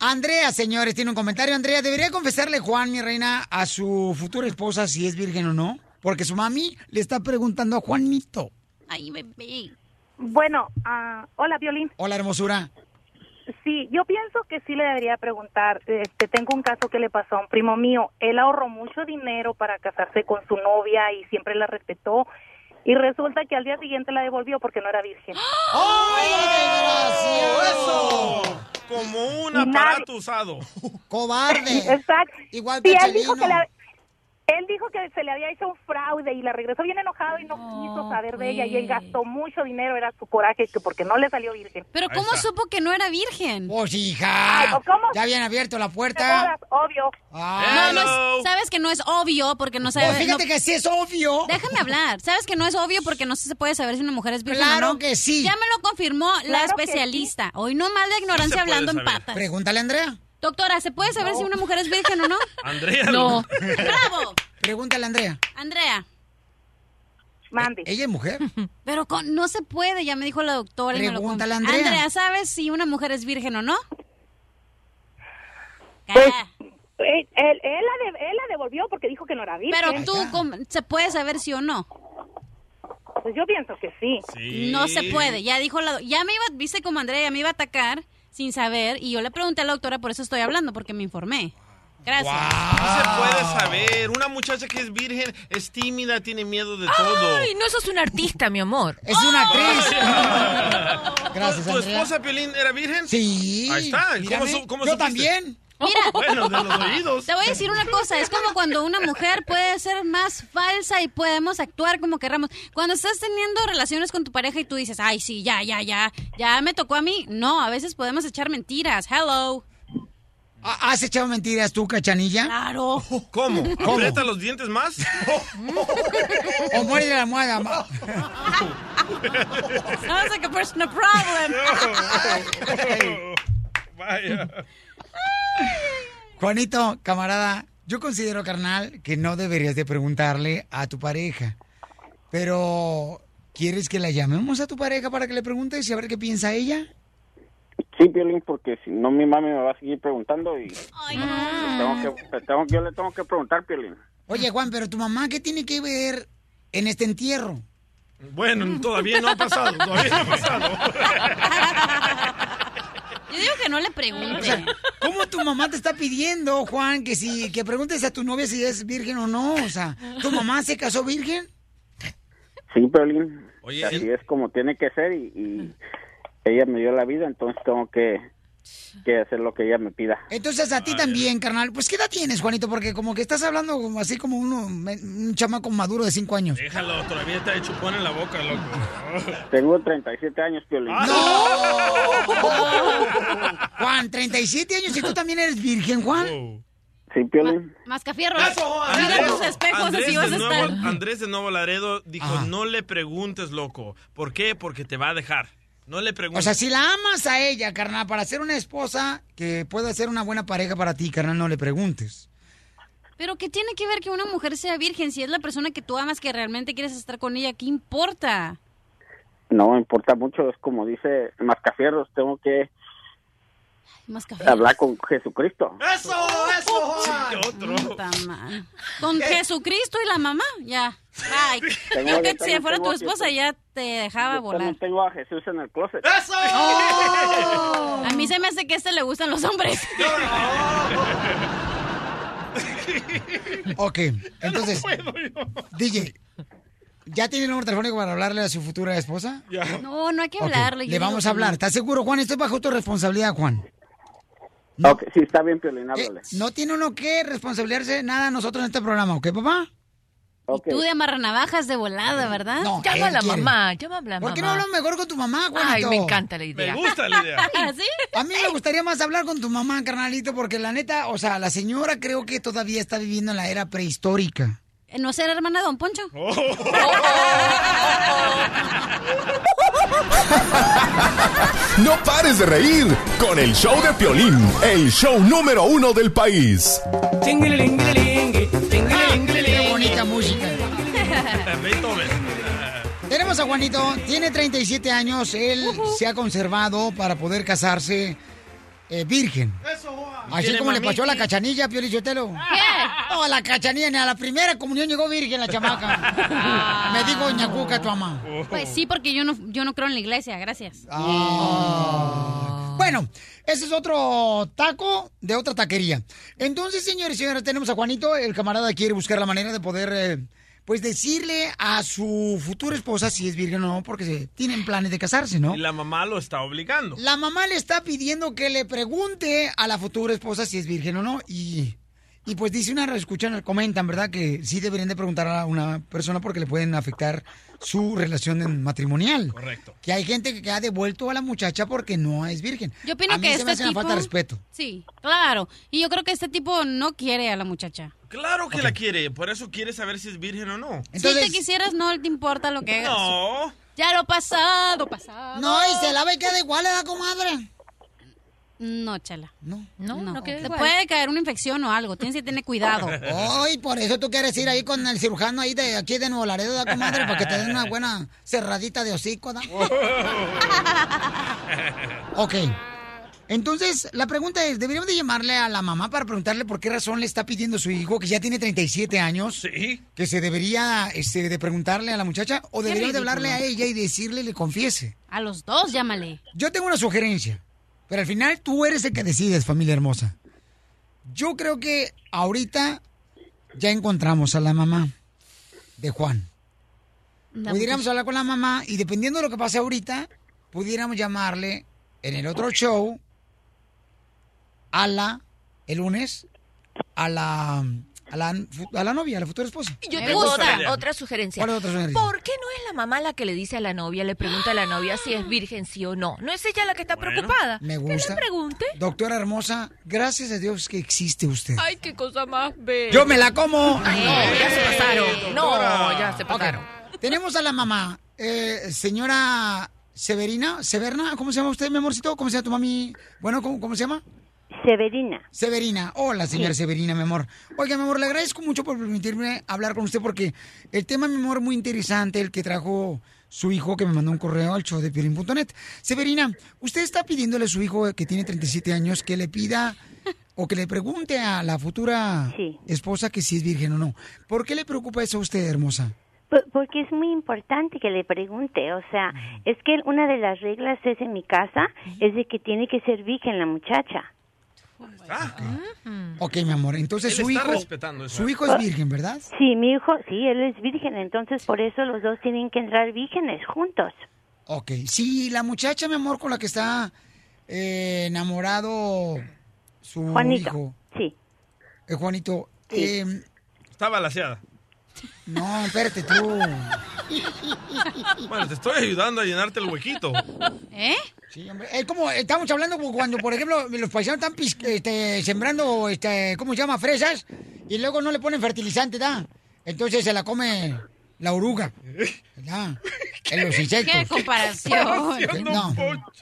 Speaker 1: Andrea, señores, tiene un comentario. Andrea, ¿debería confesarle Juan, mi reina, a su futura esposa si es virgen o no? Porque su mami le está preguntando a Juanito.
Speaker 2: Ay, bebé.
Speaker 15: Bueno, ah, hola, Violín.
Speaker 1: Hola, hermosura.
Speaker 15: Sí, yo pienso que sí le debería preguntar. Este, tengo un caso que le pasó a un primo mío. Él ahorró mucho dinero para casarse con su novia y siempre la respetó. Y resulta que al día siguiente la devolvió porque no era virgen.
Speaker 1: ¡Ay,
Speaker 7: ¡Eso! Como Oh, un aparato usado.
Speaker 1: ¡Cobarde!
Speaker 15: Exacto.
Speaker 1: Igual
Speaker 15: Sí, él
Speaker 1: Pechelino.
Speaker 15: dijo, que le- él dijo que se le había hecho un fraude y la regresó bien enojado y no quiso saber de ella. Y él gastó mucho dinero, era su coraje, que porque no le salió virgen.
Speaker 2: Pero ¿cómo supo que no era virgen?
Speaker 1: Pues hija, ya habían abierto la puerta. Ah.
Speaker 15: Obvio.
Speaker 2: No, no es- sabes que no es obvio porque no sabes.
Speaker 1: Pues fíjate que sí es obvio.
Speaker 2: Déjame hablar. Sabes que no es obvio porque no se puede saber si una mujer es virgen
Speaker 1: Claro
Speaker 2: o no.
Speaker 1: que sí.
Speaker 2: Ya me lo confirmó la
Speaker 1: Claro que
Speaker 2: especialista. Hoy no más de ignorancia
Speaker 1: se puede
Speaker 2: hablando en
Speaker 1: saber.
Speaker 2: patas.
Speaker 1: Pregúntale a Andrea.
Speaker 2: Doctora, ¿se puede saber si una mujer es virgen o no?
Speaker 7: Andrea.
Speaker 2: No. ¡Bravo!
Speaker 1: Pregúntale a Andrea.
Speaker 2: Andrea,
Speaker 1: Mande. ¿Ella es mujer?
Speaker 2: pero con- no se puede, ya me dijo la doctora. y me lo confirmó.
Speaker 1: Pregúntale a Andrea.
Speaker 2: Andrea, ¿sabes si una mujer es virgen o no?
Speaker 10: Pues, eh, él, él la de- él la devolvió porque dijo que no era virgen.
Speaker 2: Pero tú, ¿cómo- ¿se puede saber sí o no?
Speaker 10: Pues yo pienso que sí.
Speaker 2: No se puede, ya dijo la... do- Ya me iba, viste como Andrea, ya me iba a atacar sin saber y yo le pregunté a la doctora, por eso estoy hablando, porque me informé. Gracias.
Speaker 7: No se puede saber. Una muchacha que es virgen es tímida, tiene miedo de todo.
Speaker 4: Ay, no, sos una artista, mi amor.
Speaker 1: Es una
Speaker 7: actriz.
Speaker 1: Gracias,
Speaker 7: ¿Tu
Speaker 1: Andrea.
Speaker 7: esposa Piolín era virgen?
Speaker 1: Sí.
Speaker 7: Ahí está. ¿Y ¿Cómo,
Speaker 1: Mírame.
Speaker 7: su- cómo
Speaker 1: Yo
Speaker 7: supiste?
Speaker 1: también.
Speaker 2: Mira,
Speaker 7: Bueno, de los oídos.
Speaker 2: te voy a decir una cosa, es como cuando una mujer puede ser más falsa y podemos actuar como querramos. Cuando estás teniendo relaciones con tu pareja y tú dices, ay, sí, ya, ya, ya, ya me tocó a mí. No, a veces podemos echar mentiras. Hello.
Speaker 1: ¿Ha- ¿Has echado mentiras tú, cachanilla?
Speaker 2: Claro.
Speaker 7: ¿Cómo?
Speaker 1: ¿Cómo?
Speaker 7: ¿Aprieta los dientes más?
Speaker 1: O muere de la almohada. ma-
Speaker 2: Sounds like a personal problem.
Speaker 7: Vaya.
Speaker 1: Juanito, camarada, yo considero, carnal, que no deberías de preguntarle a tu pareja. Pero, ¿quieres que la llamemos a tu pareja para que le preguntes y a ver qué piensa ella?
Speaker 18: Sí, Piolín, porque si no mi mami me va a seguir preguntando y le tengo que- le tengo- yo le tengo que preguntar, Piolín.
Speaker 2: Ah.
Speaker 1: Oye, Juan, pero tu mamá, ¿qué tiene que ver en este entierro?
Speaker 7: Bueno, Mm, todavía no ha pasado, todavía no ha pasado.
Speaker 2: Yo digo que no le
Speaker 1: O sea,
Speaker 2: pregunte.
Speaker 1: ¿Cómo tu mamá te está pidiendo, Juan, que si que preguntes a tu novia si es virgen o no? O sea, ¿tu mamá se casó virgen?
Speaker 18: Sí, Piolín.
Speaker 7: Oye,
Speaker 18: así es como tiene que ser y, y ella me dio la vida, entonces tengo que, que hacer lo que ella me pida.
Speaker 1: Entonces a ti también, carnal. Pues, ¿qué edad tienes, Juanito? Porque como que estás hablando como- así como uno, un chamaco maduro de cinco años.
Speaker 7: Déjalo, todavía está hecho chupón en la boca, loco. Ah,
Speaker 18: Tengo 37 años, Piolín.
Speaker 1: Juan, 37 años y tú también eres virgen, Juan.
Speaker 18: Sí, Piolín.
Speaker 2: Mascafierro. Mira tus espejos, así vas a
Speaker 7: de nuevo,
Speaker 2: estar.
Speaker 7: Andrés de Nuevo Laredo dijo, no le preguntes, loco. ¿Por qué? Porque te va a dejar. No le
Speaker 1: O
Speaker 7: preguntes.
Speaker 1: sea, si la amas a ella, carnal, para ser una esposa que pueda ser una buena pareja para ti, carnal, no le preguntes.
Speaker 2: Pero ¿qué tiene que ver que una mujer sea virgen si es la persona que tú amas que realmente quieres estar con ella? ¿Qué importa?
Speaker 18: No me importa mucho, es como dice Mascafierros, tengo que
Speaker 2: Más café.
Speaker 18: hablar con Jesucristo.
Speaker 7: ¡Eso, eso, Juan!
Speaker 2: Puta madre. Oh, Con Jesucristo y la mamá, ya. Ay,
Speaker 18: Tengo-
Speaker 2: yo que
Speaker 18: yo
Speaker 2: si
Speaker 18: tengo-
Speaker 2: fuera tu
Speaker 18: tengo-
Speaker 2: esposa ya te dejaba
Speaker 18: Yo
Speaker 2: volar.
Speaker 18: también tengo a Jesús en el closet.
Speaker 2: Oh. A mí se me hace que a este le gustan los hombres.
Speaker 1: Ok, entonces, DJ, ¿ya tiene el número telefónico para hablarle a su futura esposa?
Speaker 2: No, no hay que
Speaker 1: Ok,
Speaker 2: hablarle. yo
Speaker 1: Le
Speaker 2: digo
Speaker 1: vamos
Speaker 2: que
Speaker 1: a hablar.
Speaker 2: no.
Speaker 1: ¿Estás seguro, Juan? Esto es bajo tu responsabilidad, Juan.
Speaker 18: Ok, sí, está bien, Piolín, háblale.
Speaker 1: No tiene uno que responsabilizarse de nada nosotros en este programa, ¿ok, papá?
Speaker 2: Tú de amarranavajas de volada, ¿verdad?
Speaker 1: No, Llama a él la quiere. mamá,
Speaker 2: llama a la
Speaker 1: ¿Por qué no hablas mejor con tu mamá, Juanito?
Speaker 2: Ay, me encanta la
Speaker 7: idea. Me gusta la idea.
Speaker 2: ¿Ah,
Speaker 1: A mí me gustaría más hablar con tu mamá, carnalito, porque la neta, o sea, la señora creo que todavía está viviendo en la era prehistórica.
Speaker 2: Eh, ¿No será hermana de Don Poncho?
Speaker 9: No pares de reír con el show de Piolín, el show número uno del país.
Speaker 1: Qué bonita música.
Speaker 7: Beethoven.
Speaker 1: Tenemos a Juanito, tiene 37 años, él se ha conservado para poder casarse eh, virgen.
Speaker 7: Eso, Juan.
Speaker 1: Así como le pasó a la cachanilla, Pio Lizotelo. ¿Qué? No, a la cachanilla, ni a la primera comunión llegó virgen la chamaca. Me dijo Doña Cuca, tu mamá.
Speaker 2: Pues sí, porque yo no, yo no creo en la iglesia, gracias.
Speaker 1: Ah. Bueno, ese es otro taco de otra taquería. Entonces, señores y señoras, tenemos a Juanito. El camarada quiere buscar la manera de poder, eh, pues, decirle a su futura esposa si es virgen o no, porque se tienen planes de casarse, ¿no?
Speaker 7: Y la mamá lo está obligando.
Speaker 1: La mamá le está pidiendo que le pregunte a la futura esposa si es virgen o no. Y, y pues dice una escuchan, comentan, ¿verdad? Que sí deberían de preguntar a una persona porque le pueden afectar su relación matrimonial.
Speaker 7: Correcto.
Speaker 1: Que hay gente que ha devuelto a la muchacha porque no es virgen.
Speaker 2: Yo opino
Speaker 1: a mí
Speaker 2: que
Speaker 1: se
Speaker 2: este
Speaker 1: me hace una
Speaker 2: tipo-
Speaker 1: falta de respeto.
Speaker 2: Sí, claro. Y yo creo que este tipo no quiere a la muchacha.
Speaker 7: Claro que la quiere, por eso quiere saber si es virgen o no.
Speaker 2: si te quisieras, no te importa lo que hagas.
Speaker 7: No.
Speaker 2: Ya lo pasado, pasado.
Speaker 1: No, y se la ve que da igual, ¿verdad, comadre?
Speaker 2: No, chala. No,
Speaker 4: no, no queda
Speaker 2: Te
Speaker 4: igual.
Speaker 2: puede caer una infección o algo. Tienes que tener cuidado.
Speaker 1: Ay, por eso tú quieres ir ahí con el cirujano ahí de aquí de Nuevo Laredo, ¿da, comadre, para que te den una buena cerradita de hocico, ¿da? ok. Entonces, la pregunta es, ¿deberíamos de llamarle a la mamá para preguntarle por qué razón le está pidiendo su hijo, que ya tiene 37 años? Que se debería este, de preguntarle a la muchacha o
Speaker 2: Qué
Speaker 1: deberíamos de hablarle a
Speaker 2: ridículo.
Speaker 1: ella y decirle, le confiese.
Speaker 2: A los dos, llámale.
Speaker 1: Yo tengo una sugerencia, pero al final tú eres el que decides, familia hermosa. Yo creo que ahorita ya encontramos a la mamá de Juan.
Speaker 2: La
Speaker 1: pudiéramos
Speaker 2: mujer.
Speaker 1: hablar con la mamá y dependiendo de lo que pase ahorita, pudiéramos llamarle en el otro show a la, el lunes, a la, a la, a la novia, a la futura esposa.
Speaker 4: Yo tengo otra, otra sugerencia.
Speaker 1: ¿Cuál es otra sugerencia?
Speaker 4: ¿Por qué no es la mamá la que le dice a la novia, le pregunta a la novia si es virgen, sí o no? ¿No es ella la que está preocupada?
Speaker 1: Me
Speaker 4: Que
Speaker 1: gusta.
Speaker 4: le pregunte.
Speaker 1: Doctora hermosa, gracias a Dios que existe usted.
Speaker 4: Ay, qué cosa más bella.
Speaker 1: Yo me la como.
Speaker 4: Ay, no, ya se pasaron. Este, Eh, No, ya se
Speaker 1: Ok.
Speaker 4: pasaron.
Speaker 1: Tenemos a la mamá, eh, señora Severina, Severna, ¿cómo se llama usted, mi amorcito? ¿Cómo se llama tu mami? Bueno, ¿cómo, cómo se llama? Severina. Severina. Hola, señora
Speaker 19: Sí.
Speaker 1: Severina, mi amor. Oiga, mi amor, le agradezco mucho por permitirme hablar con usted porque el tema, mi amor, muy interesante, el que trajo su hijo que me mandó un correo al show de piolín.net. Severina, usted está pidiéndole a su hijo eh, que tiene 37 años que le pida o que le pregunte a la futura esposa que si es virgen o no. ¿Por qué le preocupa eso a usted, hermosa?
Speaker 19: Por- Porque es muy importante que le pregunte, o sea, es que una de las reglas es en mi casa, es de que tiene que ser virgen la muchacha.
Speaker 1: Ok, mi amor, entonces
Speaker 19: Él
Speaker 1: su
Speaker 19: está
Speaker 1: hijo,
Speaker 19: respetando eso.
Speaker 1: su hijo es virgen, ¿verdad?
Speaker 19: Sí, mi hijo, sí, él es virgen, entonces por eso los dos tienen que entrar vírgenes juntos.
Speaker 1: Ok, si la muchacha, mi amor, con la que está eh, enamorado su
Speaker 19: Juanito,
Speaker 1: hijo.
Speaker 19: Sí.
Speaker 1: Juanito, eh,
Speaker 7: Está balaseada.
Speaker 1: no, espérate tú.
Speaker 7: Bueno, te estoy ayudando a llenarte el huequito.
Speaker 2: ¿Eh?
Speaker 1: Sí, hombre. Es como, estamos hablando como cuando, por ejemplo, los paisanos están pis- este, sembrando, este, ¿cómo se llama? Fresas, y luego no le ponen fertilizante, ¿da? Entonces se la come la oruga, ¿da? En los insectos.
Speaker 2: Qué comparación.
Speaker 1: Sí, No,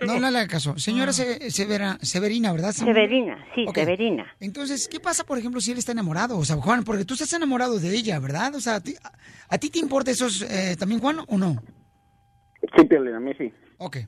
Speaker 1: no, no le haga caso. Señora Se- Severa- Severina, ¿verdad?
Speaker 19: Severina, sí,
Speaker 1: Ok.
Speaker 19: Severina.
Speaker 1: Entonces, ¿qué pasa, por ejemplo, si él está enamorado? O sea, Juan, porque tú estás enamorado de ella, ¿verdad? O sea, ¿a ti, a, a ti te importa eso eh, también, Juan, o no?
Speaker 18: Sí, Piolín, a mí sí.
Speaker 1: Ok.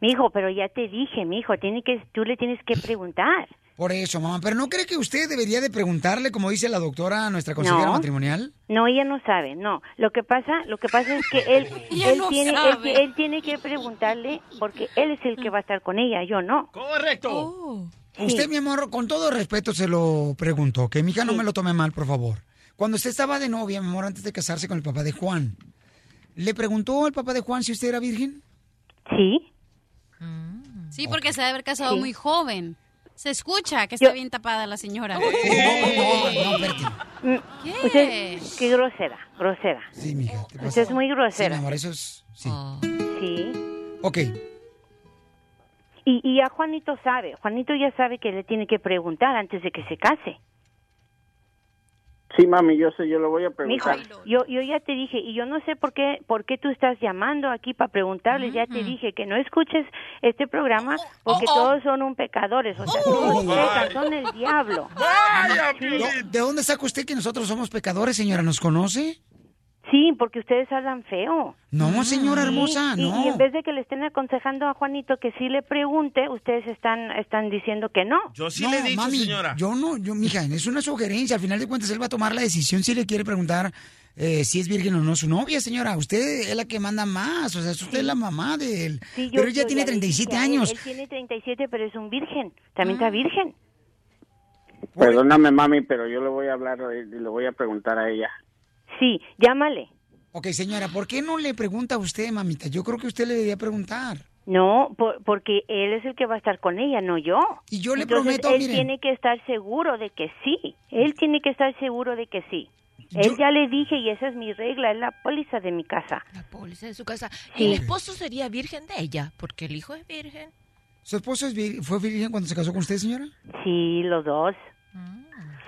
Speaker 19: Mi hijo, pero ya te dije, mi hijo, tiene que, tú le tienes que preguntar.
Speaker 1: Por eso, mamá. Pero ¿no cree que usted debería de preguntarle, como dice la doctora, nuestra consejera
Speaker 19: No.
Speaker 1: matrimonial?
Speaker 19: No, ella no sabe, no. Lo que pasa, lo que pasa es que él,
Speaker 2: Ella
Speaker 19: él
Speaker 2: no
Speaker 19: tiene, él-
Speaker 2: sabe.
Speaker 19: Él, tiene que preguntarle porque él es el que va a estar con ella, yo no. Oh.
Speaker 7: Correcto.
Speaker 1: Usted, mi amor, con todo respeto se lo pregunto, que mi hija no me lo tome mal, por favor. Cuando usted estaba de novia, mi amor, antes de casarse con el papá de Juan, ¿le preguntó al papá de Juan si usted era virgen?
Speaker 19: Sí.
Speaker 2: Sí, porque se debe haber casado
Speaker 19: Sí.
Speaker 2: muy joven. Se escucha que está bien tapada la señora.
Speaker 19: Mm,
Speaker 2: ¿Qué?
Speaker 19: Usted, qué grosera, grosera.
Speaker 1: Sí, mija. te
Speaker 19: Usted
Speaker 1: pasas.
Speaker 19: es muy grosera.
Speaker 1: Sí,
Speaker 19: Oh.
Speaker 1: mi amor, eso es... Sí.
Speaker 19: Sí.
Speaker 1: Ok.
Speaker 19: Y, y a Juanito sabe, Juanito ya sabe que le tiene que preguntar antes de que se case.
Speaker 18: Sí, mami, yo sé, yo le voy a
Speaker 19: Mijo,
Speaker 18: preguntar.
Speaker 19: yo, yo ya te dije, y yo no sé por qué, por qué tú estás llamando aquí para preguntarles, ya te dije que no escuches este programa porque todos son un pecadores, o sea,
Speaker 1: Oh,
Speaker 19: todos pecan, son el diablo.
Speaker 1: ¿De- ¿De dónde saca usted que nosotros somos pecadores, señora? ¿Nos conoce?
Speaker 19: Sí, porque ustedes hablan feo.
Speaker 1: No, señora hermosa,
Speaker 19: Y- y-
Speaker 1: no.
Speaker 19: Y en vez de que le estén aconsejando a Juanito que sí le pregunte, ustedes están, están diciendo que no.
Speaker 7: Yo sí
Speaker 1: No,
Speaker 7: le he dicho,
Speaker 1: mami,
Speaker 7: señora.
Speaker 1: Yo no, yo, mija, es una sugerencia. Al final de cuentas, él va a tomar la decisión si le quiere preguntar eh, si es virgen o no su novia, señora. Usted es la que manda más, o sea, es usted la mamá de él.
Speaker 19: Sí, yo-
Speaker 1: pero ella
Speaker 19: yo
Speaker 1: tiene
Speaker 19: ya le dije
Speaker 1: 37
Speaker 19: a él,
Speaker 1: años. Ah.
Speaker 19: Él tiene 37, pero es un virgen. También está virgen.
Speaker 18: Perdóname, mami, pero yo le voy a hablar eh, y le voy a preguntar a ella.
Speaker 19: Sí, llámale.
Speaker 1: Ok, señora, ¿por qué no le pregunta a usted, mamita? Yo creo que usted le debería preguntar.
Speaker 19: No, por- porque él es el que va a estar con ella, no yo.
Speaker 1: Y yo le
Speaker 19: Entonces,
Speaker 1: prometo,
Speaker 19: él
Speaker 1: miren.
Speaker 19: tiene que estar seguro de que sí. Él tiene que estar seguro de que sí. Él ya le dije y esa es mi regla, es la póliza de mi casa.
Speaker 4: Póliza de su casa.
Speaker 19: Sí.
Speaker 4: Y el esposo sería virgen de ella, porque el hijo es virgen.
Speaker 1: ¿Su esposo es vir- fue virgen cuando se casó con usted, señora?
Speaker 19: Sí, los dos.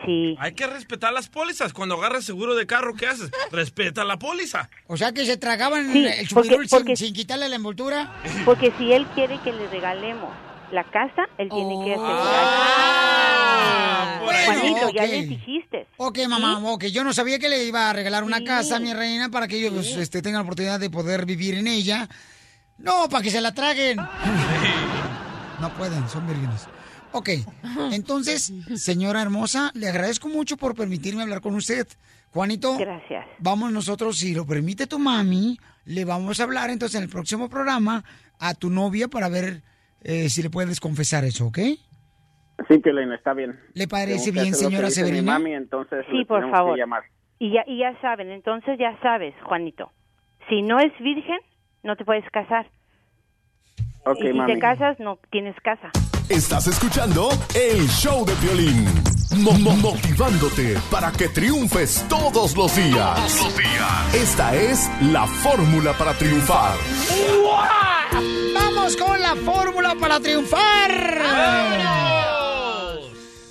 Speaker 19: Sí.
Speaker 7: Hay que respetar las pólizas. Cuando agarras seguro de carro, ¿qué haces? Respeta la póliza.
Speaker 1: O sea, que se tragaban
Speaker 19: Sí,
Speaker 1: el
Speaker 19: porque-
Speaker 1: chupirul sin-
Speaker 19: porque-
Speaker 1: sin quitarle la envoltura.
Speaker 19: Porque si él quiere que le regalemos la casa, él tiene que
Speaker 1: Oh.
Speaker 19: asegurar. Juanito, ya
Speaker 1: Ah, ok.
Speaker 19: le dijiste.
Speaker 1: Ok, mamá, ok. Yo no sabía que le iba a regalar una casa a mi reina para que ellos este, tengan la oportunidad de poder vivir en ella. No, para que se la traguen. No pueden, son vírgenes. Ok, entonces, señora hermosa, le agradezco mucho por permitirme hablar con usted. Juanito.
Speaker 19: Gracias.
Speaker 1: Vamos nosotros, si lo permite tu mami, le vamos a hablar entonces en el próximo programa a tu novia para ver eh, si le puedes confesar eso, ¿ok?
Speaker 18: Sí, Piolín, está bien.
Speaker 1: ¿Le parece
Speaker 18: Tengo que
Speaker 1: bien,
Speaker 18: hacer lo que
Speaker 1: señora
Speaker 18: dice mi
Speaker 1: Severina?
Speaker 18: mami, entonces
Speaker 19: Sí,
Speaker 18: le
Speaker 19: por
Speaker 18: tenemos que
Speaker 19: favor.
Speaker 18: llamar.
Speaker 19: Y ya, y ya saben, entonces ya sabes, Juanito. Si no es virgen, no te puedes casar.
Speaker 18: Ok,
Speaker 19: y si
Speaker 18: mami.
Speaker 19: te casas, no tienes casa.
Speaker 9: Estás escuchando el show de Piolín. Mo- mo- motivándote para que triunfes todos los días. Esta es la fórmula para triunfar.
Speaker 1: Vamos con la fórmula para triunfar.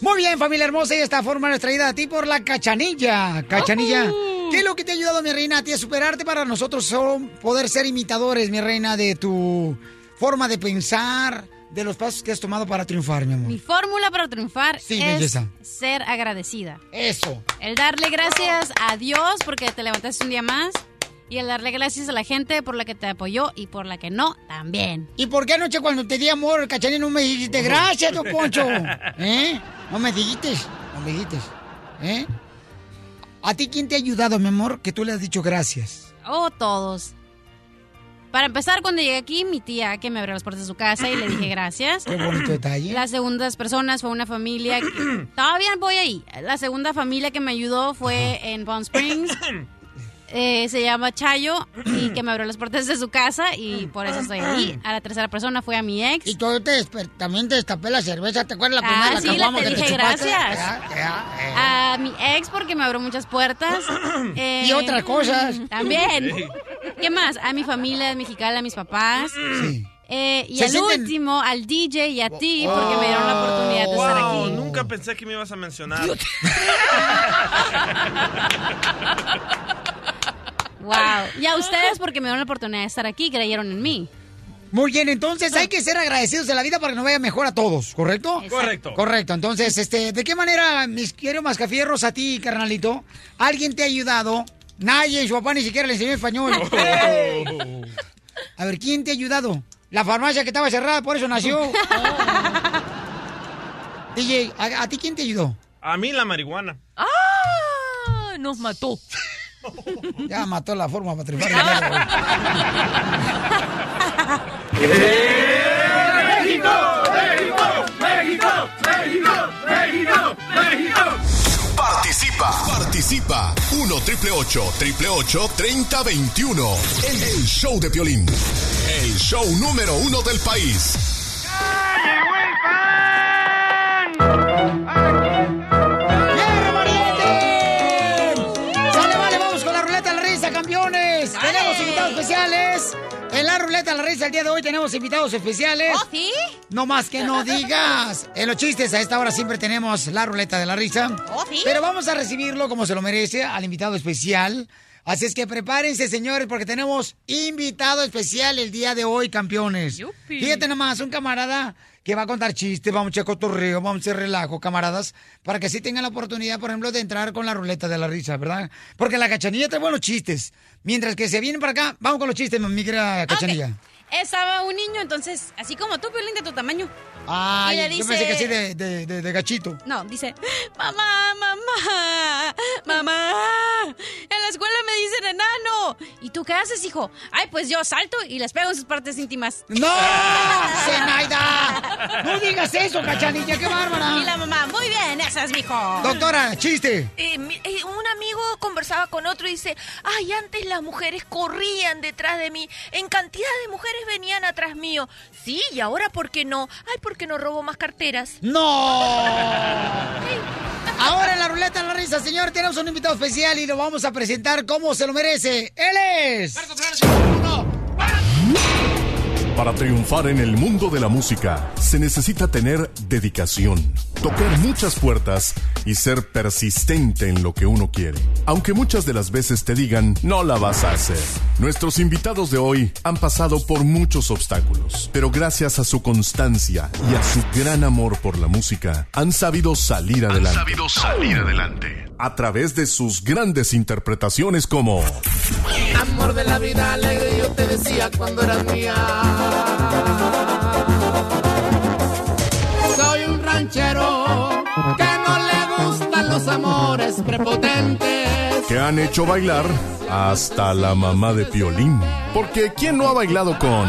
Speaker 1: Muy bien, familia hermosa, y esta fórmula es traída a ti por la cachanilla. Cachanilla, ¿qué es lo que te ha ayudado, mi reina, a ti a superarte para nosotros son poder ser imitadores, mi reina, de tu forma de pensar, de los pasos que has tomado para triunfar, mi amor?
Speaker 2: Mi fórmula para triunfar
Speaker 1: Sí,
Speaker 2: es
Speaker 1: belleza.
Speaker 2: ser agradecida.
Speaker 1: Eso.
Speaker 2: El darle gracias a Dios porque te levantaste un día más. Y el darle gracias a la gente por la que te apoyó y por la que no también.
Speaker 1: ¿Y por qué anoche cuando te di amor, cachanilla, no me dijiste gracias, don Poncho? ¿Eh? No me dijiste, no me dijiste. ¿Eh? ¿A ti quién te ha ayudado, mi amor, que tú le has dicho gracias?
Speaker 2: Oh, todos. Para empezar, cuando llegué aquí, mi tía que me abrió las puertas de su casa y le dije gracias.
Speaker 1: Qué bonito detalle.
Speaker 2: Las segundas personas fue una familia. que- todavía voy ahí. La segunda familia que me ayudó fue en Palm Springs. Eh, se llama Chayo y que me abrió las puertas de su casa y por eso estoy ahí. A la tercera persona fue a mi ex.
Speaker 1: Y todo te también te destapé la cerveza, ¿te acuerdas la primera
Speaker 2: Ah,
Speaker 1: la
Speaker 2: sí, la
Speaker 1: caguama
Speaker 2: te
Speaker 1: que te
Speaker 2: dije
Speaker 1: chupaste?
Speaker 2: gracias.
Speaker 1: Ya, ya, eh.
Speaker 2: A mi ex porque me abrió muchas puertas. Eh, mm,
Speaker 1: Y otras cosas.
Speaker 2: También. ¿Qué más? A mi familia de Mexicali, a mis papás. Eh, y
Speaker 7: Se
Speaker 2: al
Speaker 7: sienten-
Speaker 2: último, al DJ y a ti, porque me dieron la oportunidad de estar
Speaker 7: Wow,
Speaker 2: aquí.
Speaker 7: Nunca pensé que me ibas a mencionar.
Speaker 2: Wow. Y a ustedes porque me dieron la oportunidad de estar aquí, creyeron en mí.
Speaker 1: Muy bien, entonces hay que ser agradecidos de la vida para que nos vaya mejor a todos, ¿correcto?
Speaker 2: Ah. Exacto. Correcto.
Speaker 1: Correcto. Entonces, este, ¿de qué manera, mis queridos mascafierros, a ti, carnalito, alguien te ha ayudado? Nadie, su papá ni siquiera le enseñó español.
Speaker 2: Oh.
Speaker 1: a ver, ¿quién te ha ayudado? La farmacia que estaba cerrada, por eso nació. DJ, ¿a, a ti quién te ayudó?
Speaker 7: A mí la marihuana.
Speaker 4: ¡Ah! Nos mató.
Speaker 1: Ya mató la forma para triunfar.
Speaker 8: ¡México! ¡México! ¡México! ¡México! ¡México! ¡México!
Speaker 9: Participa, participa. 1 triple 8 triple 8 30 21. El, el show de Piolín. El show número uno del país.
Speaker 1: ¡Sale, vale! Vamos con la ruleta de la risa, campeones. Tenemos invitados especiales. En la ruleta de la risa el día de hoy tenemos invitados especiales.
Speaker 2: ¿Oh, sí?
Speaker 1: No más que no digas. En los chistes a esta hora siempre tenemos la ruleta de la risa.
Speaker 2: ¿Oh, sí?
Speaker 1: Pero vamos a recibirlo como se lo merece al invitado especial. Así es que prepárense, señores, porque tenemos invitado especial el día de hoy, campeones.
Speaker 8: Yupi.
Speaker 1: Fíjate nomás, un camarada que va a contar chistes, vamos a echar cotorreo, vamos a hacer relajo, camaradas, para que así tengan la oportunidad, por ejemplo, de entrar con la ruleta de la risa, ¿verdad? Porque la cachanilla trae buenos chistes. Mientras que se vienen para acá, vamos con los chistes, mi querida cachanilla.
Speaker 2: Estaba un niño, entonces, así como tú, Piolín, de tu tamaño.
Speaker 1: Ay,
Speaker 2: Y le
Speaker 1: yo
Speaker 2: dice-
Speaker 1: pensé que sí de, de- de- de gachito.
Speaker 2: No, dice, mamá, mamá, mamá, en la escuela me dicen enano. ¿Y tú qué haces, hijo? Ay, pues yo salto y les pego en sus partes íntimas.
Speaker 1: ¡No! ¡Zenaida! ¡No digas eso, cachanilla! ¡Qué bárbara!
Speaker 2: Y la mamá, muy bien, esas, mijo.
Speaker 1: Doctora, chiste.
Speaker 4: Eh, mi- eh, un amigo conversaba con otro y dice, ay, antes las mujeres corrían detrás de mí, en cantidad de mujeres venían atrás mío. Sí, y ahora ¿por qué no? Ay, porque no robo más carteras.
Speaker 1: ¡No! Ahora en la ruleta de la risa, señor, tenemos un invitado especial y lo vamos a presentar como se lo merece. ¡Él es!
Speaker 9: Para triunfar en el mundo de la música, se necesita tener dedicación, tocar muchas puertas y ser persistente en lo que uno quiere. Aunque muchas de las veces te digan, no la vas a hacer. Nuestros invitados de hoy han pasado por muchos obstáculos, pero gracias a su constancia y a su gran amor por la música, han sabido salir adelante. sabido salir adelante. A través de sus grandes interpretaciones como
Speaker 12: Amor de la vida alegre, yo te decía cuando eras mía. Soy un ranchero que no le gustan los amores prepotentes.
Speaker 9: que han hecho bailar hasta la mamá de Piolín. Porque ¿quién no ha bailado con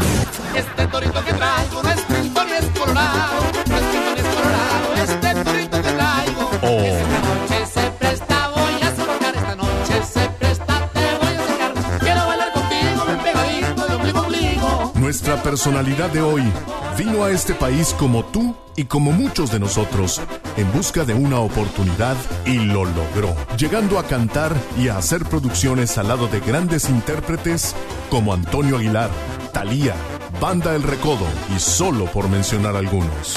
Speaker 12: Este torito que traigo no es pinto ni es colorado, no es pinto ni es colorado. Este torito que traigo
Speaker 9: o
Speaker 12: noche se presta, voy a sofocar esta noche se presta, te voy a sacar. Quiero bailar contigo, mi pegadito de obligo obligo.
Speaker 9: nuestra personalidad de hoy? Vino a este país como tú y como muchos de nosotros en busca de una oportunidad y lo logró, llegando a cantar y a hacer producciones al lado de grandes intérpretes como Antonio Aguilar, Thalía, Banda El Recodo y solo por mencionar algunos.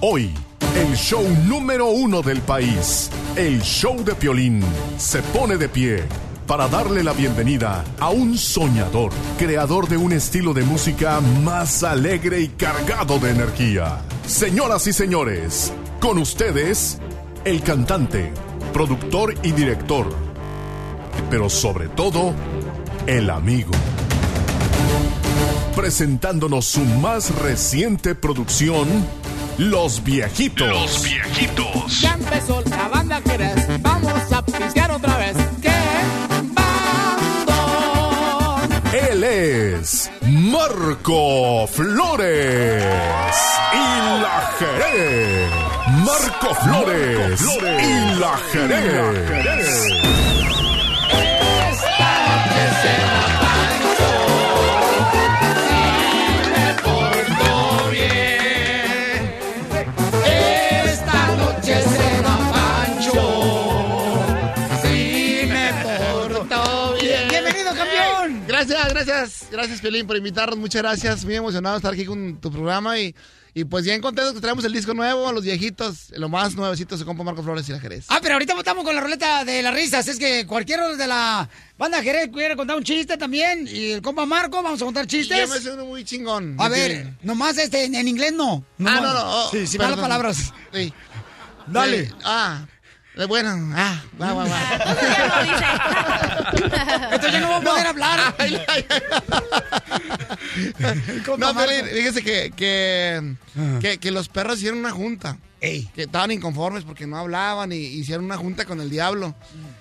Speaker 9: Hoy, el show número uno del país, el show de Piolín, se pone de pie para darle la bienvenida a un soñador, creador de un estilo de música más alegre y cargado de energía. Señoras y señores, con ustedes, el cantante, productor y director, pero sobre todo, el amigo presentándonos su más reciente producción, Los Viejitos. Los Viejitos.
Speaker 12: Ya empezó la banda que eres, vamos a pistear otra vez. ¿Qué?
Speaker 9: Él es Marco Flores y la Jerez. Marco Flores, y la Jerez.
Speaker 12: portó bien. Esta noche se la pancho. Sí me portó bien.
Speaker 1: Bienvenido, campeón.
Speaker 20: Gracias, gracias, gracias, Piolín, por invitarnos. Muchas gracias. Muy emocionado de estar aquí con tu programa y, y pues bien contento que traemos el disco nuevo, los viejitos, lo más nuevecito se compa Marco Flores y la Jerez.
Speaker 1: Ah, pero ahorita votamos con la ruleta de las risas. Es que cualquiera de la banda Jerez quiere contar un chiste también. Y el compa Marco, vamos a contar chistes.
Speaker 20: Yo me sé uno muy chingón.
Speaker 1: A ver, nomás este, en, en inglés no.
Speaker 20: Ah, no, no. oh,
Speaker 1: sí, sí, malas
Speaker 20: perdón.
Speaker 1: palabras.
Speaker 20: Sí.
Speaker 1: Dale.
Speaker 20: Sí, Ah, eh, bueno, ah, va, va, va.
Speaker 1: Entonces no voy a poder hablar.
Speaker 20: No, Piolín, fíjese que, que, que, que los perros hicieron una junta. Que estaban inconformes porque no hablaban y hicieron una junta con el diablo.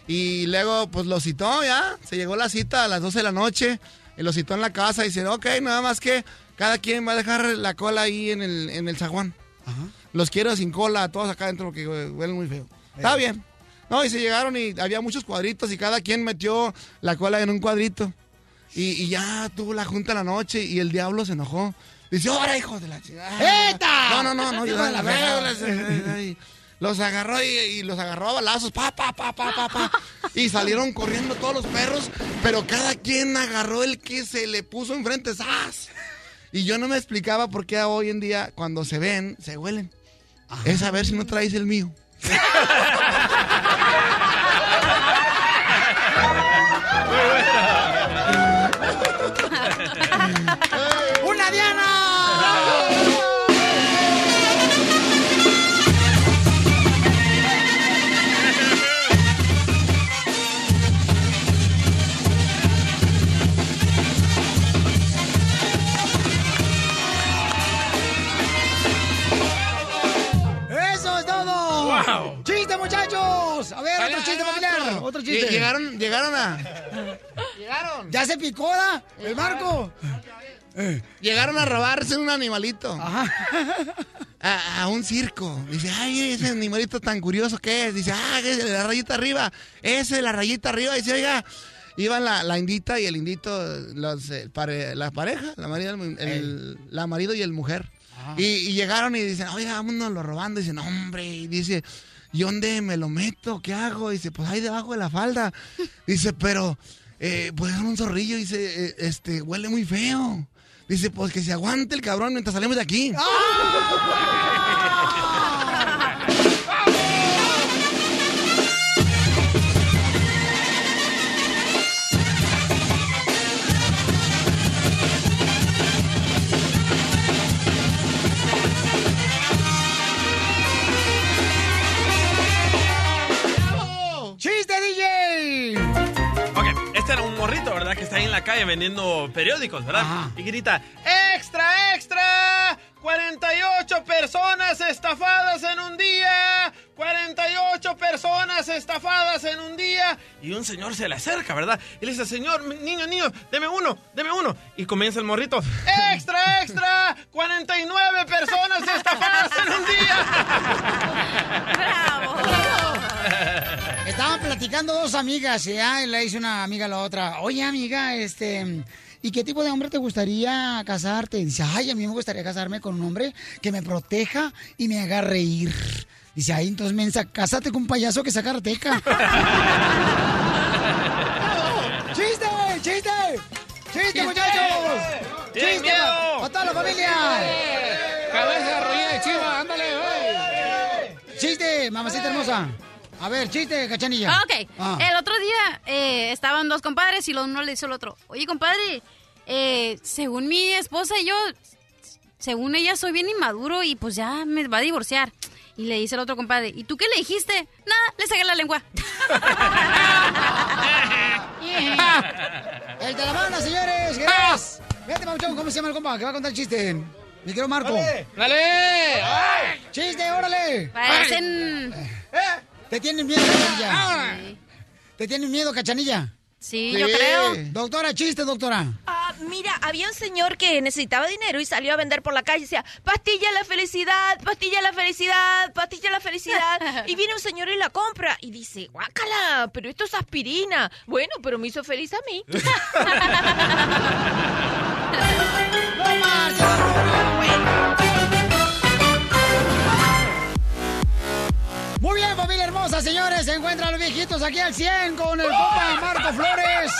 Speaker 20: Y luego, pues lo citó ya. Se llegó la cita a las 12 de la noche. Y lo citó en la casa. Y dicen, ok, nada más que cada quien va a dejar la cola ahí en el, en el zaguán. Los quiero sin cola, a todos acá adentro porque hue- huelen muy feo. Está bien. No, y se llegaron y había muchos cuadritos y cada quien metió la cola en un cuadrito. Y, y ya tuvo la junta en la noche y el diablo se enojó. Dice, ahora hijo de la chingada.
Speaker 1: ¡Eta!
Speaker 20: Ah. No, no, no, no, yo
Speaker 12: Hijo de la
Speaker 20: verga,
Speaker 12: verga.
Speaker 20: ay, ay. Los agarró y, y los agarró a balazos, pa, pa, pa, pa, pa, pa. Y salieron corriendo todos los perros, pero cada quien agarró el que se le puso enfrente, ¡zas! Y yo no me explicaba por qué hoy en día, cuando se ven, se huelen. Es a ver si no traes el mío.
Speaker 1: ¡Una Diana! ¡Eso es todo!
Speaker 12: ¡Guau!
Speaker 1: ¡Chiste, muchachos! A ver,
Speaker 20: Dale,
Speaker 1: otro chiste,
Speaker 20: dale,
Speaker 1: familiar.
Speaker 20: otro.
Speaker 1: Otro chiste.
Speaker 20: Lle- llegaron- llegaron a-
Speaker 1: Llegaron. ¿Ya se picó, da? El marco.
Speaker 20: Llegaron a robarse un animalito. A, a un circo. Dice, ay, ese animalito tan curioso que es. Dice, ah, ese de la rayita arriba. Ese de la rayita arriba. Dice, oiga, iban la, la indita y el indito, los, eh, pare- la pareja, la marido, el- el- la marido y el mujer. Y, y llegaron y dicen, oiga, vámonos lo robando. Dicen, hombre, y dice, ¿y dónde me lo meto? ¿Qué hago? Dice, pues ahí debajo de la falda. Dice, pero, eh, pues era un zorrillo. Dice, eh, este, huele muy feo. Dice, pues que se aguante el cabrón mientras salimos de aquí.
Speaker 1: ¡Ah! ¡Chiste, DJ!
Speaker 7: Ok, este era un morrito, ¿verdad? Que está ahí en la calle vendiendo periódicos, ¿verdad? Y grita, ¡Extra, extra! ¡48 personas estafadas en un día! ¡48 personas estafadas en un día! Y un señor se le acerca, ¿verdad? Y le dice, señor, niño, niño, deme uno, deme uno. Y comienza el morrito, ¡Extra, extra! ¡49 personas estafadas en un día!
Speaker 1: Estaban platicando dos amigas, ¿eh? Ah, y le dice una amiga a la otra, oye amiga, este, ¿y qué tipo de hombre te gustaría casarte? Y dice, ay, a mí me gustaría casarme con un hombre que me proteja y me haga reír. Dice, ay, entonces mensa, cásate con un payaso que sea carteca. ¡Chiste, chiste! ¡Chiste, muchachos!
Speaker 12: ¡Tienen
Speaker 1: ¡Chiste
Speaker 12: miedo!
Speaker 1: pa- pa' toda la familia!
Speaker 12: Cabeza de rodilla de chiva, ándale,
Speaker 1: ¡Chiste, mamacita hermosa! A ver, chiste, cachanilla.
Speaker 2: Ah, ok.
Speaker 1: Ah.
Speaker 2: El otro día eh, estaban dos compadres y lo- uno le dice al otro, oye compadre, eh, según mi esposa y yo, según ella soy bien inmaduro y pues ya me va a divorciar. Y le dice el otro compadre, ¿y tú qué le dijiste? Nada, le saqué la lengua.
Speaker 1: ¡El de la mano, señores! ¡Gracias! Vete, Pauchón, ¿cómo se llama el compa que va a contar el chiste? Mi querido Marco.
Speaker 12: Dale.
Speaker 1: ¡Dale! ¡Chiste, órale!
Speaker 2: Parecen-
Speaker 1: Eh, ¿Te tienen miedo, Cachanilla? ¿Te tienen miedo, Cachanilla?
Speaker 2: Sí, yo creo.
Speaker 1: Doctora, chiste, doctora.
Speaker 4: Ah, mira, había un señor que necesitaba dinero y salió a vender por la calle y decía, pastilla la felicidad, pastilla la felicidad, pastilla la felicidad. Y viene un señor y la compra y dice, guácala, pero esto es aspirina. Bueno, pero me hizo feliz a mí.
Speaker 1: Muy bien, familia hermosa, señores. Se encuentran los viejitos aquí al 100 con el compa Marco Flores.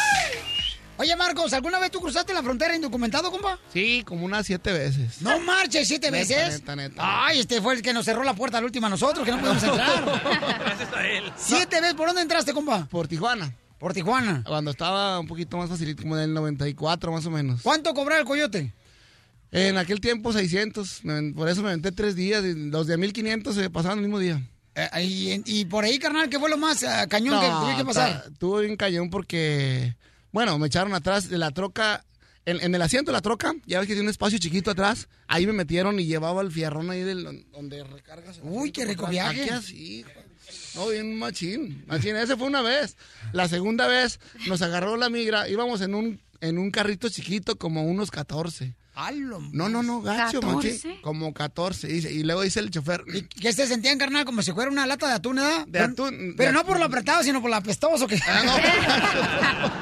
Speaker 1: Oye, Marcos, ¿alguna vez tú cruzaste la frontera indocumentado, compa?
Speaker 20: Sí, como unas siete veces.
Speaker 1: No marches siete
Speaker 20: Neta,
Speaker 1: veces.
Speaker 20: neta, neta.
Speaker 1: Ay, este fue el que nos cerró la puerta la última a nosotros, que no pudimos entrar. Siete veces, ¿por dónde entraste, compa?
Speaker 20: Por Tijuana.
Speaker 1: Por Tijuana.
Speaker 20: Cuando estaba un poquito más facilito, como en el 94 más o menos.
Speaker 1: ¿Cuánto cobraba el coyote?
Speaker 20: En aquel tiempo 600. Me- Por eso me aventé tres días. y Los de 1500 se pasaban el mismo día.
Speaker 1: y, por Eh, ahí, carnal, ¿qué fue lo más eh, cañón que tuviste que pasar?
Speaker 20: Tuve un cañón porque, bueno, me echaron atrás de la troca. En, en el asiento de la troca, ya ves que tiene un espacio chiquito atrás. Ahí me metieron y llevaba el fierrón ahí del, donde recargas. el
Speaker 1: Uy, qué rico
Speaker 20: asiento para
Speaker 1: viaje.
Speaker 20: atrás. Aquí así, hijo. No, bien machín. Machín, ese fue una vez. La segunda vez nos agarró la migra. Íbamos en un, en un carrito chiquito, como unos 14.
Speaker 12: Ah.
Speaker 20: No, no, no, gacho, machín. Como 14. dice, y luego dice el chofer.
Speaker 1: ¿Qué se sentían, carnal? Como si fuera una lata de atún, ¿verdad?
Speaker 20: De atún.
Speaker 1: Pero
Speaker 20: de
Speaker 1: no
Speaker 20: atún. Ah,
Speaker 1: por lo apretado, sino por lo apestoso que...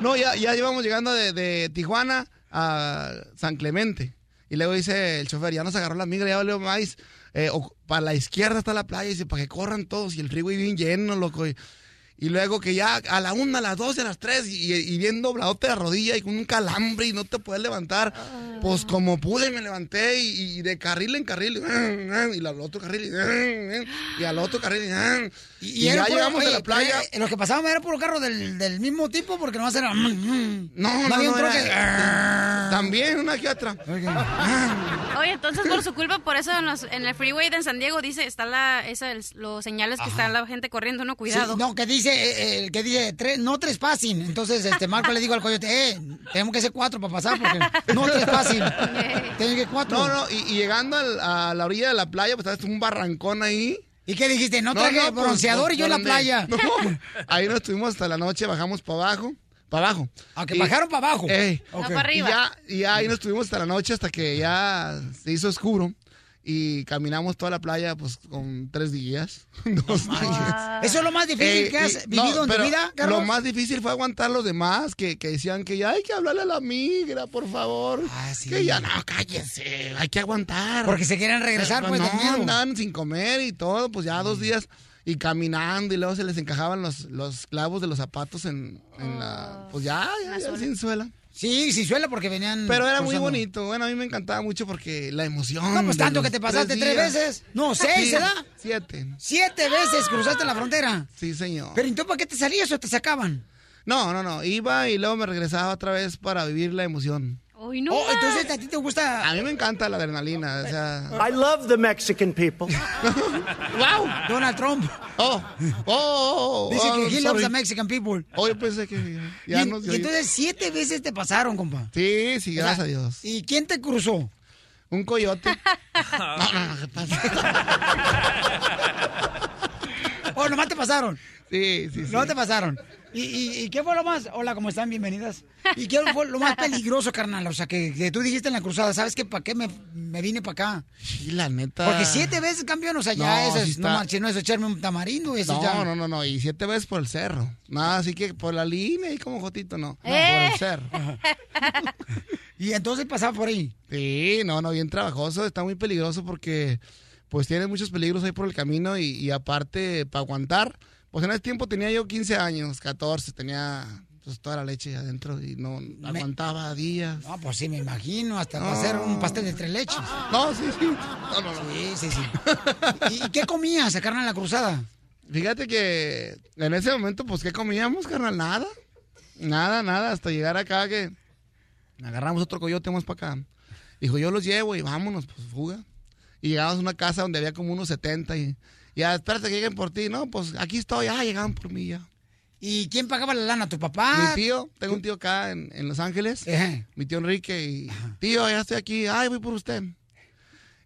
Speaker 20: No, ya, ya íbamos llegando de, de Tijuana a San Clemente. Y luego dice el chofer, ya nos agarró la migra, ya valió más. Eh, o- para la izquierda está la playa, y dice, para que corran todos. Y el freeway bien lleno, loco. Y, y luego que ya a la una, a las dos, y a las tres, y, y bien dobladote la rodilla y con un calambre y no te puedes levantar. Pues como pude, me levanté y, y de carril en carril. Y al otro carril. Y, al otro carril. Y, y
Speaker 1: era
Speaker 20: ya
Speaker 1: puro-
Speaker 20: llegamos a
Speaker 1: oye,
Speaker 20: la playa.
Speaker 1: eh, lo que pasaba era puro carro del, del mismo tipo, porque nomás era... mm, No,
Speaker 20: No, no,
Speaker 1: había
Speaker 20: no,
Speaker 1: un
Speaker 20: era-
Speaker 1: troque. Ah.
Speaker 20: También una que otra. Ah,
Speaker 2: Oye, entonces por su culpa, por eso en, los- en el freeway de San Diego dice, está la, esa, el- los señales que está la gente corriendo, no, cuidado.
Speaker 1: Sí, no, que dice, eh, eh, que dice, tres, no tres pasin. Entonces, este, Marco le digo al coyote, eh, tenemos que ser cuatro para pasar, porque no tres pasin. Tienen que cuatro.
Speaker 20: No, no, y, y llegando al- a la orilla de la playa, pues estaba un barrancón ahí.
Speaker 1: ¿Y qué dijiste? No traje
Speaker 20: pues,
Speaker 1: bronceador
Speaker 20: pues,
Speaker 1: y yo en
Speaker 20: ¿por
Speaker 1: la
Speaker 20: dónde?
Speaker 1: playa.
Speaker 20: No, pues, ahí nos estuvimos hasta la noche, bajamos para abajo. Para abajo.
Speaker 1: Aunque Ah, bajaron para abajo.
Speaker 20: Ey,
Speaker 1: No, para arriba.
Speaker 20: Y ya, y ya ahí nos estuvimos hasta la noche, hasta que ya se hizo oscuro. Y caminamos toda la playa, pues, con tres días. Dos días.
Speaker 1: ¿Eso es lo más difícil que has vivido en tu
Speaker 20: eh, pero
Speaker 1: vida, Carlos?
Speaker 20: Lo más difícil fue aguantar los demás, que, que decían que ya hay que hablarle a la migra, por favor.
Speaker 1: Ah,
Speaker 20: Que ya no, cállense, hay que aguantar.
Speaker 1: Porque se quieren regresar,
Speaker 20: Pero,
Speaker 1: pues, de Mm.
Speaker 20: no,
Speaker 1: miedo.
Speaker 20: andaban sin comer y todo, pues ya dos días y caminando y luego se les encajaban los, los clavos de los zapatos en, en Oh, la... Pues ya, ya, ya, sin suela.
Speaker 1: Sí, sí suela porque venían.
Speaker 20: Pero era muy
Speaker 1: cruzando.
Speaker 20: bonito. Bueno, a mí me encantaba mucho porque la emoción.
Speaker 1: No, pues
Speaker 20: de
Speaker 1: tanto
Speaker 20: los
Speaker 1: que te pasaste tres,
Speaker 20: días.
Speaker 1: veces. No, seis,
Speaker 20: Sí,
Speaker 1: ¿verdad?
Speaker 20: Siete.
Speaker 1: Siete veces cruzaste la frontera.
Speaker 20: Sí, señor.
Speaker 1: Pero entonces, ¿para qué te salías o te sacaban?
Speaker 20: No, no, no. Iba y luego me regresaba otra vez para vivir la emoción.
Speaker 2: Uy, no.
Speaker 1: Oh, entonces a ti te gusta.
Speaker 20: A mí me encanta la adrenalina. O sea.
Speaker 8: I love the Mexican people.
Speaker 1: ¡Wow! Donald Trump.
Speaker 20: Oh, oh, oh.
Speaker 1: Dice
Speaker 20: oh,
Speaker 1: que he
Speaker 20: sorry.
Speaker 1: loves the Mexican people.
Speaker 20: Hoy pensé que ya
Speaker 1: y,
Speaker 20: nos-
Speaker 1: y entonces siete veces te pasaron, compa.
Speaker 20: Sí, sí, gracias a Dios.
Speaker 1: ¿Y quién te cruzó?
Speaker 20: Un coyote.
Speaker 1: no, no, no, ¿qué pasa? ¿O Oh, nomás te pasaron?
Speaker 20: Sí, sí,
Speaker 1: No te pasaron. ¿Y, y, y qué fue lo más? Hola, ¿cómo están? Bienvenidas. ¿Y qué fue lo más peligroso, carnal? O sea, que, que tú dijiste en la cruzada, ¿sabes qué? ¿Para qué me, me vine para acá?
Speaker 20: Sí, la neta.
Speaker 1: Porque siete veces campeón, o sea, ya
Speaker 20: No,
Speaker 1: eso
Speaker 20: sí
Speaker 1: es, no
Speaker 20: está-
Speaker 1: marches, no es echarme un tamarindo, eso
Speaker 20: no,
Speaker 1: ya.
Speaker 20: no, no, no. Y siete veces por el cerro. Nada, así que por la línea y como Jotito, no. No,
Speaker 1: Eh.
Speaker 20: Por el cerro.
Speaker 1: y entonces pasaba por ahí.
Speaker 20: Sí, no, no, bien trabajoso. Está muy peligroso porque, pues, tiene muchos peligros ahí por el camino y, y aparte, para aguantar. Pues en ese tiempo tenía yo 15 años, 14, tenía pues, toda la leche adentro y no aguantaba días.
Speaker 1: No, pues sí, me imagino, hasta para hacer un pastel de tres leches. No, sí, sí. Sí, sí, sí. ¿Y, y qué comías, carnal, en la cruzada?
Speaker 20: Fíjate que en ese momento, pues, ¿qué comíamos, carnal? Nada. Nada, nada. Hasta llegar acá que agarramos otro coyote más para acá. Dijo, yo los llevo y vámonos, pues, fuga. Y llegamos a una casa donde había como unos 70 y... Ya, espérate que lleguen por ti. No, pues, aquí estoy. Ah, llegaban por mí ya.
Speaker 1: ¿Y quién pagaba la lana? ¿Tu papá?
Speaker 20: Mi tío, tengo un tío acá en, en Los Ángeles.
Speaker 1: Ejé.
Speaker 20: Mi tío Enrique. Y, tío, ya estoy aquí. Ay, voy por usted.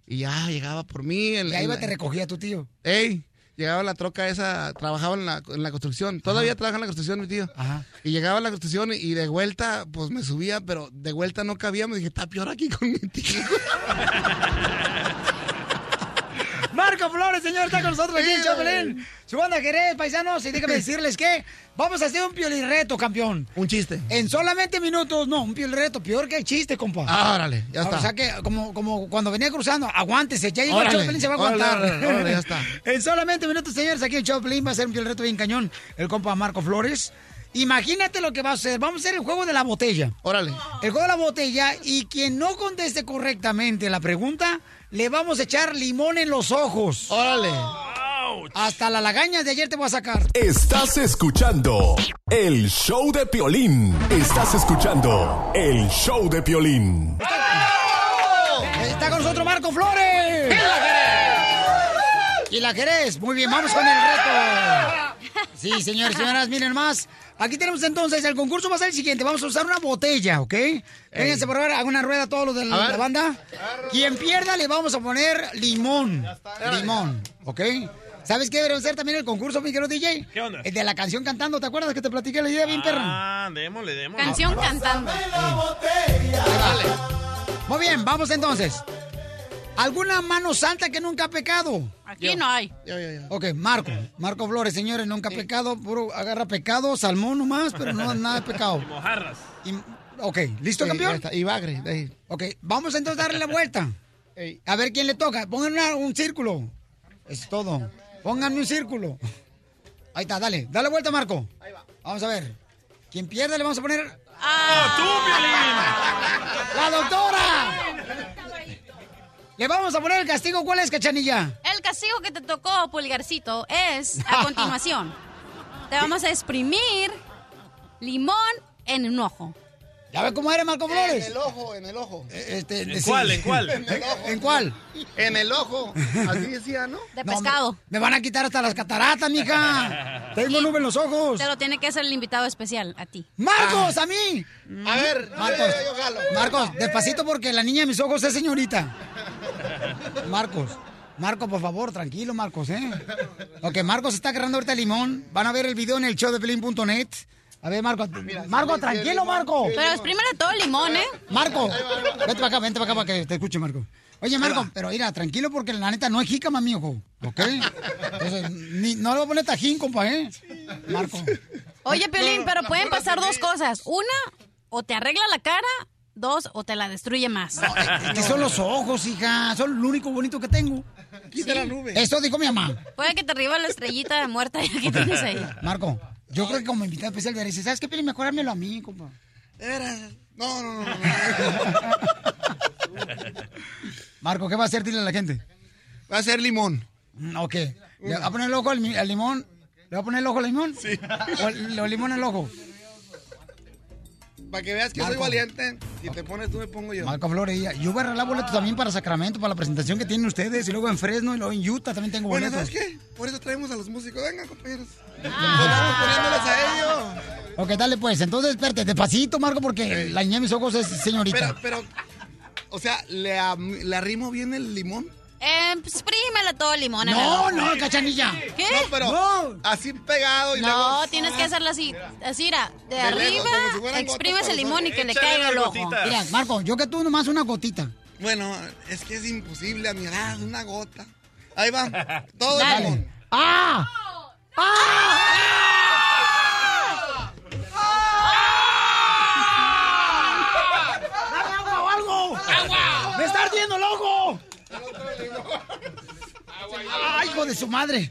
Speaker 20: Y ya llegaba por mí. en-
Speaker 1: Y ahí
Speaker 20: en
Speaker 1: va,
Speaker 20: la-
Speaker 1: te recogía tu tío.
Speaker 20: Ey, llegaba la troca esa, trabajaba en la, en la construcción. Todavía trabaja en la construcción, mi tío. Y llegaba a la construcción y, y de vuelta, pues me subía, pero de vuelta no cabía. Me dije, está peor aquí con mi tío.
Speaker 1: Marco Flores, señor, está con nosotros aquí en
Speaker 20: Sí,
Speaker 1: Chapelín. Su banda Jerez, paisanos, y déjame decirles que vamos a hacer un piolirreto, campeón.
Speaker 20: Un chiste.
Speaker 1: En solamente minutos, no, un piolirreto, peor que el chiste, compa.
Speaker 20: Ah, órale, ya está.
Speaker 1: O sea que, como, como cuando venía cruzando, aguántese, ya llegó el
Speaker 20: Órale,
Speaker 1: Chapelín, se va a
Speaker 20: órale,
Speaker 1: aguantar.
Speaker 20: órale, órale, ya está.
Speaker 1: En solamente minutos, señores, aquí en Chapelín va a ser un piolirreto bien cañón, el compa Marco Flores. Imagínate lo que va a hacer. Vamos a hacer el juego de la botella.
Speaker 20: Órale.
Speaker 1: El juego de la botella y quien no conteste correctamente la pregunta, le vamos a echar limón en los ojos.
Speaker 20: Órale.
Speaker 1: Hasta las lagañas de ayer te voy a sacar.
Speaker 9: Estás escuchando el show de Piolín. Estás escuchando el show de Piolín.
Speaker 1: Está con nosotros Marco Flores. ¡Y la querés! Muy bien, vamos con el reto. Sí, señores y señoras, miren más. Aquí tenemos entonces el concurso va a ser el siguiente. Vamos a usar una botella, ¿ok? Vénganse por favor, hagan una rueda todos los de
Speaker 12: A
Speaker 1: la,
Speaker 12: ver.
Speaker 1: la banda. Quien pierda le vamos a poner limón. Limón, ¿ok? ¿Sabes qué debería ser también el concurso, mi querido DJ?
Speaker 7: ¿Qué onda?
Speaker 1: El de la canción cantando, ¿te acuerdas que te platiqué la idea bien perra?
Speaker 7: Ah, démosle, démosle.
Speaker 2: Canción cantando.
Speaker 1: Muy bien, vamos entonces. ¿Alguna mano santa que nunca ha pecado?
Speaker 2: Aquí no hay.
Speaker 1: Ok, Marco. Marco Flores, señores, nunca ha pecado. Puro agarra pecado, salmón nomás, pero no nada de pecado.
Speaker 7: Y mojarras.
Speaker 1: Y- ok, ¿listo,
Speaker 20: Sí, ya
Speaker 1: campeón?
Speaker 20: está. Y bagre. ahí.
Speaker 1: Ok, vamos entonces a darle la vuelta. A ver quién le toca. Pongan una- un círculo. Es todo. Pónganme un círculo. Ahí está, dale. Dale vuelta, Marco. Ahí va. Vamos a ver. Quien pierda le vamos a poner. ¡La doctora! Le vamos a poner el castigo. ¿Cuál es, cachanilla?
Speaker 2: El castigo que te tocó, pulgarcito, es a continuación. Te vamos a exprimir limón en un ojo.
Speaker 1: ¿Ya ve cómo eres, Marco Flores?
Speaker 20: En el ojo, en el ojo.
Speaker 1: Este,
Speaker 20: ¿En
Speaker 1: este,
Speaker 20: cuál,
Speaker 1: sí.
Speaker 20: en cuál?
Speaker 1: ¿En, en cuál?
Speaker 20: En el ojo. Así decía, ¿no?
Speaker 2: De
Speaker 1: No,
Speaker 2: pescado.
Speaker 1: Me, me van a quitar hasta las cataratas, mija. Tengo nube en los ojos.
Speaker 2: Te lo tiene que hacer el invitado especial, a ti.
Speaker 1: ¡Marcos, a mí!
Speaker 20: Ah. A ver,
Speaker 1: Marcos,
Speaker 20: yo, yo, yo, jalo.
Speaker 1: Marcos, despacito porque la niña de mis ojos es señorita. Marcos, Marcos, por favor, tranquilo, Marcos, ¿eh? Ok, Marcos está agarrando ahorita el limón. Van a ver el video en el show de pelín.net. A ver, Marcos.
Speaker 20: Ah,
Speaker 1: Marco, tranquilo, Marco.
Speaker 2: Pero exprímele todo el limón, ¿eh?
Speaker 1: Marco, vente para acá, vente para acá para que te escuche, Marco. Oye, Marco, pero mira, tranquilo porque la neta no es jícama, mi ojo. ¿Ok? Entonces, ni- no le voy a poner tajín, compa, ¿eh? Marco.
Speaker 2: Oye, Piolín,
Speaker 1: No,
Speaker 2: pero
Speaker 1: la
Speaker 2: pueden
Speaker 1: pura
Speaker 2: pasar dos cosas. Una, o te arregla la cara. Dos, o te la destruye más.
Speaker 1: Es que son los ojos, hija. Son lo único bonito que tengo.
Speaker 2: Quita la nube.
Speaker 1: Eso dijo mi mamá.
Speaker 2: Puede que te arriba la estrellita de muerta que tienes ahí.
Speaker 1: Marco, yo creo que como invitado especial debería decir, ¿sabes qué? Pili, mejorármelo a mí, compa.
Speaker 20: No, no, no.
Speaker 1: Marco, ¿qué va a hacer? Dile a la gente. Mm,
Speaker 20: Va a ser limón.
Speaker 1: Ok. ¿Le va a poner el ojo al, mi- al limón? ¿Le va a poner el ojo al limón? Sí. ¿O el, o el limón al ojo?
Speaker 20: Para que veas que soy
Speaker 1: Marco.
Speaker 20: valiente. Si te pones tú, me pongo yo.
Speaker 1: Marco Flores. ya. Yo voy a arreglar boletos también para Sacramento, para la presentación que tienen ustedes. Y luego en Fresno y luego en Utah también tengo
Speaker 20: Bueno,
Speaker 1: boletos.
Speaker 20: ¿sabes qué? Por eso traemos a los músicos. Venga, compañeros. Nos vamos poniéndoles a ellos.
Speaker 1: Ok, dale pues. Entonces, espérate, despacito, Marco, porque la niña de mis ojos es señorita.
Speaker 20: Pero, pero, o sea, ¿le, am- le arrimo bien el limón?
Speaker 2: Eh, pues prímelo todo limón.
Speaker 20: No, no,
Speaker 1: cachanilla.
Speaker 2: ¿Qué?
Speaker 20: No, pero así pegado y
Speaker 2: No,
Speaker 20: luego-
Speaker 2: tienes que hacerlo así, así, mira, de,
Speaker 1: De lejos,
Speaker 2: arriba,
Speaker 1: como si fueran
Speaker 2: exprimes
Speaker 1: gotas
Speaker 2: el limón y que le
Speaker 20: Échale
Speaker 2: caiga el
Speaker 20: unas
Speaker 2: ojo.
Speaker 20: gotitas.
Speaker 2: Mira,
Speaker 1: Mira, Marco, yo que tú nomás una gotita.
Speaker 20: Bueno, es que es imposible a mi edad, una gota. Ahí va, todo el
Speaker 1: Dale.
Speaker 20: limón.
Speaker 1: ¡Ah! ¡Dame agua o algo! ¡Agua! ¡Me está ardiendo el ojo! ¡Ay, hijo de su madre!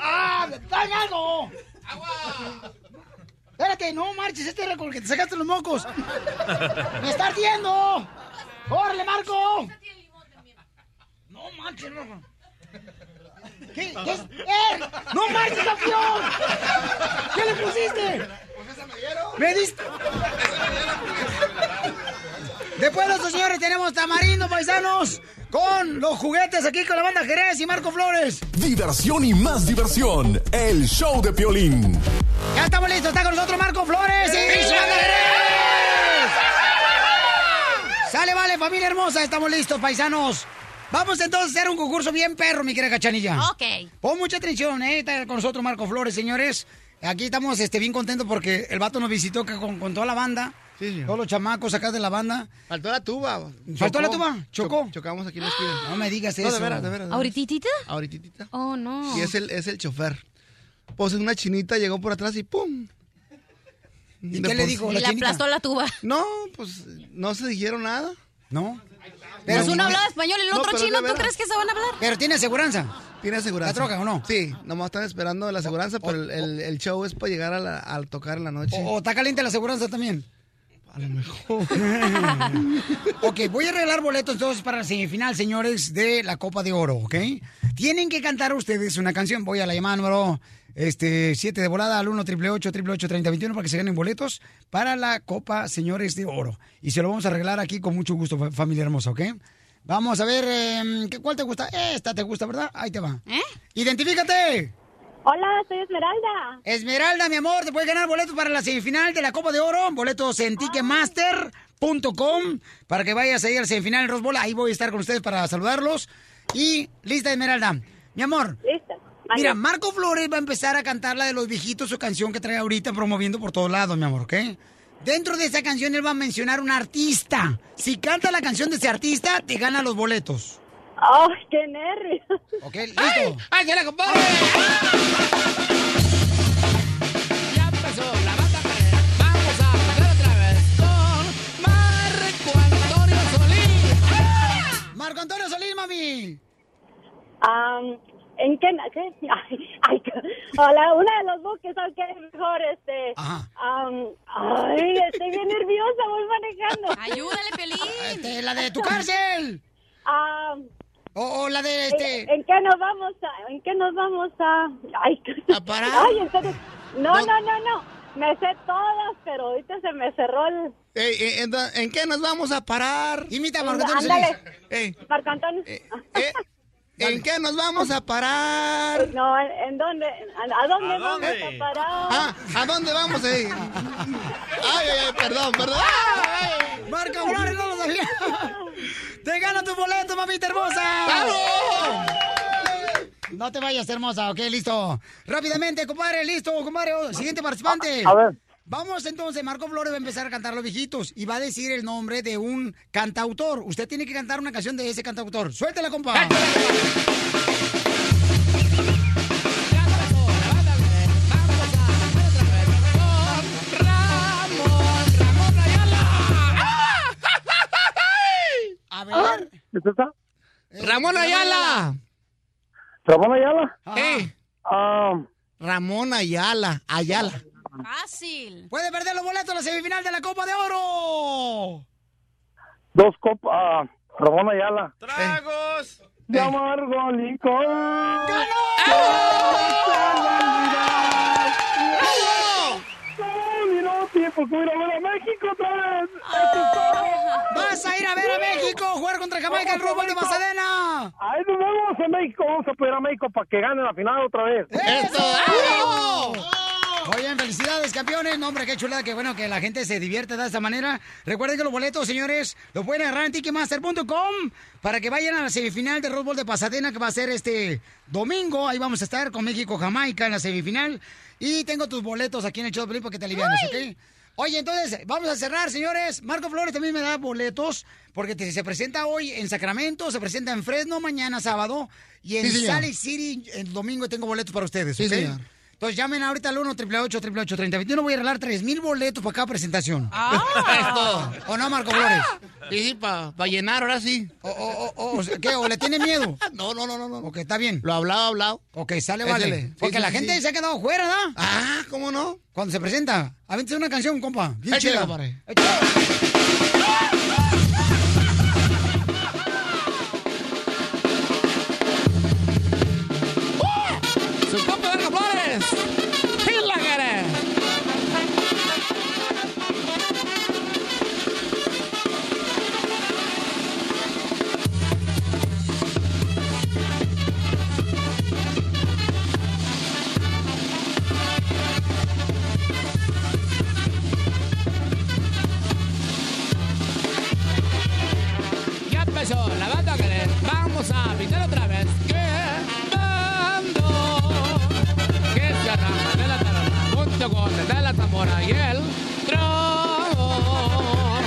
Speaker 1: ¡Ah! ¡Dame algo! ¡Agua! Espérate, no marches este récord que te sacaste los mocos. ¡Me está ardiendo! ¡Órale, Marco! No manches, loco. ¿Qué? ¿Qué es? ¡Eh! ¡No manches, campeón! ¿Qué le pusiste? ¿Me diste? Después de estos señores tenemos tamarindo, paisanos, con los juguetes aquí con la banda Jerez y Marco Flores.
Speaker 9: Diversión y más diversión. El show de Piolín.
Speaker 1: Ya estamos listos, está con nosotros Marco Flores y su banda Jerez. Sale, vale, familia hermosa, estamos listos, paisanos. Vamos entonces a hacer un concurso bien perro, mi querida Cachanilla.
Speaker 2: Ok.
Speaker 1: Pon mucha atención, ¿eh? Está con nosotros Marco Flores, señores. Aquí estamos este, bien contentos porque el vato nos visitó ca- con, con toda la banda. Todos los chamacos acá de la banda.
Speaker 20: Faltó la tuba.
Speaker 1: ¿Faltó
Speaker 20: Chocó.
Speaker 1: la tuba? ¿Chocó?
Speaker 20: Cho- Chocamos aquí en la esquina.
Speaker 1: No me digas
Speaker 20: No,
Speaker 1: eso.
Speaker 20: de veras, de veras. de veras.
Speaker 2: ¿Ahorititita?
Speaker 20: Ahorititita.
Speaker 2: Oh, no.
Speaker 20: Y es el, es el chofer. Pues una chinita llegó por atrás y ¡pum!
Speaker 2: ¿Y qué le dijo la Y le chinita? aplastó la tuba.
Speaker 20: No, pues no se dijeron nada.
Speaker 1: No.
Speaker 2: Pero Pues uno hablaba español, el otro chino, ¿tú crees que se van a hablar?
Speaker 1: Pero tiene aseguranza.
Speaker 20: Tiene aseguranza.
Speaker 1: ¿La troca o no?
Speaker 20: Sí, nomás están esperando la aseguranza, pero el, el- el show es para llegar a la- al tocar en la noche.
Speaker 1: ¿O está caliente la aseguranza también? ok, voy a regalar boletos entonces para la semifinal, señores, de la Copa de Oro, ¿ok? Tienen que cantar ustedes una canción. Voy a la llamada número este, 7 de volada al 1 888 3021 para que se ganen boletos para la Copa Señores de Oro. Y se lo vamos a arreglar aquí con mucho gusto, fa- familia hermosa, ¿ok? Vamos a ver, em, ¿qué- ¿cuál te gusta? Esta te gusta, ¿verdad? Ahí te va. ¡Identifícate!
Speaker 15: Hola, soy Esmeralda.
Speaker 1: Esmeralda, mi amor, te puedes ganar boletos para la semifinal de la Copa de Oro, boletos en ticketmaster.com para que vayas ahí a la semifinal en Rosbola. Ahí voy a estar con ustedes para saludarlos. Y lista, Esmeralda. Mi amor.
Speaker 15: Lista.
Speaker 1: Mira, Marco Flores va a empezar a cantar la de los viejitos, su canción que trae ahorita promoviendo por todos lados, mi amor, ¿ok? Dentro de esa canción él va a mencionar un artista. Si canta la canción de ese artista, te gana los boletos.
Speaker 15: ¡Ay, qué nervios!
Speaker 1: Ok, listo. ¡Ay, ya la compadre!
Speaker 12: Ya empezó la banda Carrera. Vamos a bailar otra vez con Marco Antonio Solís.
Speaker 1: Marco Antonio Solís, mami.
Speaker 15: Am, ¿En qué? na- qué? Ay, ay, qué- hola, una de los buques, aunque es mejor, este... am, ay, estoy bien nerviosa, voy manejando.
Speaker 2: Ayúdale, Pelín.
Speaker 1: Este, la de tu cárcel. o, o la de este...
Speaker 15: ¿En, en qué nos vamos a...? ¿En qué nos vamos a...? Ay, ¿A parar? Ay, en serio. No, no, no, no. Me sé todas, pero ahorita se me cerró el...
Speaker 20: Ey, eh, ¿en, da- en qué nos vamos a parar?
Speaker 1: Imita
Speaker 20: a
Speaker 15: Marco Antonio Ándale. Solís. Marco
Speaker 20: eh, ¿En qué nos vamos a parar?
Speaker 15: No, ¿en, en dónde? ¿A, a dónde
Speaker 20: ¿A dónde?
Speaker 15: vamos a parar?
Speaker 20: Ah, ¿a dónde vamos a ir? Ay, ay, ay, perdón, perdón.
Speaker 1: Marco Flores no lo sabía. Te gana tu boleto, mamita hermosa.
Speaker 12: ¡Vamos!
Speaker 1: No te vayas, hermosa. Ok, listo. Rápidamente, compadre, listo, compadre. Oh, Siguiente participante.
Speaker 12: A ver.
Speaker 1: Vamos entonces, Marco Flores va a empezar a cantar Los Viejitos y va a decir el nombre de un cantautor. Usted tiene que cantar una canción de ese cantautor. Suéltela, compadre. A ver. Eh,
Speaker 17: ¿Es esta?
Speaker 20: Ramón Ayala.
Speaker 17: ¿Ramón Ayala?
Speaker 20: Ramón Ayala, Ayala.
Speaker 2: Fácil.
Speaker 1: Puede perder los boletos a la semifinal de la Copa de Oro.
Speaker 17: Dos copas. ah, Ramón Ayala.
Speaker 7: ¡Tragos!
Speaker 17: De amargo licor. ¡No, ni no, tiempo! que voy a ir a ver a México otra vez! Esto es todo.
Speaker 1: Vas a ir a ver a México, jugar contra Jamaica el Rumble de Mazadena.
Speaker 17: ¡Ay, nos vamos a México! Vamos a apoyar a México para que gane la final otra vez.
Speaker 1: ¡Eso! Oigan, felicidades, campeones. No, hombre, qué chulada, qué bueno que la gente se divierte de esta manera. Recuerden que los boletos, señores, los pueden agarrar en Ticketmaster.com para que vayan a la semifinal de Rose Bowl de Pasadena, que va a ser este domingo. Ahí vamos a estar con México-Jamaica en la semifinal. Y tengo tus boletos aquí en el show de Pelín para que te alivianes, ¿ok? Oye, entonces, vamos a cerrar, señores. Marco Flores también me da boletos, porque te- se presenta hoy en Sacramento, se presenta en Fresno mañana sábado, y en
Speaker 20: Sí, señor.
Speaker 1: Salt Lake City el domingo tengo boletos para ustedes,
Speaker 20: Sí,
Speaker 1: ¿ok?
Speaker 20: señor.
Speaker 1: Entonces llamen ahorita al 1 888 888 3021 Voy a regalar 3000 boletos para cada presentación. Ah. Esto. ¿O no, Marco Flores? Sí, sí, para llenar, ahora sí. O, o, o, o sea, ¿Qué? ¿O le tiene miedo? No, no, no, no. no. Ok, está bien. Lo hablado, hablado. Ok, sale,
Speaker 20: Échale.
Speaker 1: vale.
Speaker 20: Sí,
Speaker 1: Porque
Speaker 20: sí,
Speaker 1: la
Speaker 20: sí,
Speaker 1: gente
Speaker 20: sí.
Speaker 1: se ha quedado fuera, ¿no? Ah, ¿cómo no? Cuando se presenta. Avente una canción, compa. Bien
Speaker 20: Échale,
Speaker 1: chida.
Speaker 20: compadre.
Speaker 12: ¡Su compa Marco Flores! ¡Y la cara! Ya empezó la banda que le vamos a pintar otra vez. Quedando que se arranca de la tarana junto con el de la tambora y el trombón.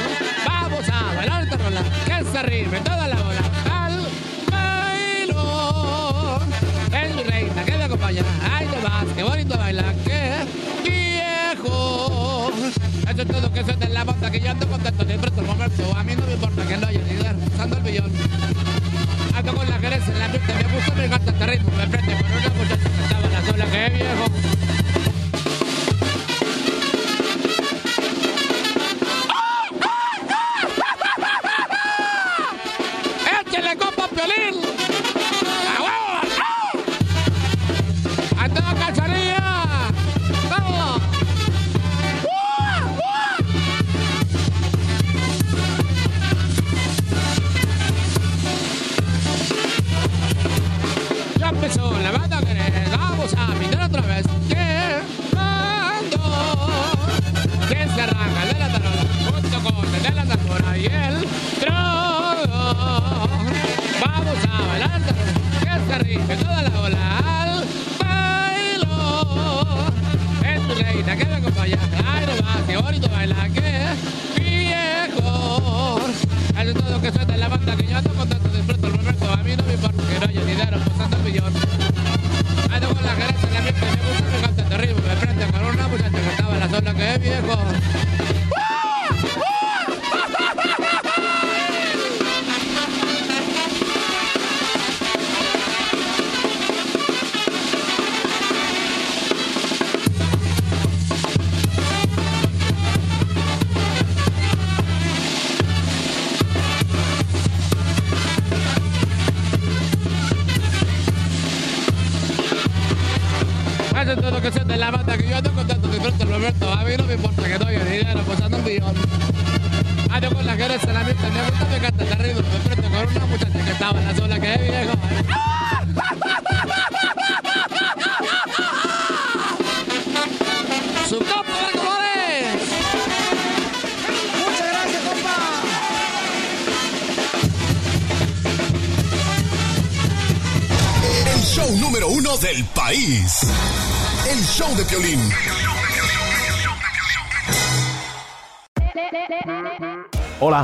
Speaker 12: Vamos a bailar esta rola que se rime toda la bola al bailo. Es mi reina que me acompaña. Ay, te vas, qué bonito baila, qué viejo. Eso es todo que suena en la banda que yo ando contento de pronto el momento. A mí no me importa que lo haya ni dar, usando el billón. Ando con la jerez en la pista, me gusta, me encanta este ritmo, me prende por una muchacha que estaba la sola, que viejo. ¡Échale copa, Piolín! ¡A huevo! ¡Ah! ¡A toda cacharilla! ¡Vamos! ¡Uh! ¡Uh! Ya empezó la banda que le vamos a pintar otra vez. Quemando. Que se arranca de la tarola junto con el de la tambora y el trono. Vamos a bailar que se rige toda la ola al bailo. Es tu reina que me acompaña. Ay, no más, qué bonito baila, qué viejo. Eso es todo que suelta la banda que yo ando contento, disfruto el momento. A mí no me importa que no haya dinero, pasando el millón. Ando con la gerente, la mierda, me gusta, me encanta este ritmo. Me prende con una muchacha que estaba en la zona que es viejo. Eso es todo que suelta la banda que yo ando contento, disfruto el momento. A mí no me importa que no haya dinero, pasando el millón. Ando con la gerente, la mierda, me gusta, me encanta este ritmo. Me prende con una muchacha que estaba en la zona que es viejo. ¿eh? ¡Su copa, Marco Flores!
Speaker 1: Muchas gracias, compa.
Speaker 9: El show número uno del país. El show de Piolín.
Speaker 21: Hola,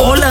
Speaker 22: Hola